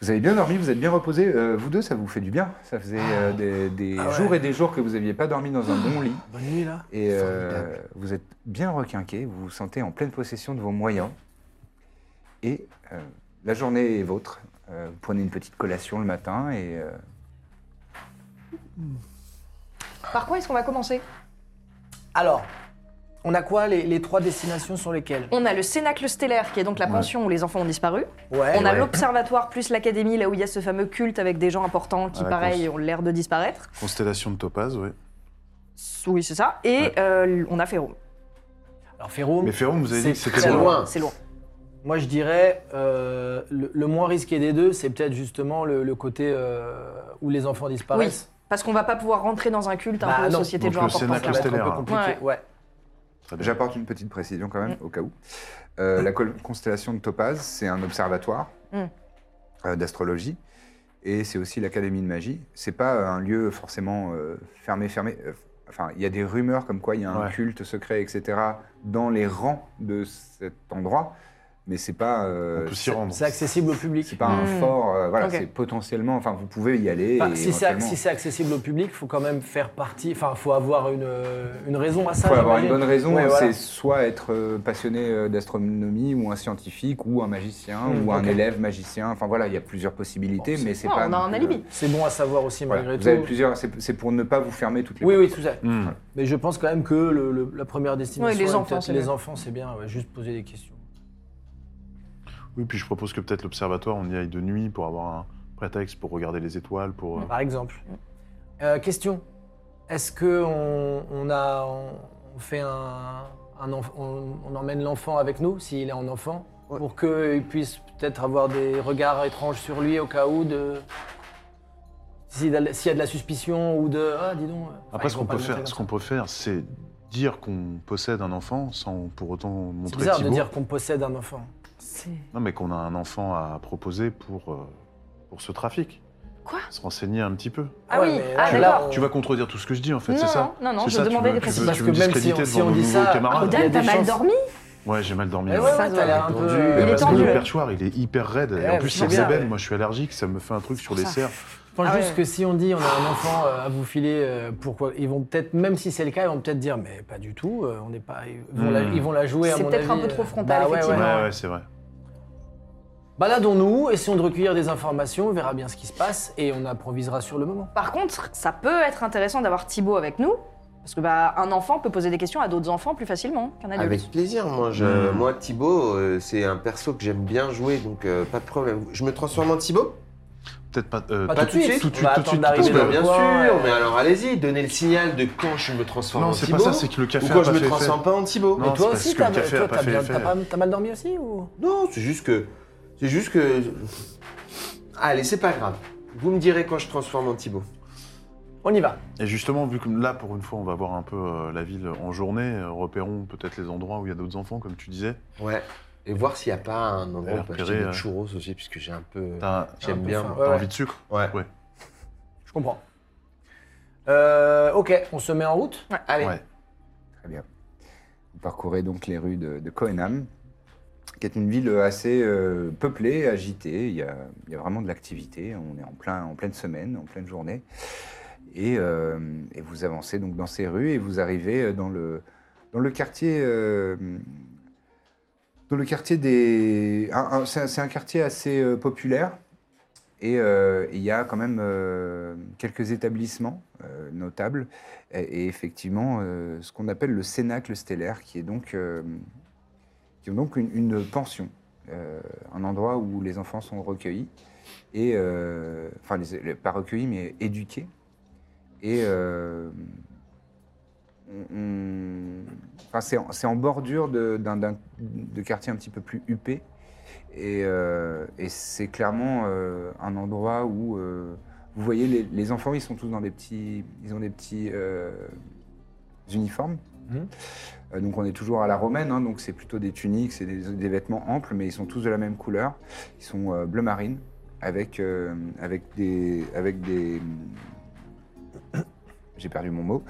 Speaker 1: vous avez bien dormi, vous êtes bien reposé. euh, vous deux, ça vous fait du bien. Ça faisait euh, des, des
Speaker 3: Ah ouais.
Speaker 1: jours et des jours que vous n'aviez pas dormi dans un bon lit.
Speaker 3: bonne nuit là.
Speaker 1: Et euh, vous êtes bien requinqué, vous vous sentez en pleine possession de vos moyens. Et euh, la journée est vôtre. Euh, vous prenez une petite collation le matin et euh,
Speaker 4: Par quoi est-ce qu'on va commencer
Speaker 3: Alors, on a quoi les, les trois destinations sur lesquelles
Speaker 4: On a le Cénacle stellaire, qui est donc la pension où les enfants ont disparu.
Speaker 3: Eh Ouais.
Speaker 4: on a
Speaker 1: ouais.
Speaker 4: l'Observatoire plus l'Académie, là où il y a ce fameux culte avec des gens importants qui,
Speaker 2: Ah, la
Speaker 4: pareil,
Speaker 2: cons-
Speaker 4: ont l'air de disparaître.
Speaker 2: Constellation de topaz, oui.
Speaker 4: Oui, c'est ça. Et euh, on a Féroum.
Speaker 3: Alors, Féroum,
Speaker 2: Mais Ferron, vous avez dit que
Speaker 3: C'est
Speaker 2: c'était
Speaker 3: très
Speaker 5: c'est
Speaker 2: loin.
Speaker 5: loin.
Speaker 4: C'est loin.
Speaker 3: moi je dirais euh, le, le moins risqué des deux, c'est peut-être justement le, le côté euh, où les enfants disparaissent.
Speaker 4: Parce qu'on va pas pouvoir rentrer dans un culte un
Speaker 3: Bah
Speaker 4: peu
Speaker 3: non.
Speaker 4: société
Speaker 2: Donc
Speaker 4: de gens
Speaker 2: le
Speaker 4: importants.
Speaker 3: Ça
Speaker 2: Cénacle
Speaker 4: là.
Speaker 3: va être un peu
Speaker 2: stellaire.
Speaker 3: compliqué, ouais.
Speaker 2: Très bien.
Speaker 1: j'apporte une petite précision quand
Speaker 4: Mm.
Speaker 1: même, au cas où. Euh, la col- constellation de Topaz, c'est un observatoire
Speaker 4: Mm.
Speaker 1: euh, d'astrologie. Et c'est aussi l'académie de magie. C'est pas euh, un lieu forcément euh, fermé, fermé. Euh, Enfin, il y a des rumeurs comme quoi il y a un
Speaker 2: Ouais.
Speaker 1: culte secret, etc., dans les rangs de cet endroit. Mais c'est pas. euh,
Speaker 2: On peut s'y rendre.
Speaker 3: C'est accessible au public.
Speaker 1: C'est pas un
Speaker 4: Mm.
Speaker 1: fort, euh, voilà,
Speaker 4: Ok.
Speaker 1: c'est potentiellement, enfin vous pouvez y aller.
Speaker 3: Enfin,
Speaker 1: et
Speaker 3: si c'est
Speaker 1: éventuellement-
Speaker 3: si c'est accessible au public, faut quand même faire partie. Enfin, faut avoir une, euh, une raison à ça.
Speaker 1: faut avoir une
Speaker 3: j'imagine.
Speaker 1: bonne raison,
Speaker 3: Ouais,
Speaker 1: et
Speaker 3: voilà.
Speaker 1: c'est soit être euh, passionné euh, d'astronomie ou un scientifique ou un magicien
Speaker 3: Mm,
Speaker 1: ou un
Speaker 3: ok.
Speaker 1: élève magicien. Enfin voilà, il y a plusieurs possibilités, mais c'est
Speaker 4: Ouais,
Speaker 1: pas.
Speaker 4: on a
Speaker 1: non
Speaker 4: un
Speaker 1: plus, euh,
Speaker 4: alibi.
Speaker 3: C'est bon à savoir aussi
Speaker 1: voilà.
Speaker 3: malgré
Speaker 1: Vous
Speaker 3: tout.
Speaker 1: avez plusieurs, c'est c'est pour ne pas vous fermer toutes les. Mm.
Speaker 3: Oui,
Speaker 1: portes.
Speaker 3: oui, tout ça.
Speaker 2: Hmm.
Speaker 3: Mais je pense quand même que le- le- la première
Speaker 4: Ouais,
Speaker 3: destination,
Speaker 4: les
Speaker 3: est
Speaker 4: enfants,
Speaker 3: peut-être-
Speaker 4: c'est
Speaker 3: les
Speaker 4: mieux.
Speaker 3: enfants, c'est bien. ouais, juste poser des questions.
Speaker 2: Oui, puis je propose que peut-être l'observatoire, on y aille de nuit pour avoir un prétexte pour regarder les étoiles, pour... euh,
Speaker 3: Par exemple. Euh, question. Est-ce que on, on a on, on fait un, un enf- on, on emmène l'enfant avec nous s'il est en enfant
Speaker 5: Ouais.
Speaker 3: pour qu'il puisse peut-être avoir des regards étranges sur lui au cas où de s'il a- s'il y a de la suspicion ou de ah dis donc. euh, enfin,
Speaker 2: Après,
Speaker 3: ils
Speaker 2: ce
Speaker 3: vont
Speaker 2: qu'on
Speaker 3: pas
Speaker 2: peut
Speaker 3: le
Speaker 2: faire,
Speaker 3: montrer
Speaker 2: ce
Speaker 3: comme
Speaker 2: qu'on peut faire, c'est dire qu'on possède un enfant sans pour autant
Speaker 3: ça. C'est
Speaker 2: montrer
Speaker 3: bizarre de
Speaker 2: Thibaut.
Speaker 3: dire qu'on possède un enfant.
Speaker 2: Non, mais qu'on a un enfant à proposer pour euh, pour ce trafic.
Speaker 4: Quoi
Speaker 2: Se renseigner un petit peu.
Speaker 4: Ah oui,
Speaker 3: mais
Speaker 4: ah,
Speaker 3: là,
Speaker 4: d'accord.
Speaker 3: on-
Speaker 2: Tu vas contredire tout ce que je dis en fait,
Speaker 4: Non,
Speaker 2: c'est ça
Speaker 4: non, non, non,
Speaker 2: C'est
Speaker 4: je
Speaker 2: ça, tu
Speaker 4: demandais
Speaker 2: veux-
Speaker 4: des
Speaker 2: tu veux-
Speaker 4: précisions.
Speaker 3: Parce
Speaker 2: tu
Speaker 3: que
Speaker 2: veux
Speaker 3: même si
Speaker 2: discréditer
Speaker 3: on, si
Speaker 2: devant
Speaker 3: on
Speaker 2: nos
Speaker 3: dit ça,
Speaker 2: nouveaux camarades.
Speaker 3: il y a
Speaker 4: Odal,
Speaker 3: des
Speaker 4: t'as mal
Speaker 3: chances-
Speaker 4: dormi
Speaker 2: Ouais, j'ai mal dormi.
Speaker 3: Eh ouais,
Speaker 2: ouais.
Speaker 3: ouais, t'as l'air un
Speaker 5: Tendu,
Speaker 3: peu.
Speaker 5: euh,
Speaker 4: Il est
Speaker 2: Parce que
Speaker 4: tendu,
Speaker 2: le
Speaker 4: ouais.
Speaker 2: perchoir, il est hyper raide. Et
Speaker 3: Ouais,
Speaker 2: en plus,
Speaker 3: c'est
Speaker 2: c'est
Speaker 3: bien,
Speaker 2: zébène.
Speaker 3: ouais.
Speaker 2: Moi, je suis allergique, ça me fait un truc sur les serres.
Speaker 3: Je pense
Speaker 4: Ah
Speaker 3: juste
Speaker 4: ouais.
Speaker 3: que si on dit on a un enfant euh, à vous filer, euh, pourquoi ils vont peut-être, même si c'est le cas, ils vont peut-être dire mais pas du tout, euh, on n'est pas, ils vont, la,
Speaker 2: Hmm.
Speaker 3: ils vont la jouer à
Speaker 4: C'est
Speaker 3: mon avis.
Speaker 4: peut-être un peu trop
Speaker 3: euh,
Speaker 4: frontal,
Speaker 3: bah ouais,
Speaker 2: Ouais,
Speaker 4: effectivement.
Speaker 3: ouais.
Speaker 2: ouais, c'est vrai.
Speaker 3: Baladons-nous, essayons de recueillir des informations, on verra bien ce qui se passe et on improvisera sur le moment.
Speaker 4: Par contre, ça peut être intéressant d'avoir Thibaut avec nous. Parce que bah, un enfant peut poser des questions à d'autres enfants plus facilement qu'un adulte.
Speaker 5: Avec plaisir, moi, je,
Speaker 3: Hmm.
Speaker 2: Mm.
Speaker 5: moi Thibaut, euh, c'est un perso que j'aime bien jouer, donc euh, pas de problème. Je me transforme en Thibaut
Speaker 2: Peut-être pas,
Speaker 5: Ah,
Speaker 2: euh,
Speaker 3: Pas
Speaker 2: tout,
Speaker 3: tout de suite.
Speaker 2: tout de
Speaker 3: On
Speaker 2: suite,
Speaker 3: va
Speaker 2: tout de suite,
Speaker 3: attendre
Speaker 2: parce
Speaker 3: d'arriver
Speaker 5: Bah,
Speaker 2: que-
Speaker 3: le
Speaker 5: Bien
Speaker 3: point,
Speaker 5: sûr,
Speaker 3: ouais.
Speaker 5: mais alors allez-y, donnez le signal de quand je me transforme
Speaker 2: Non,
Speaker 5: en
Speaker 2: c'est
Speaker 5: Thibaut.
Speaker 2: pas ça, c'est que le café
Speaker 5: ou
Speaker 2: a
Speaker 5: quand
Speaker 2: pas
Speaker 5: je me
Speaker 2: fait
Speaker 5: transforme
Speaker 2: effet.
Speaker 5: pas en
Speaker 2: Non,
Speaker 5: Thibaut.
Speaker 3: mais toi
Speaker 2: c'est parce
Speaker 3: aussi,
Speaker 2: que le
Speaker 3: t'as
Speaker 2: café a
Speaker 3: toi,
Speaker 2: pas
Speaker 3: t'as
Speaker 2: fait
Speaker 3: bien-
Speaker 2: effet.
Speaker 3: t'as pas- t'as mal dormi aussi ou
Speaker 5: Non, c'est juste que. C'est juste que. Allez, c'est pas grave. Vous me direz quand je transforme en Thibaut.
Speaker 3: On y va.
Speaker 2: Et justement, vu que là, pour une fois, on va voir un peu euh, la ville en journée, euh, repérons peut-être les endroits où il y a d'autres enfants, comme tu disais.
Speaker 5: Ouais. Et voir s'il n'y a pas un endroit
Speaker 2: Allez,
Speaker 5: où on peut
Speaker 2: repérer,
Speaker 5: acheter des
Speaker 2: euh,
Speaker 5: churros aussi, puisque j'ai un peu.
Speaker 2: T'as
Speaker 5: J'aime
Speaker 2: t'as-
Speaker 5: bien,
Speaker 2: t'as
Speaker 3: moi. Ouais,
Speaker 2: envie de sucre
Speaker 5: Ouais.
Speaker 3: Je comprends. Euh, ok, on se met en route.
Speaker 5: Allez.
Speaker 2: Ouais.
Speaker 1: Très bien. Vous parcourez donc les rues de, de Coenham, qui est une ville assez euh, peuplée, agitée. Il y, a, il y a vraiment de l'activité. On est en, plein, en pleine semaine, en pleine journée. Et, euh, et vous avancez donc dans ces rues et vous arrivez euh, dans le, dans le quartier. euh, dans le quartier des. un- un- C'est un- c'est un quartier assez euh, populaire. Et euh, il y a quand même euh, quelques établissements euh, notables. Et, et effectivement, euh, ce qu'on appelle le cénacle stellaire, qui est donc, euh, qui est donc une, une pension, euh, un endroit où les enfants sont recueillis, et, euh, enfin, les- les- pas recueillis, mais éduqués. Et euh, on- on- enfin, c'est en, c'est en bordure de, d'un, d'un- de quartiers un petit peu plus huppés. Et, euh, et c'est clairement euh, un endroit où euh, vous voyez les, les enfants, ils sont tous dans des petits, ils ont des petits euh, uniformes
Speaker 3: Mhm.
Speaker 1: Euh, donc on est toujours à la romaine, hein, donc c'est plutôt des tuniques, c'est des, des vêtements amples, mais ils sont tous de la même couleur. Ils sont euh, bleu marine, avec, euh, avec des... Avec des *coughs* j'ai perdu mon mot,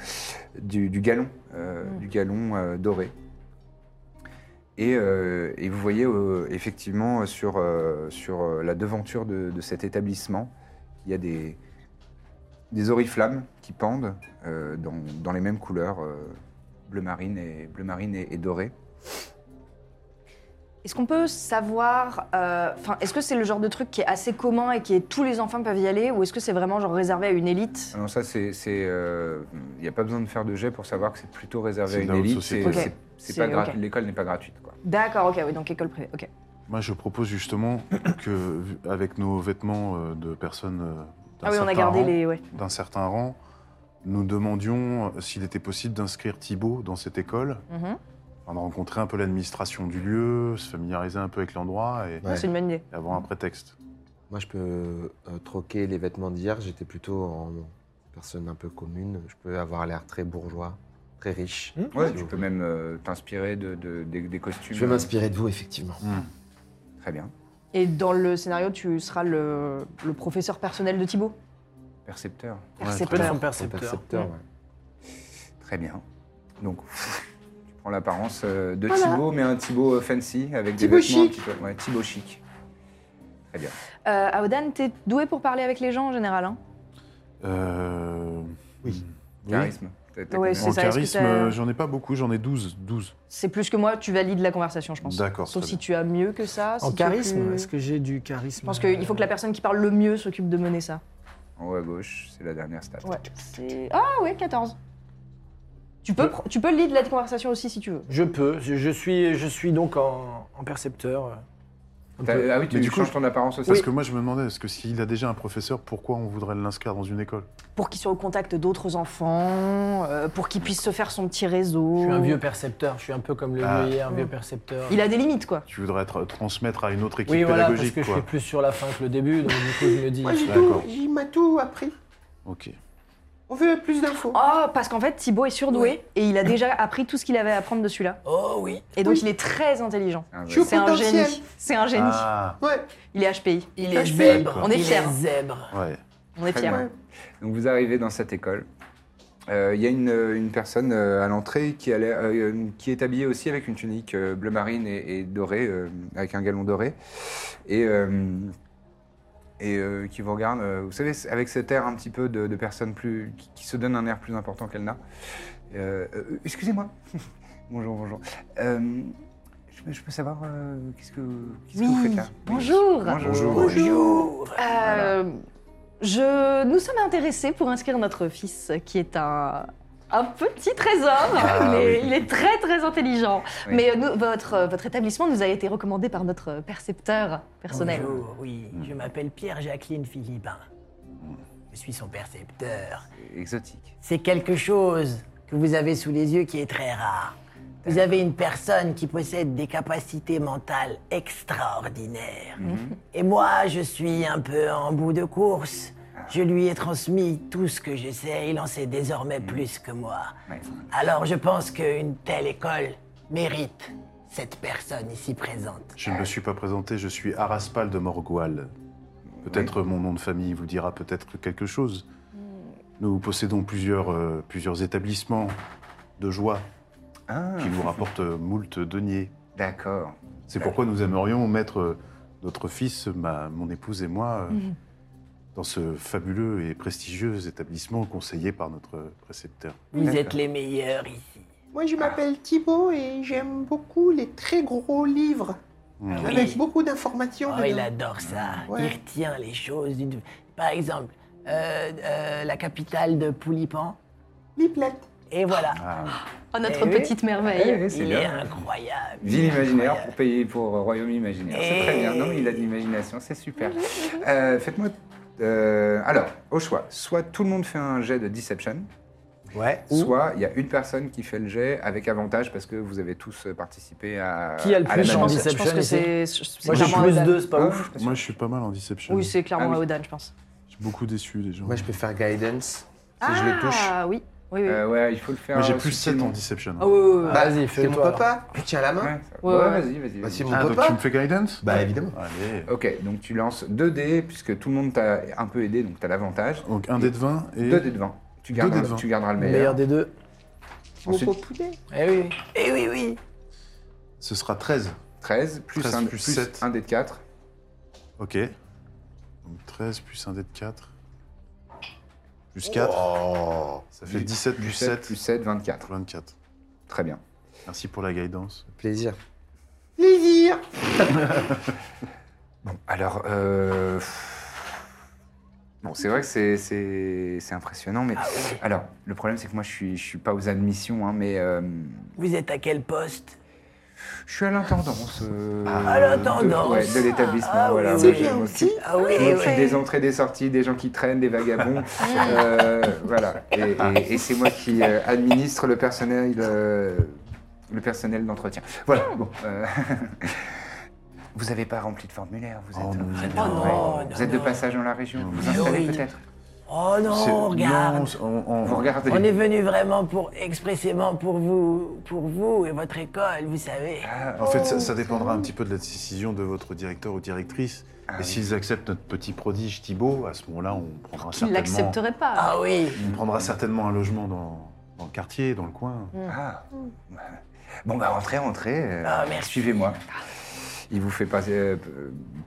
Speaker 1: du, du galon, euh, du galon euh, doré. Et, euh, et vous voyez euh, effectivement euh, sur, euh, sur euh, la devanture de, de cet établissement, il y a des, des oriflammes qui pendent euh, dans, dans les mêmes couleurs, euh, bleu marine et, bleu marine et, et doré.
Speaker 4: Est-ce qu'on peut savoir, euh, enfin, est-ce que c'est le genre de truc qui est assez commun et qui est tous les enfants peuvent y aller, ou est-ce que c'est vraiment genre réservé à une élite
Speaker 1: Ah Non, ça, c'est. c'est, euh, Il n'y a pas besoin de faire de jet pour savoir que c'est plutôt réservé
Speaker 2: C'est
Speaker 1: à une
Speaker 2: dans notre
Speaker 1: élite.
Speaker 2: société.
Speaker 1: c'est-
Speaker 4: Ok.
Speaker 1: c'est- c'est
Speaker 4: C'est-
Speaker 1: pas gra-
Speaker 4: ok.
Speaker 1: L'école n'est pas gratuite. Quoi.
Speaker 4: D'accord, ok, oui, donc école privée, ok. Ah
Speaker 2: Moi, je propose justement *coughs* que, vu- avec nos vêtements euh, de personnes euh, d'un
Speaker 4: Ah oui, on a
Speaker 2: certain
Speaker 4: gardé
Speaker 2: rang-
Speaker 4: les, ouais.
Speaker 2: d'un certain rang, nous demandions euh, s'il était possible d'inscrire Thibaut dans cette école,
Speaker 4: Mhm.
Speaker 2: enfin, de rencontrer un peu l'administration du lieu, se familiariser un peu avec l'endroit et,
Speaker 5: Ouais.
Speaker 4: C'est une bonne idée.
Speaker 2: et avoir un prétexte.
Speaker 5: Moi, je peux euh, troquer les vêtements d'hier. J'étais plutôt en personne un peu commune. Je peux avoir l'air très bourgeois, très riche.
Speaker 3: Hmm.
Speaker 1: Ouais,
Speaker 5: Si
Speaker 1: tu
Speaker 5: vous
Speaker 1: peux
Speaker 5: voulez.
Speaker 1: même euh, t'inspirer de, de- des, des costumes.
Speaker 5: Je vais m'inspirer de vous, effectivement.
Speaker 1: Très bien.
Speaker 4: Et dans le scénario, tu seras le, le professeur personnel de Thibaut.
Speaker 1: Percepteur.
Speaker 3: Peut-être
Speaker 4: Percepteur.
Speaker 3: son
Speaker 5: Son
Speaker 3: percepteur.
Speaker 5: percepteur,
Speaker 3: Mm.
Speaker 5: ouais.
Speaker 1: Très bien. Donc, *laughs* tu prends l'apparence euh, de Thibaut, mais un Thibaut euh, fancy avec des vêtements.
Speaker 5: Thibaut
Speaker 1: un
Speaker 5: chic.
Speaker 1: petit peu- Ouais, Thibaut chic. Très bien.
Speaker 4: Euh, Aodan, t'es doué pour parler avec les gens en général, hein
Speaker 2: Euh,
Speaker 5: Oui.
Speaker 1: Charisme. T'as- t'as
Speaker 4: Ouais,
Speaker 1: compris.
Speaker 4: C'est
Speaker 2: En
Speaker 4: ça, est-ce que
Speaker 2: charisme,
Speaker 4: t'as-
Speaker 2: euh, j'en ai pas beaucoup, j'en ai 12. 12.
Speaker 4: C'est plus que moi, tu valides la conversation, je pense.
Speaker 2: D'accord,
Speaker 4: Sauf
Speaker 2: très
Speaker 4: si
Speaker 2: bien.
Speaker 4: tu as mieux que ça. si
Speaker 3: En
Speaker 4: tu es
Speaker 3: charisme
Speaker 4: plus-
Speaker 3: Est-ce que j'ai du charisme
Speaker 4: Je pense qu'il faut que la personne qui parle le mieux s'occupe de mener ça.
Speaker 1: En haut à gauche, c'est la dernière stat.
Speaker 4: Ouais, c'est... Ah ouais, 14. Tu peux, pr- tu peux lead la conversation aussi si tu veux.
Speaker 3: Je peux. Je, je suis, je suis donc en, en percepteur. euh, un
Speaker 1: T'as-
Speaker 3: peu.
Speaker 1: Ah oui, tu
Speaker 2: Mais du
Speaker 1: du
Speaker 2: coup,
Speaker 1: changes ton apparence aussi.
Speaker 2: Parce que moi, je me demandais, est-ce que s'il a déjà un professeur, pourquoi on voudrait l'inscrire dans une école
Speaker 4: Pour qu'il soit au contact d'autres enfants, euh, pour qu'il puisse se faire son petit réseau.
Speaker 3: Je suis un vieux percepteur. Je suis un peu comme le
Speaker 2: Ah.
Speaker 3: vieux hier, un
Speaker 4: Mm.
Speaker 3: vieux percepteur.
Speaker 4: Il a des limites, quoi.
Speaker 2: Tu voudrais être- euh, transmettre à une autre équipe
Speaker 3: Oui, voilà, parce
Speaker 2: pédagogique,
Speaker 3: que je suis
Speaker 2: quoi.
Speaker 3: plus sur la fin que le début, donc du coup, je me dis.
Speaker 5: Moi, j'ai tout,
Speaker 2: D'accord.
Speaker 5: il m'a tout appris.
Speaker 2: Ok.
Speaker 5: On veut plus d'infos.
Speaker 4: Oh, parce qu'en fait, Thibaut est surdoué et il a déjà appris tout ce qu'il avait à apprendre de celui-là.
Speaker 3: Oh oui
Speaker 4: Et donc, il est très intelligent.
Speaker 1: Ah ouais.
Speaker 5: Je suis au
Speaker 4: C'est un
Speaker 5: potentiel.
Speaker 4: génie. C'est un génie.
Speaker 2: Ah,
Speaker 5: Ouais,
Speaker 4: Il est HPI.
Speaker 3: Il
Speaker 5: est
Speaker 2: zèbre.
Speaker 4: On est fiers.
Speaker 3: zèbre.
Speaker 2: ouais.
Speaker 4: On est
Speaker 1: Très
Speaker 4: fiers.
Speaker 1: bien. Donc vous arrivez dans cette école. Euh, Il y a une, une personne euh, à l'entrée qui, a l'air- euh, qui est habillée aussi avec une tunique euh, bleu marine et, et dorée, euh, avec un galon doré, et, euh, et euh, qui vous regarde, euh, vous savez, avec cet air un petit peu de, de personne plus, qui, qui se donne un air plus important qu'elle n'a. Euh, euh, Excusez-moi. *laughs* bonjour, bonjour. Euh, je, peux- je peux savoir euh, qu'est-ce que, qu'est-ce que vous faites là
Speaker 4: Bonjour.
Speaker 1: Bonjour.
Speaker 3: Bonjour
Speaker 4: Euh, je... Nous sommes intéressés pour inscrire notre fils, qui est un, un petit trésor. il, est, il est très, très intelligent.
Speaker 1: Oui.
Speaker 4: Mais euh, nous- votre, euh, votre établissement nous a été recommandé par notre euh, percepteur personnel.
Speaker 3: Bonjour, oui,
Speaker 2: Hmm.
Speaker 3: je m'appelle Pierre-Jacqueline Philippin. Je suis son percepteur.
Speaker 1: Exotique.
Speaker 3: C'est quelque chose que vous avez sous les yeux qui est très rare. Vous avez une personne qui possède des capacités mentales extraordinaires.
Speaker 1: Mhm.
Speaker 3: Et moi, je suis un peu en bout de course. Je lui ai transmis tout ce que je sais, il en sait désormais plus que moi.
Speaker 1: Mhm. Ouais.
Speaker 3: Alors je pense qu'une telle école mérite cette personne ici présente.
Speaker 2: Je ne me suis pas présenté, je suis Araspal de Morgoual. Peut-être mon nom de famille vous dira peut-être quelque chose.
Speaker 3: Hmm.
Speaker 2: Nous possédons plusieurs, euh, plusieurs établissements de joie
Speaker 1: Ah,
Speaker 2: qui nous rapportent euh, moult deniers.
Speaker 1: d'accord.
Speaker 2: C'est pourquoi nous aimerions mettre euh, notre fils, ma, mon épouse et moi, euh, dans ce fabuleux et prestigieux établissement conseillé par notre précepteur.
Speaker 3: Vous
Speaker 1: D'accord.
Speaker 3: êtes les meilleurs ici.
Speaker 5: moi je m'appelle Thibaut et j'aime beaucoup les très gros livres
Speaker 2: Mm.
Speaker 3: Ah Oui.
Speaker 5: avec beaucoup d'informations.
Speaker 3: Oh, il
Speaker 5: dedans.
Speaker 3: adore ça.
Speaker 5: Ouais.
Speaker 3: Il retient les choses. d'une- Par exemple, euh, euh, la capitale de Poulipan.
Speaker 5: Liplette.
Speaker 3: Et voilà.
Speaker 2: Ah,
Speaker 4: Oh, notre
Speaker 3: Eh oui.
Speaker 4: petite merveille.
Speaker 1: Eh, c'est
Speaker 3: il
Speaker 1: bien.
Speaker 3: est incroyable.
Speaker 1: Ville imaginaire pour
Speaker 3: Incroyable.
Speaker 1: payer pour euh, royaume imaginaire. C'est très bien. Non, mais il a de l'imagination, c'est
Speaker 4: *laughs*
Speaker 1: super. Euh, Faites-moi. euh, alors, au choix, soit tout le monde fait un jet de deception,
Speaker 5: Ouais.
Speaker 1: soit il y a une personne qui fait le jet avec avantage parce que vous avez tous euh, participé à.
Speaker 3: Qui a le
Speaker 1: à la
Speaker 3: plus
Speaker 4: Je
Speaker 3: Jean
Speaker 1: manip.
Speaker 4: pense, je pense
Speaker 3: Deception
Speaker 4: que
Speaker 3: ici.
Speaker 4: c'est. c'est
Speaker 3: Moi j'ai
Speaker 4: clairement
Speaker 3: plus
Speaker 4: Aodan.
Speaker 3: deux, c'est pas
Speaker 1: Ah,
Speaker 3: ouf.
Speaker 1: parce que-
Speaker 2: moi, je suis pas mal en deception.
Speaker 4: Oui, c'est clairement
Speaker 1: Ah oui.
Speaker 4: Aodan, je pense.
Speaker 2: Je suis beaucoup déçu déjà.
Speaker 5: Moi je peux faire guidance si
Speaker 4: ah
Speaker 5: je le touche.
Speaker 4: oui. Oui, oui.
Speaker 1: Euh, ouais, il faut le faire.
Speaker 2: Moi, j'ai
Speaker 1: euh,
Speaker 2: plus 7
Speaker 1: subtilement.
Speaker 2: en deception.
Speaker 4: Ah oui, oui, oui.
Speaker 3: Bah,
Speaker 5: Vas-y,
Speaker 3: vas-y,
Speaker 5: fais
Speaker 3: fais-le
Speaker 5: mon
Speaker 3: toi,
Speaker 5: papa. Tu tiens la main
Speaker 1: Ouais, ça-
Speaker 4: Ouais,
Speaker 1: ouais,
Speaker 4: ouais.
Speaker 1: vas-y, vas-y.
Speaker 5: Bah, c'est
Speaker 1: vas-y.
Speaker 5: mon
Speaker 2: Ah, donc
Speaker 5: papa.
Speaker 2: tu me fais guidance
Speaker 5: Bah, évidemment.
Speaker 2: Allez.
Speaker 1: Ok, donc tu lances 2 dés, puisque tout le monde t'a un peu aidé, donc t'as l'avantage.
Speaker 2: Donc un dé de 20 et...
Speaker 1: 2 dés de 20. Tu
Speaker 2: Deux
Speaker 1: garderas,
Speaker 2: dés de 20.
Speaker 1: Tu garderas le
Speaker 3: Le
Speaker 1: meilleur.
Speaker 3: meilleur des deux.
Speaker 1: Ensuite,
Speaker 3: Eh oui.
Speaker 4: Eh oui, oui.
Speaker 2: Ce sera 13.
Speaker 1: 13, plus,
Speaker 2: 13,
Speaker 1: 1,
Speaker 2: plus sept.
Speaker 1: 1 dé de 4.
Speaker 2: Ok. Donc 13 plus un dé de 4. Plus 4.
Speaker 5: Oh,
Speaker 2: ça fait 17 plus 7.
Speaker 1: plus 7, 24.
Speaker 2: 24.
Speaker 1: Très bien.
Speaker 2: Merci pour la guidance.
Speaker 5: plaisir. Plaisir
Speaker 1: Bon, alors... euh, Bon, c'est vrai que c'est- c'est c'est impressionnant, mais... Alors, le problème, c'est que moi, je suis, je suis pas aux admissions, hein, mais... euh,
Speaker 3: Vous êtes à quel poste
Speaker 1: Je suis à l'intendance. euh,
Speaker 3: à l'intendance.
Speaker 1: De, ouais, de l'établissement,
Speaker 3: Ah,
Speaker 1: voilà.
Speaker 3: oui,
Speaker 1: Moi,
Speaker 3: oui.
Speaker 1: je-
Speaker 3: C'est
Speaker 1: moi,
Speaker 5: aussi.
Speaker 3: Ah oui,
Speaker 1: Je
Speaker 3: oui. Ah.
Speaker 1: m'occupe des entrées, des sorties, des gens qui traînent, des
Speaker 3: *laughs*
Speaker 1: vagabonds. Euh, voilà. Et, et- et c'est moi qui euh, administre le personnel, euh, le personnel d'entretien. Voilà. Bon. euh, *laughs* vous n'avez pas rempli de formulaire. Vous êtes,
Speaker 2: Oh non.
Speaker 1: vous êtes-
Speaker 3: Oh non,
Speaker 1: ouais.
Speaker 3: non,
Speaker 1: vous êtes de
Speaker 3: non.
Speaker 1: passage dans la région. Vous vous
Speaker 3: Mais
Speaker 1: installez
Speaker 3: oui.
Speaker 1: peut-être.
Speaker 3: Oh
Speaker 2: C'est-
Speaker 3: non, regarde. Oh.
Speaker 2: Non, on, on-
Speaker 1: Vous regardez.
Speaker 3: On est venu vraiment pour expressément pour vous, pour vous et votre école, vous savez.
Speaker 2: En fait, ça, ça dépendra un petit peu de la décision de votre directeur ou directrice.
Speaker 3: Ah
Speaker 2: et s'ils acceptent notre petit prodige Thibaut, à ce moment-là, on prendra
Speaker 4: Qui ne
Speaker 2: certainement,
Speaker 4: l'accepterait pas.
Speaker 3: Ah oui.
Speaker 2: on prendra certainement un logement dans, dans le quartier, dans le coin.
Speaker 3: Mm.
Speaker 1: Ah. Bon bah rentrez, rentrez. euh,
Speaker 3: Ah, merci.
Speaker 1: Suivez-moi. Il vous fait passer, euh, p-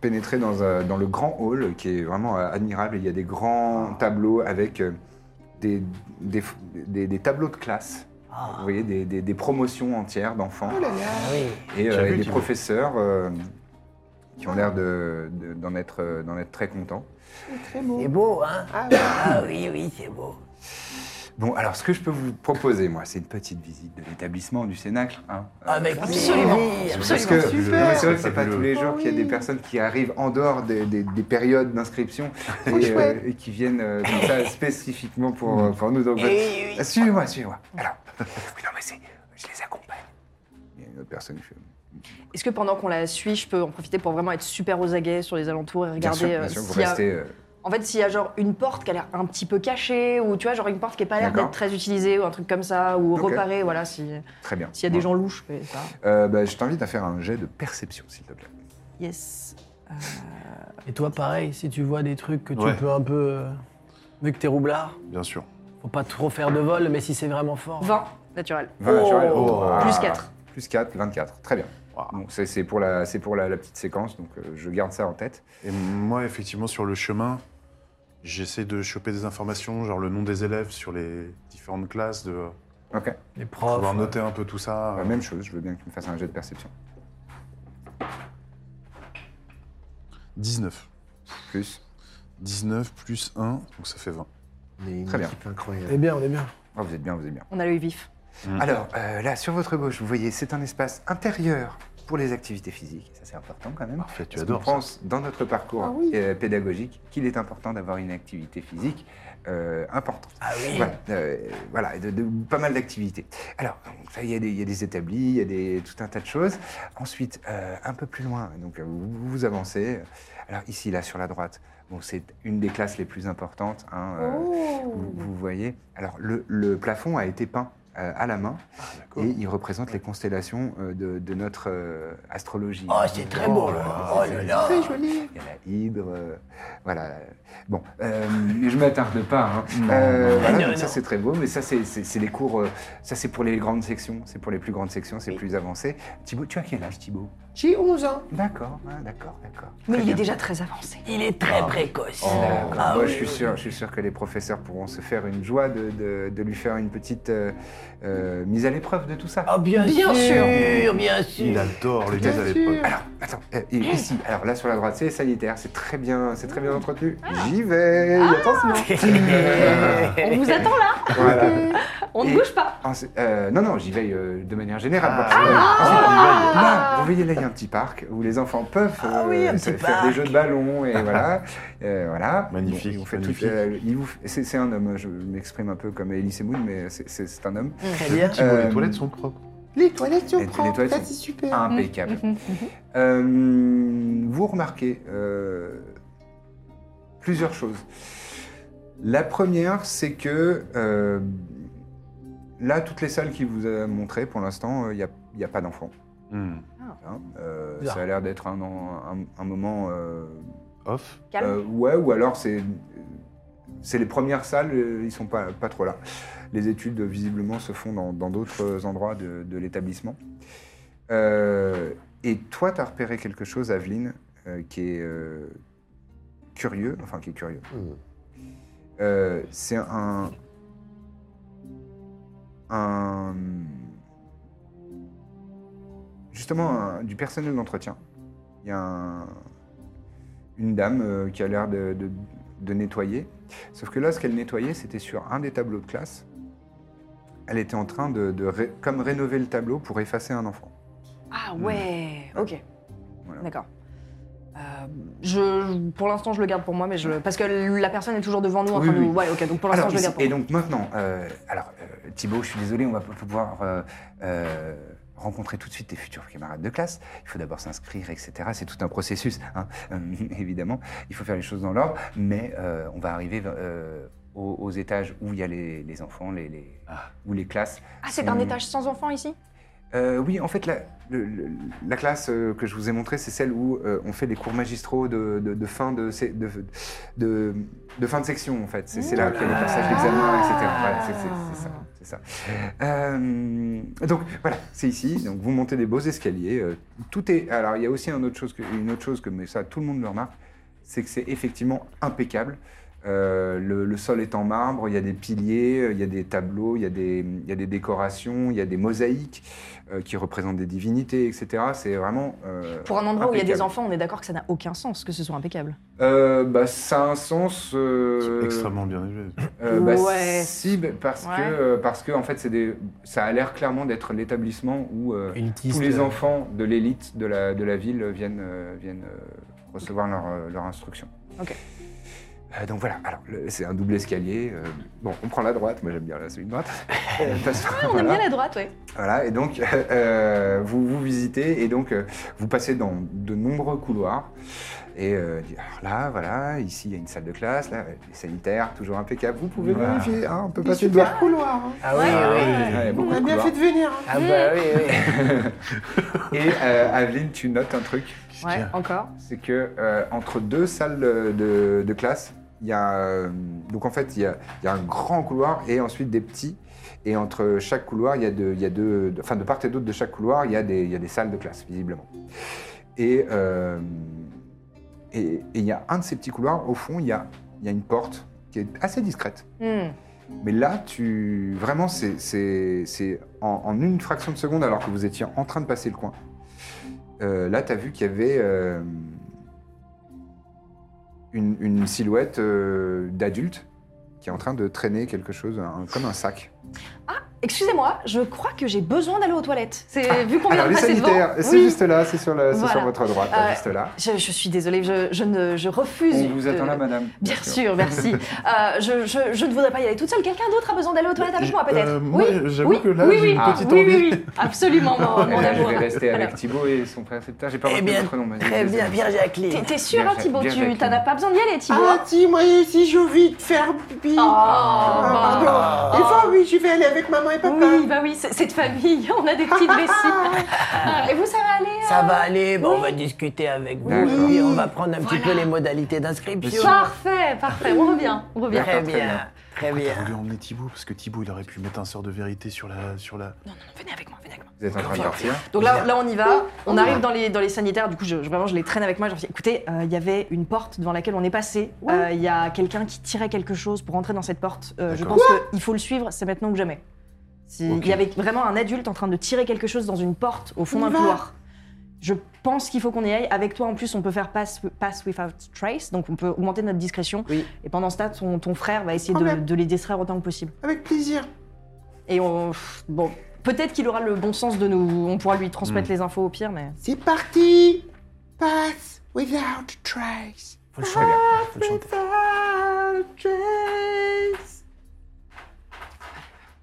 Speaker 1: pénétrer dans, un- dans le grand hall qui est vraiment euh, admirable. Il y a des grands tableaux avec euh, des, des, f- des- des tableaux de classe. Vous voyez, des, des- des promotions entières d'enfants
Speaker 5: Oh
Speaker 3: Ah oui.
Speaker 1: et, euh,
Speaker 2: J'ai
Speaker 1: et
Speaker 2: vu
Speaker 1: des
Speaker 2: qu'il-
Speaker 1: professeurs euh, qui ont l'air de- de- d'en être, euh, d'en être très contents.
Speaker 3: C'est beau, hein Ah oui, oui, c'est beau.
Speaker 1: Bon, alors ce que je peux vous proposer, moi, c'est une petite visite de l'établissement du Cénacle. hein. Euh,
Speaker 3: Avec
Speaker 4: Absolument.
Speaker 3: plaisir.
Speaker 1: Parce
Speaker 4: Absolument.
Speaker 1: que non,
Speaker 2: Super.
Speaker 1: mais c'est vrai que c'est pas
Speaker 2: Fabuleux.
Speaker 1: tous les jours qu'il y a des personnes qui arrivent en dehors des, des- des périodes d'inscription et, euh, et qui viennent euh, comme ça spécifiquement pour, euh, pour nous. Donc,
Speaker 3: Eh oui, oui.
Speaker 1: Suivez-moi, suivez-moi. Alors, *laughs* oui, non, mais c'est, je les accompagne. Il y a une autre personne qui fait.
Speaker 4: Est-ce que pendant qu'on la suit, je peux en profiter pour vraiment être super aux aguets sur les alentours et
Speaker 1: Bien
Speaker 4: regarder
Speaker 1: sûr, bien
Speaker 4: euh,
Speaker 1: sûr, vous
Speaker 4: s'il y a-
Speaker 1: restez. euh,
Speaker 4: En fait, s'il y a genre une porte qui a l'air un petit peu cachée, ou tu vois, genre une porte qui n'a pas l'air
Speaker 1: D'accord.
Speaker 4: d'être très utilisée, ou un truc comme ça, ou
Speaker 1: Ok.
Speaker 4: reparée, voilà, si- s'il
Speaker 1: très bien.
Speaker 4: y a des
Speaker 1: Ouais.
Speaker 4: gens louches, mais ça.
Speaker 1: Euh, bah, je t'invite à faire un jet de perception, s'il te plaît.
Speaker 4: Yes.
Speaker 3: Et toi, pareil, si tu vois des trucs que tu
Speaker 2: Ouais.
Speaker 3: peux un peu. euh, Vu que t'es roublard,
Speaker 2: Bien sûr.
Speaker 3: faut pas trop faire de vol, mais si c'est vraiment fort.
Speaker 4: 20, naturel.
Speaker 1: Vingt naturel.
Speaker 2: Oh.
Speaker 1: Ah.
Speaker 4: Plus quatre.
Speaker 1: Plus 4, 24. Très bien.
Speaker 2: Wow.
Speaker 1: Bon, c'est, c'est pour, la, c'est pour la, la petite séquence, donc euh, je garde ça en tête.
Speaker 2: Et moi, effectivement, sur le chemin, j'essaie de choper des informations, genre le nom des élèves sur les différentes classes, de
Speaker 1: Ok.
Speaker 3: Les profs.
Speaker 2: pouvoir noter un peu tout ça.
Speaker 1: Euh, même chose, je veux bien que tu me fasses un jet de perception.
Speaker 2: 19.
Speaker 1: Plus.
Speaker 2: 19 plus 1, donc ça fait 20.
Speaker 5: Mais une
Speaker 1: Très bien.
Speaker 5: équipe
Speaker 3: On est
Speaker 5: incroyable.
Speaker 3: euh, eh bien, on est bien.
Speaker 1: Oh, vous êtes bien, vous êtes bien.
Speaker 4: On a l'œil vif.
Speaker 2: Mm.
Speaker 1: Alors, euh, là, sur votre gauche, vous voyez, c'est un espace intérieur pour les activités physiques. Ça, c'est important quand même.
Speaker 2: Parfait, tu
Speaker 1: Parce
Speaker 2: adores
Speaker 1: qu'on
Speaker 2: ça.
Speaker 1: pense, dans notre parcours
Speaker 3: Ah
Speaker 1: euh, pédagogique, qu'il est important d'avoir une activité physique euh, importante.
Speaker 3: Ah oui.
Speaker 1: Voilà, euh, voilà, de, de- pas mal d'activités. Alors, donc, ça, il y, a des- il y a des établis, il y a des, tout un tas de choses. Ensuite, euh, un peu plus loin, donc euh, vous, vous avancez. Alors ici, là, sur la droite, bon, c'est une des classes les plus importantes. hein, euh, vous, vous voyez. Alors, le, le plafond a été peint euh, à la main
Speaker 3: Ah,
Speaker 1: et il représente les constellations euh, de, de notre euh, astrologie.
Speaker 3: Oh, c'est très beau, là. Oh là là.
Speaker 1: Il y a la hydre, euh, voilà. Bon, euh, mais je m'attarde pas. hein. Euh, voilà,
Speaker 3: Non,
Speaker 1: donc
Speaker 3: non.
Speaker 1: ça c'est très beau, mais ça c'est- c'est c'est les cours, euh, ça c'est pour les grandes sections, c'est pour les plus grandes sections, c'est plus avancé. Thibaut, tu as quel âge Thibaut
Speaker 5: J'ai 11 ans. Oh.
Speaker 1: D'accord, hein, d'accord, d'accord.
Speaker 4: Mais
Speaker 1: Très
Speaker 4: il est
Speaker 1: bien.
Speaker 4: déjà très
Speaker 1: *laughs*
Speaker 4: avancé.
Speaker 3: Il est très précoce.
Speaker 1: D'accord.
Speaker 3: Ah
Speaker 1: Moi,
Speaker 3: oui,
Speaker 1: je, suis
Speaker 3: oui.
Speaker 1: sûr, je suis sûr que les professeurs pourront se faire une joie de, de- de lui faire une petite euh, euh, mise à l'épreuve de tout ça.
Speaker 3: Ah, bien,
Speaker 4: Bien
Speaker 3: sûr, bien sûr.
Speaker 2: Il adore les gaz à l'époque.
Speaker 1: Alors, attends, euh, et ici, alors là sur la droite, c'est les sanitaires, c'est très bien, c'est très bien entretenu.
Speaker 3: Ah.
Speaker 1: J'y vais,
Speaker 3: *laughs*
Speaker 1: attention.
Speaker 4: On vous attend là,
Speaker 1: Voilà.
Speaker 4: on ne
Speaker 1: Et-
Speaker 4: bouge pas.
Speaker 1: Ensuite- euh, non, non, j'y veille euh, de manière générale.
Speaker 2: Ah,
Speaker 1: Parce que-
Speaker 2: ah,
Speaker 1: Ensuite, là, vous voyez, là, il y a un petit parc où les enfants peuvent euh,
Speaker 3: Ah oui, un
Speaker 1: se-
Speaker 3: petit
Speaker 1: faire
Speaker 3: parc.
Speaker 1: des jeux de ballon
Speaker 3: *laughs*
Speaker 1: et voilà. Euh, voilà.
Speaker 2: Magnifique,
Speaker 1: il vous fait
Speaker 2: magnifique.
Speaker 1: tout- euh, il vous f- c'est, c'est un homme, hein, je m'exprime un peu comme Elise Moon, mais c'est, c'est- c'est un homme.
Speaker 3: Très bien.
Speaker 2: Thibaut,
Speaker 1: Euh,
Speaker 2: les toilettes sont propres.
Speaker 5: Les toilettes, tu
Speaker 1: Les- les
Speaker 5: prends.
Speaker 1: toilettes Ah.
Speaker 5: Ça,
Speaker 1: sont-
Speaker 5: c'est super.
Speaker 1: Impeccable.
Speaker 2: *laughs*
Speaker 1: Euh, vous remarquez euh, plusieurs choses. La première, c'est que euh, Là, toutes les salles qu'il vous a montrées, pour l'instant, euh, il n'y a, y a pas d'enfants.
Speaker 2: Hmm.
Speaker 1: hein. Euh,
Speaker 3: Bizarre.
Speaker 1: ça a l'air d'être un, an- un- un moment... euh,
Speaker 2: Off
Speaker 4: Calme.
Speaker 1: euh, ouais, ou alors c'est... C'est les premières salles, euh, ils sont pas, pas trop là. Les études, euh, visiblement, se font dans dans d'autres endroits de, de l'établissement. Euh, et toi, tu as repéré quelque chose, Aveline, euh, qui est euh, curieux, enfin qui est curieux. Euh, c'est un. Un. Justement, un- du personnel d'entretien. Il y a un- une dame euh, qui a l'air de, de- de nettoyer. Sauf que là, ce qu'elle nettoyait, c'était sur un des tableaux de classe. Elle était en train de, de ré- comme rénover le tableau pour effacer un enfant.
Speaker 4: Ah ouais, ok.
Speaker 1: hmm. Voilà.
Speaker 4: D'accord. Euh, je, pour l'instant, je le garde pour moi, mais je, parce que la personne est toujours devant nous en
Speaker 1: Oui,
Speaker 4: train de.
Speaker 1: oui.
Speaker 4: Ouais, ok. Donc pour l'instant,
Speaker 1: Alors,
Speaker 4: je le
Speaker 1: ici-
Speaker 4: garde pour
Speaker 1: et
Speaker 4: moi.
Speaker 1: donc maintenant, euh, alors euh, Thibaut, je suis désolé, on va pas pouvoir euh, euh, rencontrer tout de suite tes futurs camarades de classe. Il faut d'abord s'inscrire, etc. C'est tout un processus, hein, *laughs* euh, évidemment. Il faut faire les choses dans l'ordre, mais euh, on va arriver euh, aux, aux étages où il y a les, les enfants, les, les- où les classes.
Speaker 4: Ah, c'est
Speaker 1: sont-
Speaker 4: un étage sans enfants ici
Speaker 1: Euh, Oui, en fait, la, le- le- la classe euh, que je vous ai montrée, c'est celle où euh, on fait les cours magistraux de, de- de fin de, sé- de, de- de fin de section, en fait. C'est c'est là qu'il y a les passages d'examen, etc. Voilà, c'est- c'est- c'est ça. c'est ça. Euh, donc voilà, c'est ici. Donc vous montez des beaux escaliers. euh, tout est. Alors il y a aussi un autre chose que, une autre chose que, mais ça tout le monde le remarque, c'est que c'est effectivement impeccable. Euh, le, le sol est en marbre, il y a des piliers, euh, il y a des tableaux, il y a des, il y a des décorations, il y a des mosaïques euh, qui représentent des divinités, etc. C'est vraiment. euh,
Speaker 4: Pour un endroit où il y a des
Speaker 1: impeccable.
Speaker 4: enfants, on est d'accord que ça n'a aucun sens que ce soit impeccable.
Speaker 1: Euh, bah, ça a un sens. euh,
Speaker 2: Extrêmement bien élevé.
Speaker 1: Euh, bah,
Speaker 4: Ouais.
Speaker 1: Si, bah, parce
Speaker 4: Ouais.
Speaker 1: que euh, parce que en fait, c'est des, ça a l'air clairement d'être l'établissement où euh, tous
Speaker 3: Élitiste.
Speaker 1: les enfants de l'élite de la, de la ville viennent euh, viennent euh, recevoir leur, euh, leur instruction.
Speaker 4: Ok.
Speaker 1: Euh, donc voilà. Alors le- c'est un double escalier. euh, bon, on prend la droite. Moi, j'aime bien la celui de droite. Euh, parce que,
Speaker 4: Ah, on aime
Speaker 1: voilà.
Speaker 4: bien la droite, ouais.
Speaker 1: Voilà, et donc *laughs* euh, vous vous visitez et donc euh, vous passez dans de nombreux couloirs. Et euh, dit, alors là, voilà, ici il y a une salle de classe, là, euh, les sanitaires, toujours impeccable. Vous pouvez
Speaker 2: Voilà.
Speaker 1: vérifier, hein, on peut
Speaker 5: Il
Speaker 1: passer devant.
Speaker 5: couloir. hein.
Speaker 3: *laughs* Ah oui, oui.
Speaker 1: Ouais, beaucoup
Speaker 5: On a
Speaker 1: de
Speaker 5: bien
Speaker 1: couloirs.
Speaker 5: fait de venir. hein.
Speaker 3: Ah bah oui,
Speaker 1: *laughs*
Speaker 3: oui.
Speaker 1: Et euh, Aveline, tu notes un truc,
Speaker 2: Qu'est-ce qu'il y
Speaker 4: Ouais,
Speaker 2: a
Speaker 4: encore.
Speaker 1: c'est que euh, entre deux salles de, de classe, il y a euh, donc en fait il y a, il y a un grand couloir et ensuite des petits. Et entre chaque couloir, il y a deux, il y a deux, de- enfin de part et d'autre de chaque couloir, il y a des, il y a des salles de classe visiblement. Et euh, et et il y a un de ces petits couloirs au fond, il y a, il y a une porte qui est assez discrète.
Speaker 4: Hmm.
Speaker 1: Mais là, tu. Vraiment, c'est- c'est c'est en, en une fraction de seconde, alors que vous étiez en train de passer le coin. euh, là, tu as vu qu'il y avait euh, une, une silhouette euh, d'adulte qui est en train de traîner quelque chose, un- comme un sac.
Speaker 4: Excusez-moi, je crois que j'ai besoin d'aller aux toilettes. Ah C'est vu qu'on vient
Speaker 1: Alors,
Speaker 4: de
Speaker 1: les
Speaker 4: passer
Speaker 1: sanitaires,
Speaker 4: devant.
Speaker 1: c'est
Speaker 4: Oui.
Speaker 1: juste là, c'est sur, la- c'est
Speaker 4: Voilà.
Speaker 1: sur votre droite,
Speaker 4: Euh,
Speaker 1: juste là.
Speaker 4: Je, je suis désolée, je, je ne, je refuse.
Speaker 1: On vous
Speaker 4: de-
Speaker 1: attend là, madame.
Speaker 4: Bien sûr, merci. Euh, je, je- je ne voudrais pas y aller toute seule. Quelqu'un d'autre a besoin d'aller aux toilettes avec
Speaker 2: Je-
Speaker 4: moi, peut-être
Speaker 2: euh, moi, j'avoue que là, j'ai une petite
Speaker 4: oui,
Speaker 2: envie.
Speaker 4: Oui, oui, absolument,
Speaker 1: *laughs*
Speaker 4: mon,
Speaker 1: Et
Speaker 4: mon
Speaker 1: là, je
Speaker 4: amour.
Speaker 1: vais rester avec
Speaker 4: Alors,
Speaker 1: Thibaut et son précepteur. J'ai pas retenu
Speaker 3: bien,
Speaker 1: votre nom. vas-y,
Speaker 3: Eh
Speaker 1: désolé.
Speaker 3: bien, bien
Speaker 4: T'es
Speaker 3: Jacqueline.
Speaker 4: t'es sûr,
Speaker 1: Bien
Speaker 4: hein,
Speaker 1: fait,
Speaker 4: Thibaut
Speaker 1: bien fait,
Speaker 4: Tu t'en as pas besoin d'y aller, Thibaut
Speaker 5: Ah, si, moi, si j'ai envie de faire pipi. Ah,
Speaker 4: Oh,
Speaker 5: Pardon. Des fois, oui, je vais aller avec maman et papa.
Speaker 4: Oui, bah oui, c'est c'est de famille, *laughs* on a des petites vessies. Ah, *laughs* Et vous, ça va aller euh,
Speaker 3: Ça va aller, bah, on va discuter avec vous, et
Speaker 1: D'accord.
Speaker 3: puis on va prendre un petit peu les modalités d'inscription.
Speaker 4: Parfait, parfait, on revient, on revient.
Speaker 1: très
Speaker 3: Très bien,
Speaker 1: bien.
Speaker 3: très
Speaker 2: On
Speaker 3: bien.
Speaker 2: voulait emmener Thibaut parce que Thibaut il aurait pu mettre un sort de vérité sur la sur la.
Speaker 4: Venez avec moi, venez avec moi.
Speaker 1: Vous êtes en train de partir.
Speaker 4: Donc là, là, on y va. On arrive dans les, dans les sanitaires. Du coup, je, je- vraiment, je les traîne avec moi. Je leur dis, écoutez, euh, il y avait une porte devant laquelle on est passé. Euh, Il y a quelqu'un qui tirait quelque chose pour entrer dans cette porte. Euh, je
Speaker 2: D'accord.
Speaker 4: pense qu'il faut le suivre, c'est maintenant ou jamais. Si- Il
Speaker 2: Ok.
Speaker 4: y avait vraiment un adulte en train de tirer quelque chose dans une porte au fond
Speaker 5: On y
Speaker 4: d'un
Speaker 5: va.
Speaker 4: couloir. Je pense qu'il faut qu'on y aille. Avec toi, en plus, on peut faire pass, pass without trace. Donc, on peut augmenter notre discrétion.
Speaker 3: Oui.
Speaker 4: Et pendant ce temps, ton, ton frère va essayer de,
Speaker 5: Problème.
Speaker 4: de les distraire autant que possible.
Speaker 5: Avec plaisir.
Speaker 4: Et on. pff, Bon. Peut-être qu'il aura le bon sens de nous. On pourra lui transmettre les infos au pire, mais.
Speaker 5: C'est parti. Pass without trace.
Speaker 3: Faut le chanter. Faut le chanter.
Speaker 5: Without trace.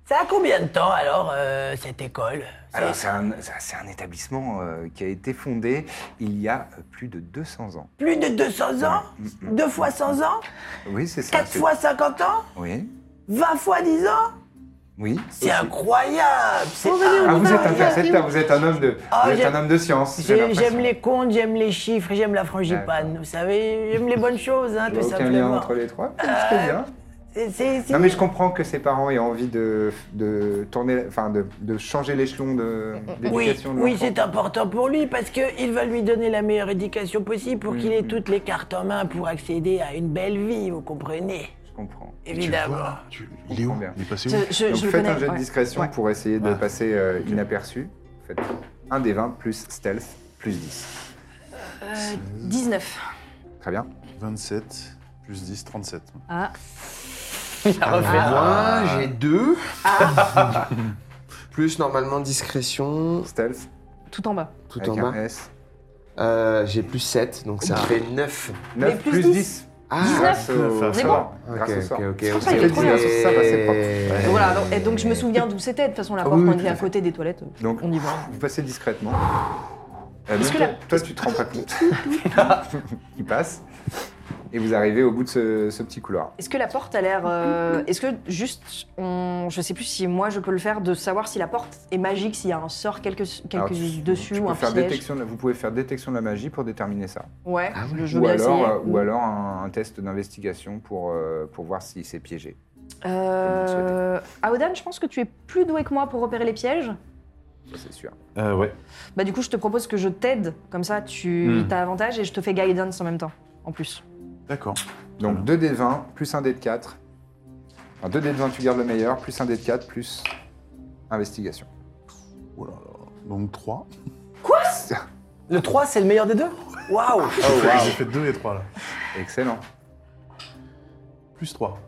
Speaker 3: Ça a combien de temps alors, euh, cette école
Speaker 1: Alors,
Speaker 3: C'est
Speaker 1: c'est un, c'est- c'est un établissement euh, qui a été fondé il y a euh, plus de 200 ans.
Speaker 3: Plus de 200 ans Deux fois 100 ans
Speaker 1: Oui, Ah, c'est ça.
Speaker 3: Quatre
Speaker 1: c'est-
Speaker 3: fois 50 ans
Speaker 1: Oui.
Speaker 3: 20 fois 10 ans
Speaker 1: Oui.
Speaker 3: C'est incroyable c'est
Speaker 1: Ah, vous êtes, un,
Speaker 3: incroyable.
Speaker 1: c'est un- vous êtes un homme de,
Speaker 3: Ah,
Speaker 1: vous êtes
Speaker 3: j'aime-
Speaker 1: un homme de science. j'ai
Speaker 3: J'ai-
Speaker 1: l'impression.
Speaker 3: J'aime les comptes, j'aime les chiffres, et j'aime la frangipane. Vous savez, j'aime les bonnes choses, hein,
Speaker 1: Je vois
Speaker 3: tout ça.
Speaker 1: aucun lien entre les trois. Très bien.
Speaker 3: C'est, c'est, c'est-
Speaker 1: Non mais je comprends que ses parents aient envie de, de tourner, enfin de, de changer l'échelon de
Speaker 3: Oui,
Speaker 1: d'éducation de
Speaker 3: oui,
Speaker 1: l'enfant.
Speaker 3: c'est important pour lui parce qu'il va lui donner la meilleure éducation possible pour qu'il ait
Speaker 1: Mhm.
Speaker 3: toutes les cartes en main pour accéder à une belle vie, vous comprenez
Speaker 1: Je comprends.
Speaker 3: Évidemment.
Speaker 2: Tu- il est où
Speaker 1: bien.
Speaker 2: Il est passé où
Speaker 4: Je, je,
Speaker 1: Donc
Speaker 4: je
Speaker 1: faites
Speaker 4: le connais.
Speaker 1: un jet de
Speaker 4: ouais.
Speaker 1: discrétion
Speaker 4: Ouais.
Speaker 1: pour essayer de
Speaker 2: Ah.
Speaker 1: passer euh, inaperçu. Faites un des 20 plus stealth plus 10.
Speaker 4: Euh, 19.
Speaker 1: Très bien.
Speaker 2: 27 plus 10, 37.
Speaker 4: Ah.
Speaker 5: Ah, Moi, j'ai
Speaker 6: *laughs*
Speaker 5: deux. Plus normalement discrétion,
Speaker 1: Stealth
Speaker 4: Tout en bas.
Speaker 5: tout
Speaker 1: avec
Speaker 5: en
Speaker 1: un
Speaker 5: bas.
Speaker 1: S.
Speaker 5: Euh, j'ai plus 7, donc ça fait 9.
Speaker 1: 9
Speaker 4: Mais
Speaker 1: plus,
Speaker 4: plus
Speaker 1: 10.
Speaker 4: 10.
Speaker 5: Ah,
Speaker 1: Grâce
Speaker 2: Neuf.
Speaker 1: au
Speaker 2: C'est
Speaker 1: sort.
Speaker 5: ok,
Speaker 1: Grâce au
Speaker 5: ok,
Speaker 1: sort.
Speaker 5: ok, ok.
Speaker 4: Ah, il est trop bien.
Speaker 1: Ça, bah, c'est propre.
Speaker 4: Donc voilà, donc, et donc je me souviens d'où c'était. De toute façon, la
Speaker 5: Ah
Speaker 4: porte,
Speaker 5: oui,
Speaker 4: quand
Speaker 5: tout
Speaker 4: il est
Speaker 5: à
Speaker 4: à
Speaker 5: fait.
Speaker 4: côté des toilettes,
Speaker 1: Donc
Speaker 4: on y va.
Speaker 1: vous passez discrètement. Euh,
Speaker 4: Est-ce
Speaker 1: même
Speaker 4: que
Speaker 1: toi, toi, tu te rends pas *laughs* compte. Il passe. Et vous arrivez au bout de ce, ce petit couloir.
Speaker 4: Est-ce que la porte a l'air. euh, Est-ce que juste. On, je sais plus si moi je peux le faire, de savoir si la porte est magique, s'il y a un sort quelque, quelque
Speaker 1: Alors, tu-
Speaker 4: dessus
Speaker 1: tu
Speaker 4: ou
Speaker 1: peux
Speaker 4: un
Speaker 1: faire
Speaker 4: piège.
Speaker 1: détection de- vous pouvez faire détection de la magie pour déterminer ça.
Speaker 4: Ouais,
Speaker 5: Ah ouais.
Speaker 4: je- je veux
Speaker 1: Ou
Speaker 4: bien
Speaker 1: alors,
Speaker 4: essayer.
Speaker 1: euh, ou alors un, un test d'investigation pour, euh, pour voir si c'est piégé.
Speaker 4: Euh, Aodan, je pense que tu es plus doué que moi pour repérer les pièges.
Speaker 1: Ça, C'est sûr.
Speaker 2: Euh, ouais.
Speaker 4: Bah, du coup, je te propose que je t'aide. Comme ça, tu
Speaker 2: Hmm.
Speaker 4: as avantage et je te fais guidance en même temps, en plus.
Speaker 2: D'accord.
Speaker 1: Donc 2 dés de 20 plus 1 dé de 4. Enfin, 2 dés de 20, tu gardes le meilleur, plus 1 dé de 4, plus investigation.
Speaker 2: Oh là là. Donc 3.
Speaker 3: Le 3, c'est le meilleur des deux Waouh
Speaker 2: J'ai fait 2 et 3 là.
Speaker 1: Excellent.
Speaker 2: Plus 3.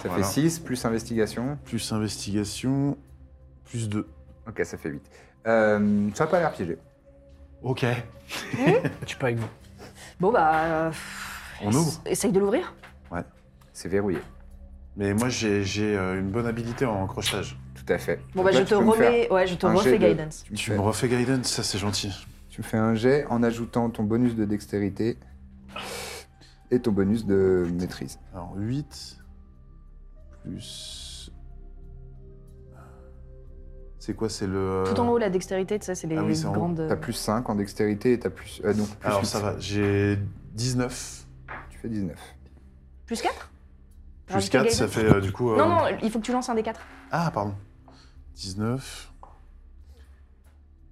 Speaker 1: Ça
Speaker 2: Voilà.
Speaker 1: fait 6, plus investigation.
Speaker 2: Plus investigation. Plus 2.
Speaker 1: Ok, ça fait 8. Euh, ça n'a pas l'air piégé.
Speaker 2: Ok.
Speaker 3: Je suis pas avec vous.
Speaker 4: Bon, bah. euh,
Speaker 2: On ouvre.
Speaker 4: Essaye de l'ouvrir.
Speaker 1: C'est verrouillé.
Speaker 2: Mais moi j'ai j'ai, euh, une bonne habilité en crochetage.
Speaker 1: Tout à fait.
Speaker 4: Bon,
Speaker 1: Donc
Speaker 4: bah,
Speaker 1: là,
Speaker 4: je
Speaker 1: tu
Speaker 4: te,
Speaker 1: peux me
Speaker 4: remets... ouais, je te
Speaker 1: un jet
Speaker 4: refais
Speaker 1: de-
Speaker 4: guidance.
Speaker 1: tu me
Speaker 2: Tu
Speaker 1: fais-
Speaker 2: me refais guidance, ça c'est gentil.
Speaker 1: Tu me fais un jet en ajoutant ton bonus de dextérité et ton bonus de maîtrise.
Speaker 2: Alors 8 plus. euh, C'est quoi C'est le. euh,
Speaker 4: Tout en haut, la dextérité, tu sais, c'est les
Speaker 2: Ah oui, c'est en haut.
Speaker 4: grandes. euh,
Speaker 1: T'as plus 5 en dextérité et t'as plus... euh, donc plus
Speaker 2: Alors
Speaker 1: huit.
Speaker 2: ça va, j'ai 19.
Speaker 1: Tu fais 19.
Speaker 4: Plus 4 Ah,
Speaker 2: Plus 4, ça fait euh, du coup. euh,
Speaker 4: Non, non, il faut que tu lances un des 4.
Speaker 2: Ah, pardon. 19.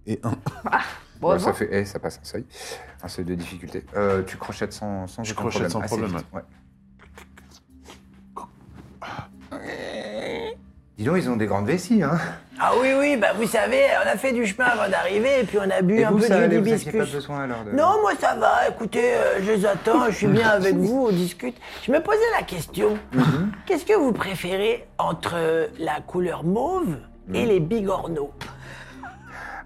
Speaker 2: Et 1.
Speaker 4: Bon,
Speaker 1: Ouais,
Speaker 4: bon.
Speaker 1: ça fait... eh, ça passe un seuil. Un seuil de difficulté. Euh, tu crochettes sans, sans
Speaker 2: Je
Speaker 1: aucun
Speaker 2: crochète sans
Speaker 1: assez
Speaker 2: problème,
Speaker 1: vite, ouais. Dis donc, ils ont des grandes vessies, hein
Speaker 3: Ah oui, oui, bah vous savez, on a fait du chemin avant d'arriver et puis on a bu un
Speaker 1: vous,
Speaker 3: peu
Speaker 1: ça
Speaker 3: de
Speaker 1: allait, vous aviez pas
Speaker 3: d'hibiscus.
Speaker 1: besoin alors de...
Speaker 3: Non, moi ça va, écoutez, euh, je les attends, je suis
Speaker 1: *laughs*
Speaker 3: bien avec vous, on discute. Je me posais la question,
Speaker 1: Mhm.
Speaker 3: qu'est-ce que vous préférez entre euh, la couleur mauve
Speaker 1: Mhm.
Speaker 3: et les bigorneaux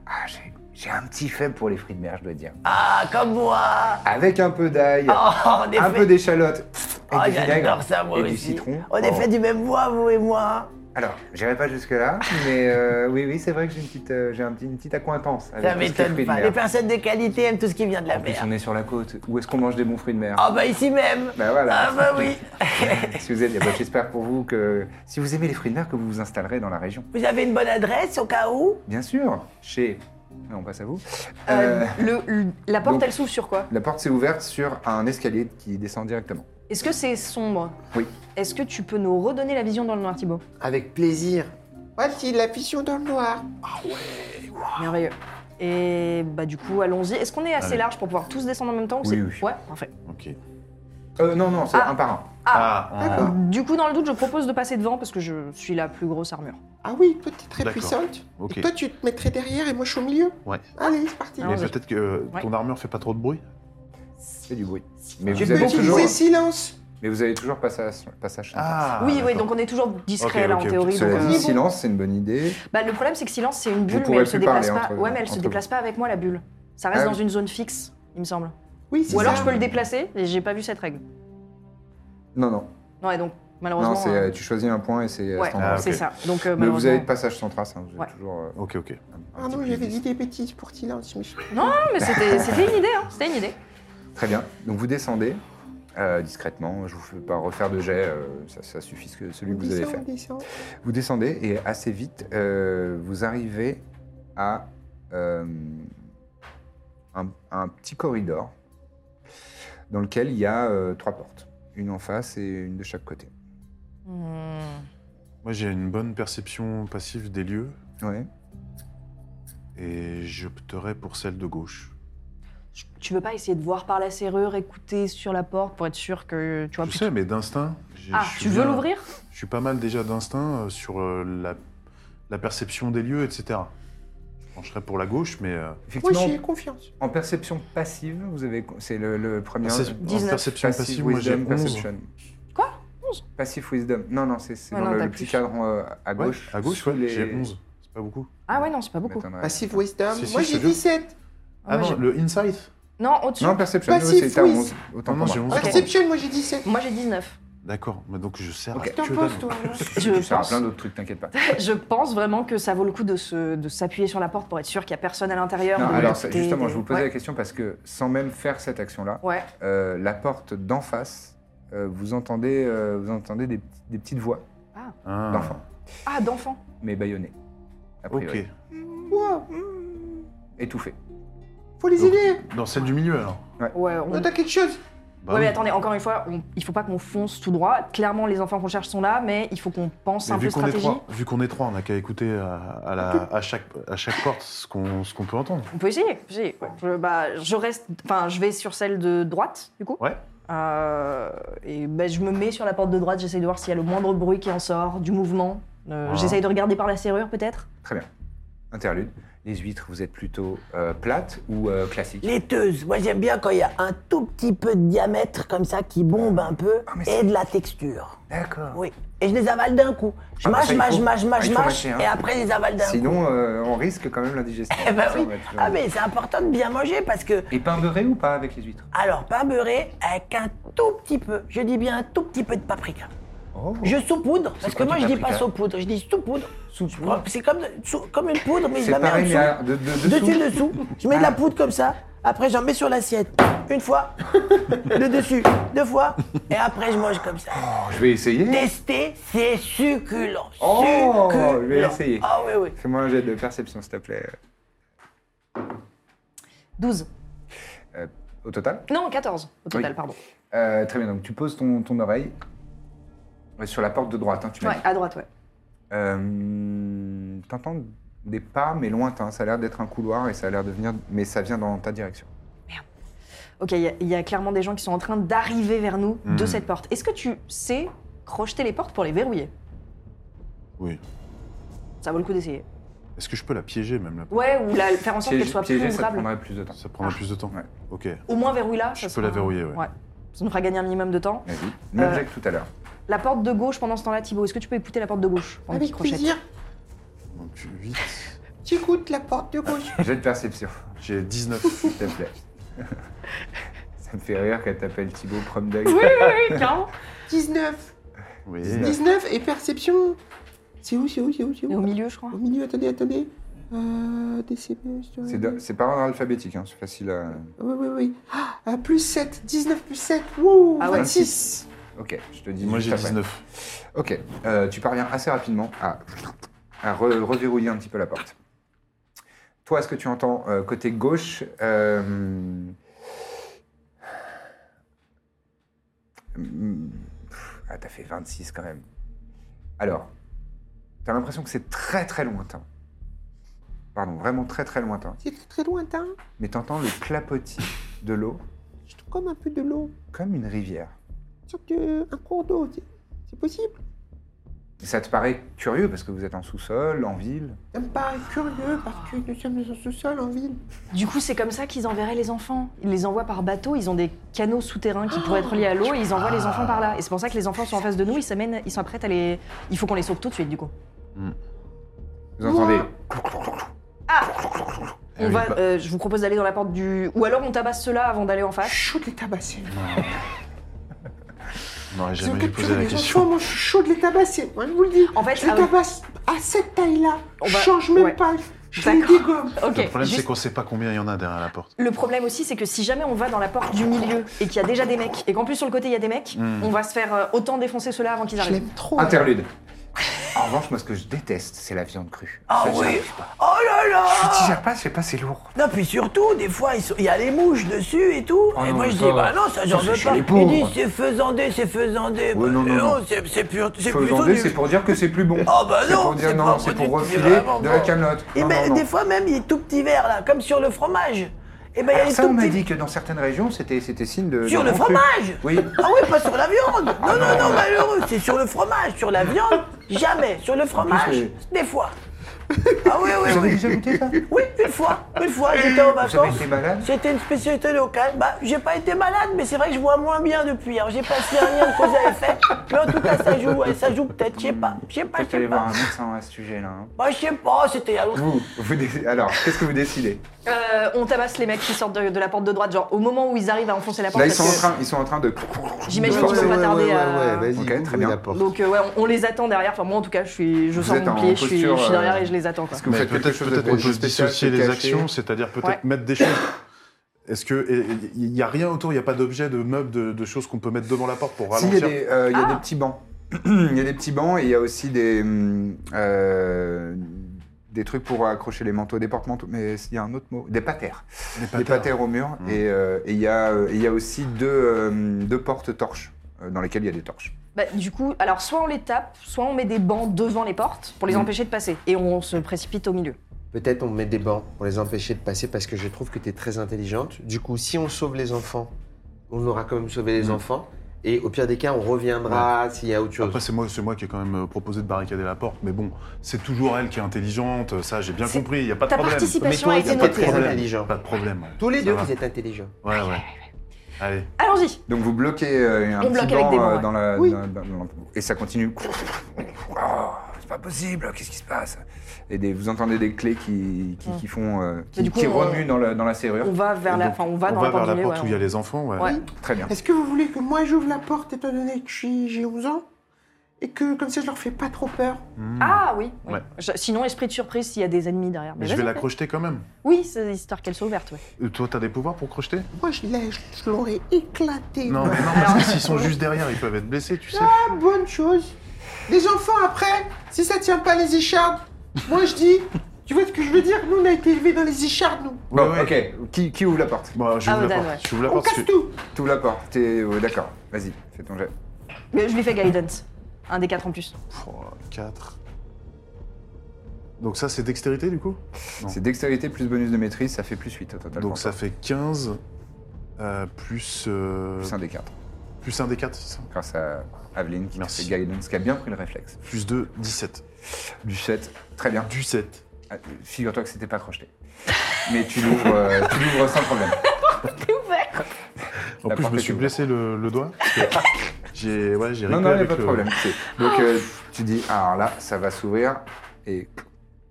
Speaker 1: Ah, j'ai- j'ai un petit faible pour les fruits de mer, je dois dire.
Speaker 3: Ah, comme moi *laughs*
Speaker 1: Avec un peu d'ail,
Speaker 3: Oh, on est
Speaker 1: un
Speaker 3: fait-
Speaker 1: peu d'échalote, et
Speaker 3: Oh,
Speaker 1: du
Speaker 3: j'adore
Speaker 1: vinaigre,
Speaker 3: ça, moi
Speaker 1: et
Speaker 3: aussi.
Speaker 1: du citron.
Speaker 3: On est
Speaker 1: Oh.
Speaker 3: fait du même bois, vous et moi.
Speaker 1: Alors, j'irai pas jusque-là, mais euh, oui, oui, c'est vrai que j'ai une petite, euh, j'ai un petit- une petite accointance avec tout
Speaker 3: Ça
Speaker 1: ce qui est
Speaker 3: m'étonne
Speaker 1: fruits de
Speaker 3: pas.
Speaker 1: mer.
Speaker 3: Les personnes de qualité aiment tout ce qui vient de la
Speaker 1: En plus,
Speaker 3: mer.
Speaker 1: on est sur la côte. Où est-ce qu'on mange des bons fruits de mer
Speaker 3: Ah bah ici même
Speaker 1: Bah voilà.
Speaker 3: Ah bah oui
Speaker 4: Ah.
Speaker 1: Si vous êtes, eh ben, j'espère pour vous que si vous aimez les fruits de mer, que vous vous installerez dans la région.
Speaker 3: Vous avez une bonne adresse au cas où
Speaker 1: Bien sûr, chez. Non, on passe à vous.
Speaker 4: Euh,
Speaker 1: Euh,
Speaker 4: le- le- la porte,
Speaker 1: donc-
Speaker 4: elle s'ouvre sur quoi
Speaker 1: La porte s'est ouverte sur un escalier qui descend directement.
Speaker 4: Est-ce que c'est sombre
Speaker 1: Oui.
Speaker 4: Est-ce que tu peux nous redonner la vision dans le noir, Thibaut
Speaker 5: Avec plaisir. Voici la vision dans le noir.
Speaker 4: Merveilleux. Et bah du coup, allons-y. Est-ce qu'on est assez large pour pouvoir tous descendre en même temps
Speaker 1: Oui,
Speaker 4: ou c'est-
Speaker 1: oui.
Speaker 4: Ouais, parfait.
Speaker 2: Ok.
Speaker 1: Euh, non, non, c'est
Speaker 4: Ah.
Speaker 1: un par un.
Speaker 2: Ah, en-
Speaker 5: D'accord.
Speaker 4: Du coup, dans le doute, je propose de passer devant parce que je suis la plus grosse armure.
Speaker 5: Ah oui, toi t'es très
Speaker 2: D'accord.
Speaker 5: puissante.
Speaker 2: Ok.
Speaker 5: Et toi tu te mettrais derrière et moi je suis au milieu.
Speaker 2: Ouais.
Speaker 5: Allez, c'est parti.
Speaker 4: Ah,
Speaker 2: Mais
Speaker 4: on va-
Speaker 2: peut-être que euh,
Speaker 4: Ouais.
Speaker 2: ton armure fait pas trop de bruit.
Speaker 1: C'est du bruit. Mais
Speaker 5: tu
Speaker 1: vous,
Speaker 5: peux
Speaker 1: avez
Speaker 5: utiliser
Speaker 1: toujours,
Speaker 5: silence.
Speaker 1: mais vous avez toujours passage. passage
Speaker 4: oui, oui,
Speaker 2: Ah, d'accord.
Speaker 4: donc on est toujours discret
Speaker 2: Ok,
Speaker 4: là
Speaker 2: ok,
Speaker 4: en
Speaker 2: ok.
Speaker 4: théorie.
Speaker 1: Cela
Speaker 4: Ah, donc,
Speaker 1: dit,
Speaker 4: euh,
Speaker 1: silence, c'est une bonne idée.
Speaker 4: bah, le problème, c'est que silence, c'est une bulle, mais
Speaker 1: pourrez
Speaker 4: elle se
Speaker 1: plus
Speaker 4: déplace
Speaker 1: parler
Speaker 4: pas.
Speaker 1: entre-
Speaker 4: ouais, mais elle se
Speaker 1: entre
Speaker 4: déplace pas avec moi la bulle. Ça reste
Speaker 1: Ah
Speaker 4: dans
Speaker 1: oui.
Speaker 4: une zone fixe, il me semble.
Speaker 5: Oui, c'est
Speaker 4: Ou alors
Speaker 5: ça.
Speaker 4: je peux le déplacer. Et j'ai pas vu cette règle.
Speaker 1: Non, non.
Speaker 4: Non, et donc malheureusement.
Speaker 1: Non, c'est,
Speaker 4: euh,
Speaker 1: euh, tu choisis un point et c'est euh,
Speaker 4: Ouais,
Speaker 1: standard.
Speaker 4: c'est
Speaker 2: ok.
Speaker 4: ça. Donc euh,
Speaker 1: Mais vous avez
Speaker 4: malheureusement.
Speaker 1: de passage sans trace. hein, Vous avez
Speaker 4: Ouais.
Speaker 1: toujours. euh,
Speaker 2: Ok, ok.
Speaker 1: un- un
Speaker 6: Ah
Speaker 5: Pardon,
Speaker 1: petit peu
Speaker 5: Ah j'avais
Speaker 1: de
Speaker 5: dit des bêtises pour
Speaker 4: Ah,
Speaker 5: silence. mais je-
Speaker 1: *laughs*
Speaker 4: Non, mais c'était c'était une idée, hein. C'était une idée.
Speaker 1: Très bien. Donc vous descendez. euh, discrètement. Je vous fais pas refaire de jet, euh, ça, ça suffit ce que celui que vous avez fait. Vous descendez et assez vite, euh, vous arrivez à euh, un, un petit corridor dans lequel il y a euh, trois portes, une en face et une de chaque côté.
Speaker 4: Hmm.
Speaker 2: Moi, j'ai une bonne perception passive des lieux
Speaker 1: Ouais.
Speaker 2: et j'opterais pour celle de gauche.
Speaker 4: Tu veux pas essayer de voir par la serrure, écouter sur la porte pour être sûr que tu vois
Speaker 2: je
Speaker 4: plus.
Speaker 2: sais, mais d'instinct. j'ai-
Speaker 4: Ah,
Speaker 2: je suis
Speaker 4: tu veux
Speaker 2: bien-
Speaker 4: l'ouvrir
Speaker 2: Je suis pas mal déjà d'instinct euh, sur euh, la, la perception des lieux, etc. Je pencherais pour la gauche, mais euh,
Speaker 6: Moi,
Speaker 1: Effectivement,
Speaker 6: j'y ai confiance.
Speaker 1: en perception passive, vous avez, c'est le, le premier.
Speaker 2: perce- en
Speaker 4: 19.
Speaker 2: perception passive, moi j'ai
Speaker 1: wisdom,
Speaker 2: 11.
Speaker 1: perception.
Speaker 4: Quoi
Speaker 1: Passive wisdom. Non, non, c'est c'est
Speaker 4: Ah
Speaker 1: dans
Speaker 4: non,
Speaker 1: le,
Speaker 4: t'as
Speaker 1: le petit
Speaker 4: plus.
Speaker 1: cadran euh, à
Speaker 2: Ouais,
Speaker 1: gauche.
Speaker 2: à gauche,
Speaker 1: sous
Speaker 2: ouais,
Speaker 1: les-
Speaker 2: j'ai 11. C'est pas beaucoup.
Speaker 4: Ah ouais, non, c'est pas beaucoup.
Speaker 1: M'étonnerait.
Speaker 6: Passive wisdom.
Speaker 2: Si, si,
Speaker 6: Moi,
Speaker 2: je
Speaker 6: j'ai
Speaker 2: te jure.
Speaker 6: 17.
Speaker 4: Ah,
Speaker 2: Ah,
Speaker 4: moi,
Speaker 2: non, le insight
Speaker 4: Non, au-dessus.
Speaker 1: Non, perception, oui,
Speaker 6: Passive
Speaker 1: c'est à
Speaker 6: wis-
Speaker 1: 11. Autant
Speaker 2: Non, non,
Speaker 1: pour
Speaker 2: j'ai
Speaker 1: moi.
Speaker 2: 11.
Speaker 4: Ok.
Speaker 6: Perception, moi, j'ai 17.
Speaker 4: Moi
Speaker 1: *laughs*
Speaker 4: j'ai 19.
Speaker 2: D'accord, mais donc je sers
Speaker 1: Ok.
Speaker 2: à que dalle.
Speaker 4: Je
Speaker 1: Tu seras
Speaker 4: pense.
Speaker 1: plein d'autres trucs, t'inquiète pas.
Speaker 4: *laughs* Je pense vraiment que ça vaut le coup de se- de s'appuyer sur la porte pour être sûr qu'il y a personne à l'intérieur.
Speaker 1: Non,
Speaker 4: de
Speaker 1: alors,
Speaker 4: l'écouter,
Speaker 1: justement,
Speaker 4: de-
Speaker 1: je vous posais la
Speaker 4: Ouais.
Speaker 1: question parce que sans même faire cette action-là,
Speaker 4: Ouais.
Speaker 1: euh, la porte d'en face, euh, vous entendez, euh, vous entendez des, petits- des petites voix
Speaker 2: Ah,
Speaker 1: d'enfants,
Speaker 4: Ah, d'enfant.
Speaker 1: mais bâillonnées. A
Speaker 2: Ok.
Speaker 1: priori.
Speaker 6: Wow.
Speaker 1: Étouffées.
Speaker 6: Faut les
Speaker 2: Donc,
Speaker 6: aider.
Speaker 2: dans celle du milieu alors.
Speaker 4: Ouais, on-
Speaker 2: Ah,
Speaker 6: On a quelque chose.
Speaker 2: Bah
Speaker 4: ouais, mais
Speaker 2: oui.
Speaker 4: attendez, encore une fois, on- il faut pas qu'on fonce tout droit. Clairement, les enfants qu'on cherche sont là, mais il faut qu'on pense
Speaker 2: Mais
Speaker 4: un peu
Speaker 2: vu qu'on est
Speaker 4: stratégie.
Speaker 2: trois, vu qu'on est trois, on n'a qu'à écouter à, à la- à chaque à chaque porte ce qu'on ce qu'on peut entendre.
Speaker 4: On peut essayer. essayer, ouais. Je, bah, je reste, enfin, je vais sur celle de droite, du coup.
Speaker 2: Ouais.
Speaker 4: Euh, et ben, je me mets sur la porte de droite. J'essaye de voir s'il y a le moindre bruit qui en sort, du mouvement. Euh,
Speaker 2: Ah.
Speaker 4: J'essaye de regarder par la serrure, peut-être.
Speaker 1: Interlude. Les huîtres, vous êtes plutôt euh, plates ou euh, classiques
Speaker 3: Laiteuse, moi j'aime bien quand il y a un tout petit peu de diamètre comme ça qui bombe un peu
Speaker 1: Ah, mais c'est-
Speaker 3: et de la texture.
Speaker 1: D'accord.
Speaker 3: Oui. Et je les avale d'un coup. Je
Speaker 1: Ah, bah,
Speaker 3: mâche,
Speaker 1: ça, il
Speaker 3: mâche,
Speaker 1: faut.
Speaker 3: mâche,
Speaker 1: Ah,
Speaker 3: mâche,
Speaker 1: il faut
Speaker 3: mâche
Speaker 1: mâcher, hein.
Speaker 3: et après je les avale d'un coup.
Speaker 1: Sinon, euh, on risque quand même l'indigestion.
Speaker 3: *laughs* Eh ben
Speaker 1: Ça, on
Speaker 3: oui.
Speaker 1: va être- euh,
Speaker 3: Ah mais c'est important de bien manger parce que
Speaker 1: Et pain beurré ou pas avec les huîtres
Speaker 3: alors pain beurré avec un tout petit peu, je dis bien un tout petit peu de paprika.
Speaker 1: Oh.
Speaker 3: Je saupoudre parce
Speaker 1: quoi
Speaker 3: que moi
Speaker 1: du
Speaker 3: je dis pas
Speaker 1: paprika
Speaker 3: saupoudre, je dis saupoudre. C'est comme sous- comme une poudre mais je
Speaker 1: C'est
Speaker 3: la mets en
Speaker 1: pareil, mais
Speaker 3: dessous.
Speaker 1: à- de, de, dessous.
Speaker 3: Dessus, dessous. Je mets de
Speaker 1: Ah.
Speaker 3: la poudre comme ça. Après, j'en mets sur l'assiette. Une fois. Le dessus. Deux fois. Et après, je mange comme ça.
Speaker 1: Je vais essayer.
Speaker 3: Tester, c'est succulent.
Speaker 1: Oh,
Speaker 3: Succulent.
Speaker 1: je vais essayer.
Speaker 3: Ah oui, oui.
Speaker 1: Fais-moi un jet de perception, s'il te plaît.
Speaker 4: 12.
Speaker 1: Euh, au total
Speaker 4: Non, 14 au total,
Speaker 1: Oui.
Speaker 4: pardon.
Speaker 1: Euh, Très bien, donc tu poses ton, ton oreille euh, sur la porte de droite, hein, tu m'as
Speaker 4: Ouais,
Speaker 1: dit.
Speaker 4: à droite, ouais.
Speaker 1: Euh, T'entends des pas, mais lointains. Ça a l'air d'être un couloir et ça a l'air de venir... Mais ça vient dans ta direction.
Speaker 4: Ok, il y a- il y, a clairement des gens qui sont en train d'arriver vers nous de
Speaker 2: Mhm.
Speaker 4: cette porte. Est-ce que tu sais crocheter les portes pour les verrouiller
Speaker 2: Oui.
Speaker 4: Ça vaut le coup d'essayer.
Speaker 2: Est-ce que je peux la piéger même là
Speaker 4: Ouais, ou la, faire en sorte
Speaker 1: Piéger,
Speaker 4: qu'elle soit plus
Speaker 1: piéger, ça te
Speaker 4: ouvrable.
Speaker 1: prendrait plus de temps.
Speaker 2: Ça prendra
Speaker 4: Ah.
Speaker 2: plus de temps.
Speaker 1: Ouais.
Speaker 2: Ok.
Speaker 4: Au moins verrouille-la.
Speaker 2: Je
Speaker 4: ça
Speaker 2: peux
Speaker 4: sera-
Speaker 2: la verrouiller, ouais.
Speaker 4: Ça nous fera gagner un minimum de temps.
Speaker 1: Vas-y. Même
Speaker 4: Euh,
Speaker 1: jet que tout à l'heure.
Speaker 4: La porte de gauche pendant ce temps-là, Thibaut, est-ce que tu peux écouter la porte de gauche pendant qu'il
Speaker 6: Avec
Speaker 4: crochette
Speaker 6: plaisir.
Speaker 2: Donc 8.
Speaker 6: J'écoute la porte
Speaker 4: *laughs*
Speaker 6: de gauche.
Speaker 1: Jet de perception,
Speaker 2: J'ai 19.
Speaker 1: s'il te plaît. *laughs* ça me fait rire qu'elle t'appelle Thibaut Promdeg.
Speaker 4: Oui, oui, oui, clairement.
Speaker 6: 19.
Speaker 2: Oui.
Speaker 6: 19 et perception. C'est où, c'est où, c'est où, c'est
Speaker 4: Et au
Speaker 6: où
Speaker 4: milieu, je crois.
Speaker 6: Au milieu, attendez, attendez. Euh, DCP, je dois-
Speaker 1: C'est de- C'est par ordre alphabétique, hein, c'est facile à...
Speaker 6: Oui, oui, oui. Ah, ah, plus 7, 19 plus 7, wouh,
Speaker 4: Ah ouais.
Speaker 6: 26.
Speaker 1: Ok, je te dis
Speaker 2: Moi
Speaker 1: juste
Speaker 2: j'ai
Speaker 1: après.
Speaker 2: 19.
Speaker 1: Ok, euh, tu parviens assez rapidement à, à re- reverrouiller un petit peu la porte. Toi, ce que tu entends euh, côté gauche, euh, hum, pff, ah, t'as fait 26 quand même. Alors, t'as l'impression que c'est très très lointain. Pardon, vraiment très très lointain.
Speaker 6: C'est très, très lointain.
Speaker 1: Mais t'entends le clapotis de l'eau
Speaker 6: Je trouve comme un peu de l'eau.
Speaker 1: comme une rivière.
Speaker 6: Une sorte de- un cours d'eau. C'est- C'est possible
Speaker 1: Ça te paraît curieux parce que vous êtes en sous-sol, en ville.
Speaker 6: Ça me paraît curieux parce que nous sommes en sous-sol en ville.
Speaker 4: Du coup, c'est comme ça qu'ils enverraient les enfants. Ils les envoient par bateau, ils ont des canaux souterrains qui pourraient être liés à l'eau et ils envoient les
Speaker 2: Ah.
Speaker 4: enfants par là. Et c'est pour ça que les enfants sont en face de nous, ils s'amènent, ils sont prêts à les. Il faut qu'on les sauve tout de suite, du coup.
Speaker 1: Vous entendez
Speaker 4: On va, euh, je vous propose d'aller dans la porte du. Ou alors on tabasse ceux-là avant d'aller en
Speaker 6: Je
Speaker 4: face.
Speaker 6: suis chaud de les tabasser.
Speaker 2: On n'aurait
Speaker 6: Ils ont
Speaker 2: jamais dû
Speaker 6: capturé
Speaker 2: poser la
Speaker 6: des enfants,
Speaker 2: question.
Speaker 6: moi je suis chaud de les tabasser. Moi je vous le dis.
Speaker 4: En fait,
Speaker 6: je les
Speaker 4: ah oui.
Speaker 6: tabasse à cette taille-là.
Speaker 4: On
Speaker 6: Je
Speaker 4: va-
Speaker 6: change même
Speaker 4: ouais.
Speaker 6: pas.
Speaker 4: D'accord. Ok.
Speaker 2: Le problème,
Speaker 4: juste-
Speaker 2: c'est qu'on sait pas combien il y en a derrière la porte.
Speaker 4: Le problème aussi, c'est que si jamais on va dans la porte du milieu et qu'il y a déjà des mecs, et qu'en plus sur le côté il y a des mecs,
Speaker 1: Hmm.
Speaker 4: on va se faire euh, autant défoncer ceux-là avant qu'ils arrivent.
Speaker 1: trop. Interlude. En revanche, moi, ce que je déteste, c'est la viande crue.
Speaker 7: Ah
Speaker 1: Ça, j'y
Speaker 7: oui
Speaker 1: arrive pas.
Speaker 7: Oh là là
Speaker 1: Je digère pas, je sais pas, c'est lourd.
Speaker 7: Non, puis surtout, des fois, ils sont- il y a les mouches dessus et tout.
Speaker 1: Oh
Speaker 7: et
Speaker 1: non,
Speaker 7: moi,
Speaker 1: mais
Speaker 7: je dis,
Speaker 1: ça,
Speaker 7: bah non, ça, j'en
Speaker 1: c'est
Speaker 7: veux
Speaker 1: chez
Speaker 7: pas.
Speaker 1: les
Speaker 7: Ils
Speaker 1: pauvres.
Speaker 7: disent, c'est faisandé, c'est faisandé. Oh,
Speaker 1: Ouais, non, non, non.
Speaker 7: c'est c'est pur- c'est plutôt
Speaker 1: Faisandé,
Speaker 7: du...
Speaker 1: c'est pour dire que c'est plus bon.
Speaker 7: Oh, bah
Speaker 1: C'est
Speaker 7: non,
Speaker 1: pour dire
Speaker 7: c'est
Speaker 1: non,
Speaker 7: pas
Speaker 1: c'est
Speaker 7: bon
Speaker 1: pour
Speaker 7: du tout, c'est
Speaker 1: refiler
Speaker 7: vraiment
Speaker 1: de la
Speaker 7: bon.
Speaker 1: camelote.
Speaker 7: Et
Speaker 1: Non,
Speaker 7: ben,
Speaker 1: non, non.
Speaker 7: Des fois, même, il est tout petit vert, là, comme sur le fromage. Et ben, il y a
Speaker 1: Alors
Speaker 7: les
Speaker 1: ça,
Speaker 7: tout
Speaker 1: on m'a
Speaker 7: petits...
Speaker 1: dit que dans certaines régions, c'était c'était signe de...
Speaker 7: Sur
Speaker 1: de
Speaker 7: le
Speaker 1: bon cru.
Speaker 7: fromage
Speaker 1: Oui. Ah
Speaker 7: Ah oui, pas sur la viande Non, non, non, malheureux, c'est sur le fromage, sur la viande, jamais. Sur le fromage,
Speaker 1: euh,
Speaker 7: des fois. Ah oui, oui,
Speaker 1: Vous avez
Speaker 7: oui.
Speaker 1: déjà
Speaker 7: *laughs*
Speaker 1: goûté ça
Speaker 7: Oui, une fois, une fois, j'étais en
Speaker 1: Vous avez
Speaker 7: vacances.
Speaker 1: été malade
Speaker 7: C'était une spécialité locale. Bah, j'ai pas été malade, mais c'est vrai que je vois moins bien depuis. Alors, j'ai pas si un lien de cause à effet. Mais en tout cas, ça joue, ouais, ça joue peut-être, je sais pas. Je sais pas, je
Speaker 1: Peut-être aller
Speaker 7: sais
Speaker 1: voir
Speaker 7: pas.
Speaker 1: un médecin à ce sujet-là. hein.
Speaker 7: Bah, je sais pas, c'était il y a longtemps.
Speaker 1: Vous, vous dé- alors, qu'est-ce que vous décidez
Speaker 4: Euh, on tabasse les mecs qui sortent de, de la porte de droite, genre au moment où ils arrivent à enfoncer la porte.
Speaker 1: Là, ils
Speaker 4: parce
Speaker 1: sont, en
Speaker 4: que-
Speaker 1: train, ils sont en train de...
Speaker 4: J'imagine
Speaker 1: de
Speaker 4: qu'ils
Speaker 1: forcer.
Speaker 4: vont pas tarder
Speaker 5: ouais,
Speaker 4: à-
Speaker 5: ouais, vas-y,
Speaker 1: Ok,
Speaker 5: ouvrez
Speaker 1: très bien.
Speaker 5: la porte.
Speaker 4: Donc euh, ouais, on, on les attend derrière. Enfin moi en tout cas, je suis, je sors
Speaker 1: êtes
Speaker 4: mon
Speaker 1: en
Speaker 4: pied, je suis,
Speaker 1: posture,
Speaker 4: je suis derrière
Speaker 1: euh,
Speaker 4: et je les attends. Quoi.
Speaker 1: Est-ce que vous
Speaker 2: Mais
Speaker 1: faites quelque
Speaker 2: peut-être
Speaker 1: chose de
Speaker 2: peut-être on peut se
Speaker 1: spécial,
Speaker 2: dissocier
Speaker 1: c'est
Speaker 2: les
Speaker 1: caché
Speaker 2: actions, c'est-à-dire peut-être
Speaker 4: Ouais.
Speaker 2: mettre des choses. Est-ce que il y a rien autour, il n'y a pas d'objet, de meubles, de, de choses qu'on peut mettre devant la porte pour
Speaker 1: Si, il y a,
Speaker 2: ralentir
Speaker 1: des, euh, il
Speaker 4: Ah.
Speaker 1: y a des petits bancs. *clears throat* Il y a des petits bancs et il y a aussi des, hum, euh, des trucs pour accrocher les manteaux, des porte-manteaux, mais il y a un autre mot, des patères. Des patères au mur.
Speaker 2: Mmh.
Speaker 1: Et euh, et il y, a, euh, il y a aussi deux, euh, deux portes torches euh, dans lesquelles il y a des torches.
Speaker 4: Bah, du coup, alors soit on les tape, soit on met des bancs devant les portes pour les
Speaker 1: Hmm.
Speaker 4: empêcher de passer et on se précipite au milieu.
Speaker 5: Peut-être on met des bancs pour les empêcher de passer parce que je trouve que tu es très intelligente. Du coup, si on sauve les enfants, on aura quand même sauvé les enfants. Et au pire des cas, on reviendra s'il y a autre chose.
Speaker 2: Après, c'est moi, c'est moi qui ai quand même euh, proposé de barricader la porte, mais bon, c'est toujours elle qui est intelligente, ça j'ai bien
Speaker 4: C'est-
Speaker 2: compris, il n'y a pas de
Speaker 4: Ta
Speaker 2: problème.
Speaker 5: Mais
Speaker 4: participation
Speaker 5: toi,
Speaker 4: a
Speaker 5: t'es
Speaker 4: été
Speaker 5: pas
Speaker 2: Pas de
Speaker 4: notée.
Speaker 5: très
Speaker 2: problème.
Speaker 5: intelligent.
Speaker 2: Pas de problème. ouais.
Speaker 5: Tous les
Speaker 2: Ça
Speaker 5: deux,
Speaker 2: va.
Speaker 5: vous êtes intelligents.
Speaker 2: Ouais, ouais. Allez.
Speaker 4: Allons-y.
Speaker 1: Donc vous bloquez euh, un
Speaker 4: On
Speaker 1: petit
Speaker 4: bloque avec
Speaker 1: banc,
Speaker 4: des bancs,
Speaker 1: euh,
Speaker 4: ouais.
Speaker 1: dans la.
Speaker 4: Oui.
Speaker 1: dans- dans- dans- et ça continue. Oh, c'est pas possible, qu'est-ce qui se passe Et des- vous entendez des clés qui, qui, qui font. euh,
Speaker 4: Mais
Speaker 1: qui,
Speaker 4: Ah. Bah, du coup,
Speaker 1: qui
Speaker 4: on-
Speaker 1: remuent dans la, dans la serrure.
Speaker 4: On va vers
Speaker 2: Et
Speaker 4: la,
Speaker 2: donc,
Speaker 4: enfin on va
Speaker 2: on
Speaker 4: dans
Speaker 2: va
Speaker 4: la porte
Speaker 2: vers
Speaker 4: du
Speaker 2: la
Speaker 4: milieu.
Speaker 2: porte où il y a
Speaker 4: ouais.
Speaker 2: les enfants, ouais.
Speaker 4: Ouais.
Speaker 1: Très bien.
Speaker 6: Est-ce que vous voulez que moi j'ouvre la porte étant donné que je suis- j'ai 11 ans et que comme ça je leur fais pas trop peur
Speaker 2: Hmm.
Speaker 4: Ah oui. oui.
Speaker 2: Ouais.
Speaker 4: Je- sinon esprit de surprise s'il y a des ennemis derrière.
Speaker 2: Mais
Speaker 4: Mais
Speaker 2: je vais
Speaker 4: vas-y,
Speaker 2: la
Speaker 4: fais.
Speaker 2: crocheter quand même.
Speaker 4: Oui, c'est histoire qu'elle soit ouverte. ouais.
Speaker 2: Euh, Toi, t'as des pouvoirs pour crocheter
Speaker 6: Moi je l'ai- je l'aurais éclaté.
Speaker 2: Non, mais non, parce que s'ils sont juste derrière, ils peuvent être blessés, tu sais.
Speaker 6: Ah, bonne chose. Les enfants après, si ça tient pas les échardes, moi je dis, tu vois ce que je veux dire Nous on a été élevés dans les échardes nous.
Speaker 1: Bon,
Speaker 2: Ouais, ouais.
Speaker 1: ok. Qui, qui ouvre la porte
Speaker 2: Bon,
Speaker 4: Ah,
Speaker 2: j'ouvre Bah, la
Speaker 4: Odan,
Speaker 2: porte.
Speaker 4: ouais.
Speaker 2: J'ouvre la
Speaker 6: On
Speaker 2: porte. parce
Speaker 6: casse
Speaker 2: que-
Speaker 6: tout.
Speaker 1: Tu ouvres la porte. t'es- ouais, D'accord. Vas-y, fais ton jet.
Speaker 4: Mais je lui fais guidance. Un des quatre en plus.
Speaker 2: Oh, 4. Donc ça, c'est dextérité, du coup Non.
Speaker 1: C'est dextérité plus bonus de maîtrise, ça fait plus 8 au total.
Speaker 2: Donc ça fait 15, euh, plus, euh,
Speaker 1: Plus un des 4.
Speaker 2: plus un des 4, c'est ça
Speaker 1: Grâce à Aveline qui t'a fait
Speaker 2: Merci.
Speaker 1: guidance, qui a bien pris le réflexe.
Speaker 2: Plus 2, 17.
Speaker 1: Du 7, très bien.
Speaker 2: Du 7.
Speaker 1: Ah, Figure-toi que c'était pas crocheté. Mais tu l'ouvres euh, tu l'ouvres sans problème.
Speaker 2: En
Speaker 1: La
Speaker 2: plus, je
Speaker 1: porte
Speaker 2: me
Speaker 1: est
Speaker 2: suis
Speaker 1: ouverte.
Speaker 2: blessé le, le doigt. parce
Speaker 1: *laughs*
Speaker 2: que j'ai ouais, j'ai
Speaker 1: Non, non,
Speaker 2: ripé
Speaker 1: il n'y a
Speaker 2: avec
Speaker 1: pas de
Speaker 2: le-
Speaker 1: problème. C'est- *laughs* Donc euh, tu dis, ah, alors là, ça va s'ouvrir et.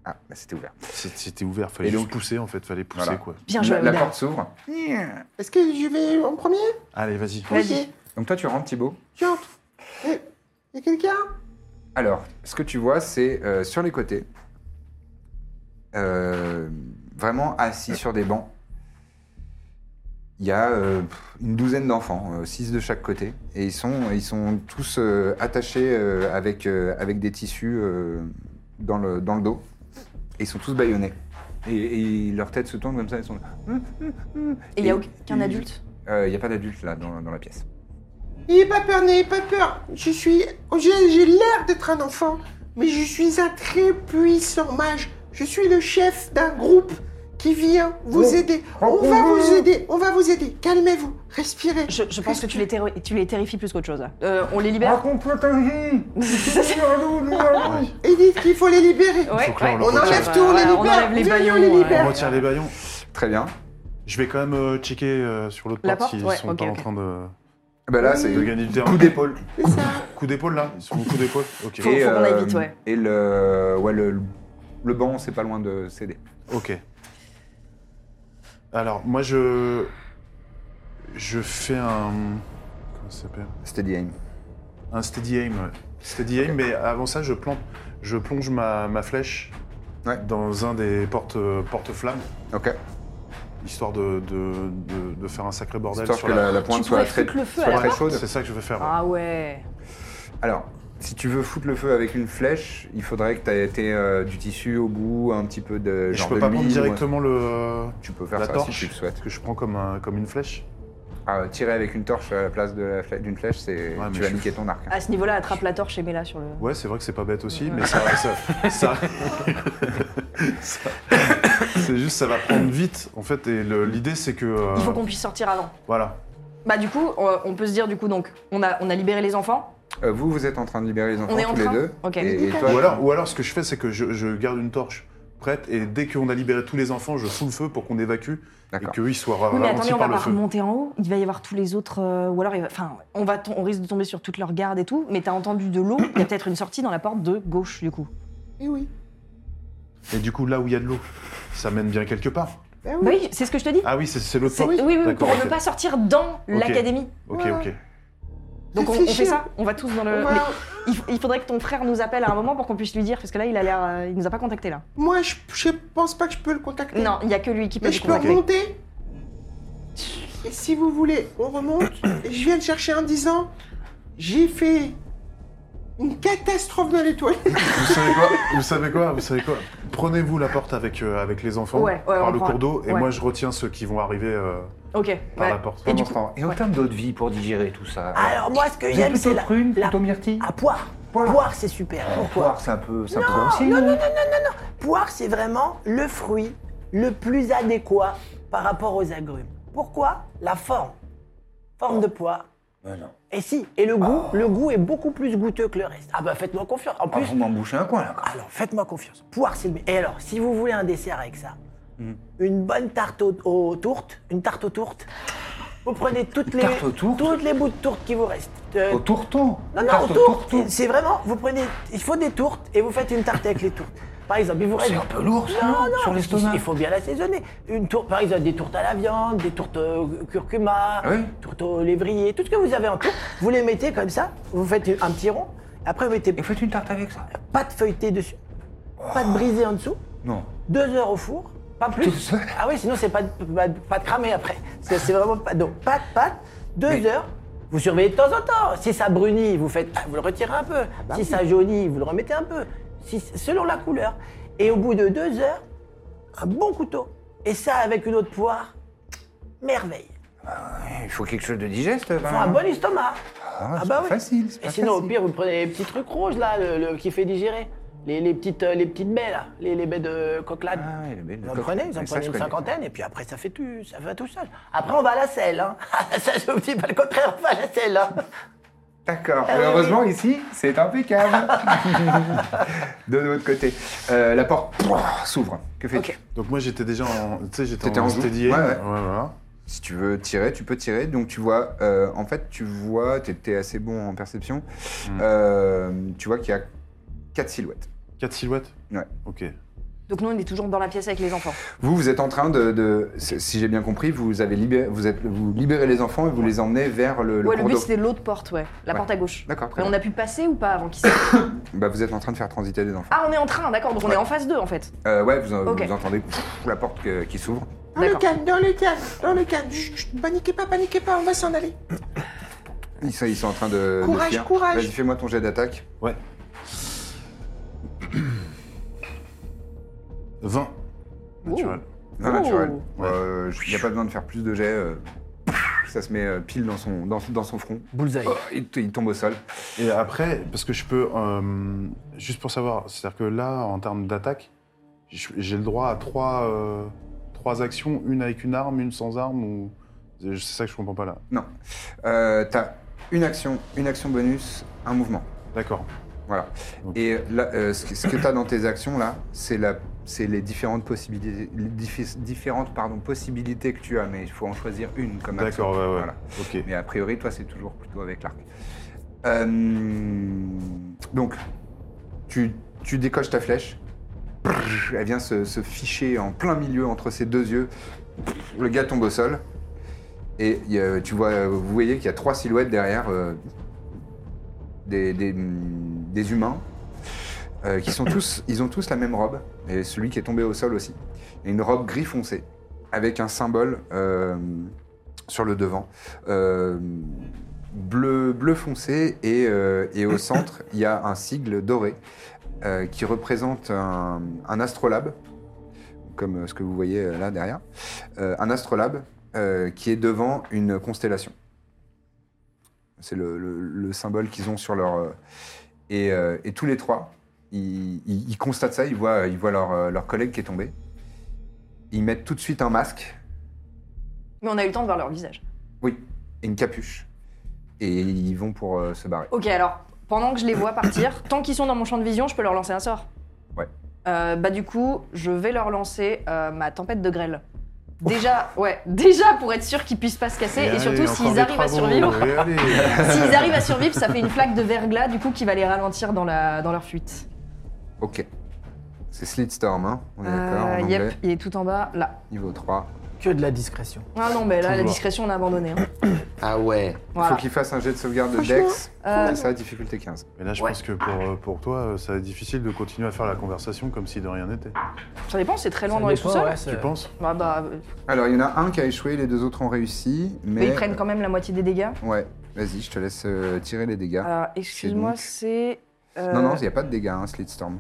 Speaker 1: Ah, bah, c'était ouvert.
Speaker 2: C'est- C'était ouvert, fallait
Speaker 1: Et
Speaker 2: juste
Speaker 1: donc-
Speaker 2: pousser, en fait, fallait pousser,
Speaker 1: Voilà.
Speaker 2: quoi.
Speaker 4: Bien joué.
Speaker 1: La, la
Speaker 4: Odan.
Speaker 1: porte s'ouvre.
Speaker 6: Est-ce que je vais en premier
Speaker 2: Allez, vas-y.
Speaker 4: Vas-y.
Speaker 1: Donc toi, tu rentres, Thibaut.
Speaker 6: J'entre. Eh, y a quelqu'un
Speaker 1: Alors, ce que tu vois, c'est euh, sur les côtés, euh, vraiment assis sur des bancs, il y a euh, pff, une douzaine d'enfants, euh, six de chaque côté, et ils sont, ils sont tous euh, attachés euh, avec, euh, avec des tissus euh, dans, le, dans le dos, et ils sont tous bâillonnés. Et, et leurs têtes se tournent comme ça, ils sont...
Speaker 4: Et il y a
Speaker 1: Et-
Speaker 4: aucun
Speaker 1: et-
Speaker 4: adulte.
Speaker 1: Euh, Il n'y a pas d'adulte là dans, dans la pièce.
Speaker 6: N'ayez pas peur, n'ayez pas peur. Je suis. J'ai j'ai l'air d'être un enfant, mais je suis un très puissant mage. Je suis le chef d'un groupe qui vient vous
Speaker 1: Oh.
Speaker 6: aider.
Speaker 1: Oh,
Speaker 6: On va
Speaker 1: oh,
Speaker 6: vous
Speaker 1: oh.
Speaker 6: aider, on va vous aider. Calmez-vous, respirez.
Speaker 4: Je, je pense que tu les, terro- tu les terrifies plus qu'autre chose. là. Euh, on les
Speaker 2: Ah,
Speaker 4: libère.
Speaker 2: *laughs*
Speaker 6: Et dites qu'il faut les libérer.
Speaker 4: Ouais,
Speaker 2: Oh. Faut que là, on
Speaker 4: ouais.
Speaker 2: leur
Speaker 6: On enlève
Speaker 4: retire.
Speaker 6: tout, on les
Speaker 4: Voilà, on
Speaker 6: libère.
Speaker 4: enlève les
Speaker 6: Viens,
Speaker 4: baillons,
Speaker 6: on les
Speaker 4: ouais.
Speaker 6: libère.
Speaker 2: On retire les baillons.
Speaker 1: Très bien.
Speaker 2: Je vais quand même euh, checker euh, sur l'autre
Speaker 4: La
Speaker 2: porte s'ils
Speaker 4: porte, ouais,
Speaker 2: sont
Speaker 4: ok,
Speaker 2: pas en
Speaker 4: ok.
Speaker 2: train de,
Speaker 1: Ben là, c'est
Speaker 2: de gagner du terrain.
Speaker 1: coup d'épaule.
Speaker 6: C'est ça.
Speaker 2: Coup d'épaule, là Ils sont au coup d'épaule Ok.
Speaker 4: Faut- qu'on aille vite, ouais.
Speaker 1: euh, Et le, ouais, le, le banc, c'est pas loin de céder.
Speaker 2: Ok. Alors, moi, je. Je fais un. Comment ça s'appelle
Speaker 1: Steady aim.
Speaker 2: Un steady aim. ouais. Steady aim, mais avant ça, je, plante... je plonge ma, ma flèche
Speaker 1: Ouais.
Speaker 2: dans un des porte, porte-flammes,
Speaker 1: Ok.
Speaker 2: histoire de, de- de- de faire un sacré bordel
Speaker 1: Histoire
Speaker 2: sur
Speaker 1: que la,
Speaker 2: la...
Speaker 1: la pointe
Speaker 4: Tu
Speaker 1: soit
Speaker 4: pourrais
Speaker 1: très,
Speaker 4: foutre le feu
Speaker 1: soit
Speaker 4: à la
Speaker 1: très
Speaker 4: porte
Speaker 1: chaude.
Speaker 2: C'est ça que je vais faire. ouais.
Speaker 4: Ah ouais.
Speaker 1: Alors, si tu veux foutre le feu avec une flèche, il faudrait que tu aies été, euh, du tissu au bout, un petit peu de.
Speaker 2: Et je
Speaker 1: genre
Speaker 2: peux
Speaker 1: de
Speaker 2: pas prendre
Speaker 1: mille, ou un-
Speaker 2: directement le...
Speaker 1: Tu peux faire
Speaker 2: la
Speaker 1: ça
Speaker 2: torche
Speaker 1: si tu le souhaites.
Speaker 2: que je prends comme, un- comme une flèche.
Speaker 1: Ah, euh, tirer avec une torche à la place de la fla- d'une flèche, c'est
Speaker 2: Ouais, mais
Speaker 1: tu vas
Speaker 2: je-
Speaker 1: niquer ton arc. hein.
Speaker 4: À ce niveau-là, attrape la torche et mets-la sur le.
Speaker 2: Ouais, c'est vrai que c'est pas bête aussi, mais ça. ça,
Speaker 4: *laughs*
Speaker 2: ça- ça- c'est juste, ça va prendre vite, en fait, et le- l'idée c'est que. euh,
Speaker 4: Il faut qu'on puisse sortir avant.
Speaker 2: Voilà.
Speaker 4: Bah du coup, on on peut se dire du coup donc, on a, on a libéré les enfants.
Speaker 1: Euh, vous, vous êtes en train de libérer les enfants
Speaker 4: est en
Speaker 1: tous
Speaker 4: train
Speaker 1: les deux.
Speaker 4: Ok.
Speaker 1: Et, et toi,
Speaker 2: Ou alors, ou alors, ce que je fais, c'est que je, je garde une torche prête, et dès qu'on a libéré tous les enfants, je fous le feu pour qu'on évacue, et
Speaker 1: D'accord.
Speaker 2: qu'eux ils soient ra-
Speaker 4: Oui, mais
Speaker 2: ralentis
Speaker 4: attendez, on va
Speaker 2: par
Speaker 4: pas
Speaker 2: le feu.
Speaker 4: remonter en haut. Il va y avoir tous les autres, euh, ou alors, il va- enfin, on va, tom- on risque de tomber sur toute leur garde et tout. Mais t'as entendu de l'eau. Il y a peut-être une sortie dans la porte de gauche du coup.
Speaker 6: Eh oui.
Speaker 2: Et du coup, là où il y a de l'eau, ça mène bien quelque part.
Speaker 6: Ben
Speaker 4: Bah
Speaker 6: oui.
Speaker 4: oui, c'est ce que je te dis.
Speaker 2: Ah oui, c'est- c'est l'autre
Speaker 4: C'est-
Speaker 2: porte.
Speaker 4: oui, oui, oui,
Speaker 2: D'accord,
Speaker 4: pour
Speaker 2: ok.
Speaker 4: ne pas sortir dans l'académie.
Speaker 2: Ok,
Speaker 6: Voilà.
Speaker 2: ok.
Speaker 4: Donc on, on fait ça, on va tous dans le.
Speaker 6: On va-
Speaker 4: Euh, mais il, f- il faudrait que ton frère nous appelle à un moment pour qu'on puisse lui dire, parce que là il a l'air, euh, il nous a pas contacté là.
Speaker 6: Moi, je, je pense pas que je peux le contacter.
Speaker 4: Non, il y a que lui qui peut
Speaker 6: Mais
Speaker 4: nous
Speaker 6: je peux
Speaker 4: contacter.
Speaker 6: remonter. Et si vous voulez, on remonte. Et je viens de chercher en disant j'ai fait une catastrophe dans les toilettes.
Speaker 2: Vous savez quoi Vous savez quoi Vous savez quoi Prenez-vous la porte avec, euh, avec les enfants
Speaker 4: Ouais, ouais, on
Speaker 2: par le
Speaker 4: prend-
Speaker 2: cours d'eau, et
Speaker 4: ouais.
Speaker 2: moi je retiens ceux qui vont arriver euh,
Speaker 4: Ok.
Speaker 2: par
Speaker 4: ouais.
Speaker 2: la porte.
Speaker 4: Et
Speaker 1: Pendant
Speaker 4: du coup,
Speaker 1: ce temps- et en
Speaker 4: ouais.
Speaker 1: termes d'eau de vie pour digérer tout ça.
Speaker 3: Alors moi, ce que
Speaker 1: Vous êtes
Speaker 3: j'aime, c'est la,
Speaker 1: prune,
Speaker 3: la-
Speaker 1: myrtille
Speaker 3: à poire.
Speaker 1: Poire.
Speaker 3: Poire, c'est super. Pourquoi
Speaker 1: Poire, c'est un peu, c'est un peu comme si, non
Speaker 3: Poire, c'est vraiment le fruit le plus adéquat par rapport aux agrumes. Pourquoi La forme. Forme de poire. Et si, et le goût, le goût est beaucoup plus goûteux que le reste. Ah bah faites-moi confiance. En
Speaker 1: Ah,
Speaker 3: plus,
Speaker 1: vous m'en bougez un coin là. quoi.
Speaker 3: alors faites-moi confiance. Poire, c'est le meilleur. Et alors, si vous voulez un dessert avec ça,
Speaker 1: Hmm.
Speaker 3: une bonne tarte aux, aux tourtes, une tarte aux tourtes, vous prenez toutes les
Speaker 1: tarte aux tourtes
Speaker 3: toutes les bouts de tourte qui vous restent. Euh,
Speaker 1: Au tourton.
Speaker 3: non, non,
Speaker 1: Tarte au
Speaker 3: aux tourtes.
Speaker 1: tourton.
Speaker 3: C'est vraiment, vous prenez, il faut des tourtes et vous faites une tarte avec les tourtes. Par exemple, il vous reste.
Speaker 1: C'est un peu lourd, ça, non, sur l'estomac.
Speaker 3: Il faut bien l'assaisonner. Une tourte, par exemple, des tourtes à la viande, des tourtes au curcuma,
Speaker 1: Ah oui
Speaker 3: tourtes au lévrier, tout ce que vous avez en tourte, vous les mettez comme ça, vous faites un petit rond, après vous mettez
Speaker 1: Et faites une tarte avec ça.
Speaker 3: pas de feuilleté dessus, pas de brisé en dessous,
Speaker 1: Non.
Speaker 3: deux heures au four, pas plus.
Speaker 1: Tout seul
Speaker 3: Ah oui, sinon c'est pas de, pas de- pas de cramer après. Parce que C'est vraiment pas. Donc pâte, pâte, deux heures. Vous surveillez de temps en temps. Si ça brunit, vous faites, ah, vous le retirez un peu.
Speaker 1: Ah bah
Speaker 3: si ça jaunit, vous le remettez un peu. Si- selon la couleur. Et au bout de deux heures, un bon couteau. Et ça avec une autre poire, merveille.
Speaker 1: Il faut quelque chose de digeste. ben.
Speaker 3: Faut un bon estomac. bah
Speaker 1: Ah, c'est pas facile, c'est
Speaker 3: Et
Speaker 1: pas
Speaker 3: sinon, au
Speaker 1: facile.
Speaker 3: pire, vous prenez les petits trucs rouges là, le, le- qui fait digérer. Les, les petites, euh, les petites baies là, les, les baies de coquelade.
Speaker 1: Ah ouais, les baies de
Speaker 3: vous en
Speaker 1: coque-
Speaker 3: prenez, vous en
Speaker 1: mais ça,
Speaker 3: prenez
Speaker 1: je
Speaker 3: une
Speaker 1: connais.
Speaker 3: cinquantaine et puis après ça fait tout, ça va tout seul. Après on va à la selle, hein. *laughs* ça je vous dis pas le contraire, on va à la selle. hein.
Speaker 1: D'accord.
Speaker 3: Ah
Speaker 1: Mais Heureusement, ici, c'est
Speaker 3: *laughs*
Speaker 1: impeccable. de l'autre côté. Euh, la porte pouah, s'ouvre. Que fais-tu
Speaker 2: Donc moi j'étais déjà en, tu sais, j'étais
Speaker 1: T'étais
Speaker 2: en,
Speaker 1: en joue.
Speaker 2: steady aim.
Speaker 1: Ouais, ouais.
Speaker 2: voilà.
Speaker 1: Si tu veux tirer, tu peux tirer. Donc tu vois, euh, en fait, tu vois, t'es t'es assez bon en perception. Euh, tu vois qu'il y a quatre silhouettes.
Speaker 2: Quatre silhouettes.
Speaker 1: Ouais.
Speaker 2: Ok.
Speaker 4: donc nous on est toujours dans la pièce avec les enfants.
Speaker 1: Vous, vous êtes en train de, de- si si j'ai bien compris, vous avez libéré, vous êtes, vous libérez les enfants et vous les emmenez vers le, le
Speaker 4: ouais, le
Speaker 1: cours
Speaker 4: but
Speaker 1: d'eau.
Speaker 4: c'était l'autre porte, ouais, la
Speaker 1: Ouais.
Speaker 4: porte à gauche.
Speaker 1: D'accord, très
Speaker 4: Mais on
Speaker 1: bien.
Speaker 4: a pu passer ou pas avant qu'ils. sortent
Speaker 1: Bah, vous êtes en train de faire transiter les enfants.
Speaker 4: ah, on est en train, d'accord. Donc on
Speaker 1: Ouais.
Speaker 4: est en face d'eux en fait.
Speaker 1: Euh, ouais, vous, en-
Speaker 4: Ok.
Speaker 1: vous entendez pff, la porte que- qui s'ouvre.
Speaker 6: Dans le
Speaker 4: D'accord.
Speaker 6: calme, dans le calme, dans le calme. Chut, chut, paniquez pas, paniquez pas, on va s'en aller.
Speaker 1: Ils sont, ils sont en train de. de
Speaker 6: Courage,
Speaker 1: fuir.
Speaker 6: courage.
Speaker 1: Vas-y, fais-moi ton jet d'attaque.
Speaker 2: Ouais. 20. Naturel.
Speaker 1: Non,
Speaker 4: Oh.
Speaker 1: naturel.
Speaker 2: Ouais.
Speaker 1: Euh, Il n'y a pas besoin de faire plus de jets. euh, ça se met euh, pile dans son, dans, dans son front.
Speaker 8: Bullseye.
Speaker 1: Oh, il, t- il tombe au sol.
Speaker 2: Et après, parce que je peux, euh, juste pour savoir, c'est-à-dire que là, en termes d'attaque, je- j'ai le droit à trois, euh, trois actions, une avec une arme, une sans arme, ou c'est ça que je comprends pas là.
Speaker 1: Non. Euh, T'as une action, une action bonus, un mouvement.
Speaker 2: D'accord.
Speaker 1: Voilà. Et là, euh, ce que, ce que tu as dans tes actions, là, c'est la- c'est les différentes possibilités, les diffi- différentes pardon, possibilités que tu as, mais il faut en choisir une comme action.
Speaker 2: D'accord, ouais, ouais.
Speaker 1: Voilà.
Speaker 2: Ok.
Speaker 1: Mais a priori, toi, c'est toujours plutôt avec l'arc. Euh, donc, tu, tu décoches ta flèche. Prrr, Elle vient se, se ficher en plein milieu entre ses deux yeux. Prrr, Le gars tombe au sol. Et il y a- tu vois, vous voyez qu'il y a trois silhouettes derrière euh, des, des- des humains. euh, qui sont tous, ils ont tous la même robe, et celui qui est tombé au sol aussi. Et une robe gris foncé, avec un symbole euh, sur le devant, euh, bleu, bleu foncé, et, euh, et au centre, il y a un sigle doré euh, qui représente un, un astrolabe, comme euh, ce que vous voyez euh, là derrière, Euh, un astrolabe euh, qui est devant une constellation. C'est le, le- le symbole qu'ils ont sur leur... euh, et, euh, et tous les trois, ils, ils- ils constatent ça, ils voient, ils voient leur, euh, leur collègue qui est tombé. Ils mettent tout de suite un masque
Speaker 4: Mais on a eu le temps de voir leur visage.
Speaker 1: oui, et une capuche. Et ils vont pour euh, se barrer.
Speaker 4: Ok, alors, pendant que je les vois
Speaker 1: *coughs*
Speaker 4: partir, tant qu'ils sont dans mon champ de vision, je peux leur lancer un sort.
Speaker 1: Ouais.
Speaker 4: Euh, bah du coup, je vais leur lancer euh, ma tempête de grêle. Déjà, ouais, *laughs* déjà pour être sûr qu'ils puissent pas se casser et, surtout s'ils arrivent à survivre.
Speaker 1: *laughs* euh.
Speaker 4: *laughs* S'ils arrivent à survivre, ça fait une flaque de verglas du coup qui va les ralentir dans, la, dans leur fuite.
Speaker 1: Ok. C'est Slitstorm, hein On est d'accord
Speaker 4: Euh,
Speaker 1: en anglais.
Speaker 4: yep, il est tout en bas, là.
Speaker 1: Niveau 3.
Speaker 3: Que de la discrétion.
Speaker 4: Ah non, mais là, la
Speaker 2: Toujours.
Speaker 4: discrétion, on a abandonné. hein.
Speaker 5: Ah ouais.
Speaker 1: Il faut
Speaker 4: Voilà.
Speaker 1: qu'il fasse un jet de sauvegarde de
Speaker 6: Franchement,
Speaker 1: Dex.
Speaker 4: Euh,
Speaker 1: Et ça, difficulté 15.
Speaker 2: Mais là, je
Speaker 4: Ouais.
Speaker 2: pense que pour, euh, pour toi, euh, ça va être difficile de continuer à faire la conversation comme si de rien n'était.
Speaker 4: ça dépend, c'est très loin
Speaker 3: Ça
Speaker 4: dans les
Speaker 3: dépend,
Speaker 4: sous-sols.
Speaker 3: ouais, c'est-
Speaker 2: Tu penses
Speaker 4: Bah, bah, euh,
Speaker 1: Alors, il y en a un qui a échoué, les deux autres ont réussi. Mais,
Speaker 4: mais ils prennent quand même la moitié des dégâts.
Speaker 1: Ouais, vas-y, je te laisse euh, tirer les dégâts.
Speaker 4: Alors, excuse-moi,
Speaker 1: donc-
Speaker 4: c'est. euh,
Speaker 1: Non, non, il n'y a pas de dégâts, hein, Slitstorm.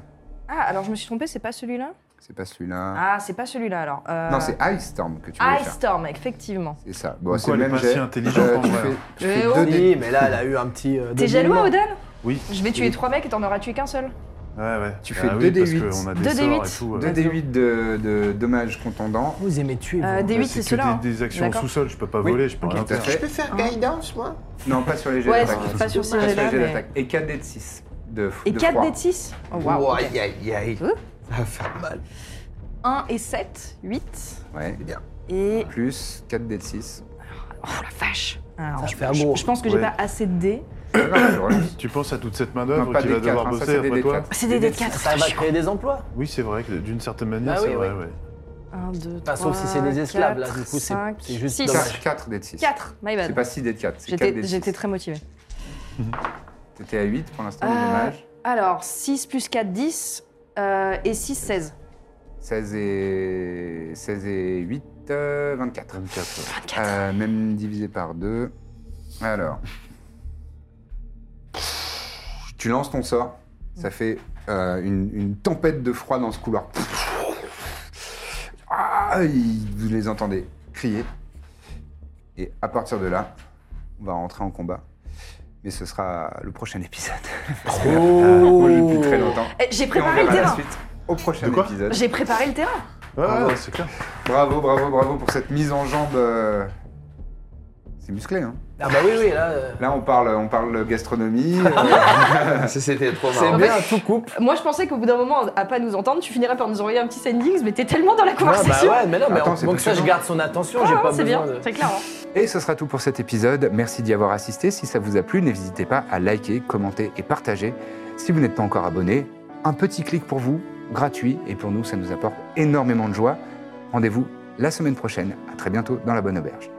Speaker 4: Ah, alors je me suis trompée, c'est pas celui-là
Speaker 1: C'est pas celui-là.
Speaker 4: Ah, c'est pas celui-là alors. Euh,
Speaker 1: Non, c'est Ice Storm que tu veux
Speaker 4: Ice
Speaker 1: faire. Bah,
Speaker 4: Storm, effectivement.
Speaker 1: C'est ça. Bon,
Speaker 2: Comme
Speaker 1: c'est
Speaker 2: quoi,
Speaker 1: le
Speaker 2: elle est
Speaker 1: même
Speaker 2: pas si
Speaker 1: jet. Euh,
Speaker 2: intelligente en
Speaker 1: tu
Speaker 2: vrai.
Speaker 1: fais, tu
Speaker 4: Eh
Speaker 1: fais
Speaker 4: oh.
Speaker 1: deux dés.
Speaker 3: Oui, mais là, elle a eu un petit. euh,
Speaker 4: T'es
Speaker 3: dédoublement.
Speaker 4: jaloux, Odal
Speaker 2: Oui.
Speaker 4: Je vais tuer trois mecs et t'en auras tué qu'un seul.
Speaker 2: Ouais, ouais.
Speaker 1: Tu fais
Speaker 2: Ah
Speaker 1: deux
Speaker 2: oui, parce
Speaker 1: D8.
Speaker 2: qu'on a
Speaker 4: Deux
Speaker 2: des sorts
Speaker 4: D8.
Speaker 2: et tout. ouais.
Speaker 1: 2d8 de, de dommages contendants.
Speaker 3: Vous aimez tuer.
Speaker 4: Euh,
Speaker 3: vous.
Speaker 4: D8, c'est
Speaker 2: que
Speaker 4: ceux-là. hein.
Speaker 2: des, des actions en
Speaker 4: D'accord.
Speaker 2: sous-sol, je peux pas
Speaker 1: Oui.
Speaker 2: voler, je peux
Speaker 1: Ok,
Speaker 2: rien
Speaker 1: tout à
Speaker 2: faire.
Speaker 1: fait.
Speaker 6: Je peux faire
Speaker 4: Ah.
Speaker 6: guidance, moi
Speaker 1: Non, pas sur les jets
Speaker 4: Ouais,
Speaker 1: d'attaque.
Speaker 4: c'est pas sur ces
Speaker 1: Pas sur
Speaker 4: jets-là.
Speaker 1: les jets
Speaker 4: mais-
Speaker 1: d'attaque. Et 4 d de 6. De,
Speaker 4: Et
Speaker 1: de
Speaker 4: 4
Speaker 1: froid.
Speaker 4: d 6 Oh waouh. Hein
Speaker 5: Wow, aïe, aïe, aïe.
Speaker 4: Ouh.
Speaker 5: Ça fait mal.
Speaker 4: 1 et 7, 8.
Speaker 1: Ouais.
Speaker 4: Et.
Speaker 1: Plus 4 d de 6.
Speaker 4: Oh la vache alors,
Speaker 3: Ça
Speaker 4: je,
Speaker 3: fait un
Speaker 4: je-
Speaker 3: gros.
Speaker 4: je pense que j'ai
Speaker 2: Ouais.
Speaker 4: pas assez de dés.
Speaker 2: Tu penses à toute cette
Speaker 1: Non,
Speaker 2: main-d'œuvre
Speaker 1: pas
Speaker 2: qui
Speaker 1: des
Speaker 2: va devoir
Speaker 1: quatre, hein, ça,
Speaker 2: bosser
Speaker 1: c'est des
Speaker 2: après
Speaker 1: des
Speaker 2: toi
Speaker 1: quatre.
Speaker 4: C'est des dés de 4.
Speaker 3: Ça va créer des emplois.
Speaker 2: Oui, c'est vrai que d'une certaine manière,
Speaker 3: Bah oui,
Speaker 2: c'est vrai,
Speaker 3: oui.
Speaker 2: ouais.
Speaker 4: 1, 2, 3.
Speaker 3: Enfin, sauf si c'est des esclaves, là, du coup, c'est- c'est juste dommage.
Speaker 1: 4 d de 6.
Speaker 4: 4, my
Speaker 1: C'est
Speaker 4: bad.
Speaker 1: pas 6 d de 4. C'est 4 d
Speaker 4: J'étais
Speaker 1: de
Speaker 4: j'étais
Speaker 1: 6.
Speaker 4: très motivée.
Speaker 1: T'étais à 8 pour l'instant, les
Speaker 4: Euh,
Speaker 1: dommages.
Speaker 4: Alors, 6 plus 4, 10. euh, et 6, 16.
Speaker 1: 16 et, 16 et 8, euh, 24.
Speaker 2: 24. ouais.
Speaker 1: Euh, même divisé par 2. Alors. Tu lances ton sort. Ça fait euh, une, une tempête de froid dans ce couloir. Ah, ils- vous les entendez crier. Et à partir de là, on va rentrer en combat. Mais ce sera le prochain épisode. Parce que, euh, moi,
Speaker 3: Oh.
Speaker 1: j'ai depuis très longtemps.
Speaker 4: Eh, J'ai
Speaker 1: Et on
Speaker 4: préparé le
Speaker 1: verra la
Speaker 4: terrain.
Speaker 1: suite au prochain
Speaker 2: Oh. De quoi
Speaker 1: épisode.
Speaker 4: J'ai préparé le terrain.
Speaker 1: Ah
Speaker 2: Ouais, ouais, c'est clair.
Speaker 1: Bravo, bravo, bravo pour cette mise en jambe. euh, C'est musclé, hein
Speaker 3: Ah bah oui, oui, là. euh,
Speaker 1: Là, on parle, on parle gastronomie. euh,
Speaker 5: Ça, c'était trop
Speaker 3: C'est
Speaker 5: marrant.
Speaker 3: bien, tout coupe.
Speaker 4: Moi, je pensais qu'au bout d'un moment, à pas nous entendre, tu finirais par nous envoyer un petit sendings, mais t'es tellement dans la
Speaker 3: Non, bah
Speaker 4: conversation.
Speaker 3: ouais, mais non, mais
Speaker 1: Attends,
Speaker 3: on-
Speaker 1: c'est
Speaker 3: donc ça, je
Speaker 1: passionnant.
Speaker 3: garde son attention, j'ai
Speaker 4: Ah,
Speaker 3: pas
Speaker 4: c'est bien,
Speaker 3: besoin de.
Speaker 4: c'est clair. hein.
Speaker 1: Et ce sera tout pour cet épisode. Merci d'y avoir assisté. Si ça vous a plu, n'hésitez pas à liker, commenter et partager. Si vous n'êtes pas encore abonné, un petit clic pour vous, gratuit, et pour nous, ça nous apporte énormément de joie. Rendez-vous la semaine prochaine. À très bientôt dans la bonne auberge.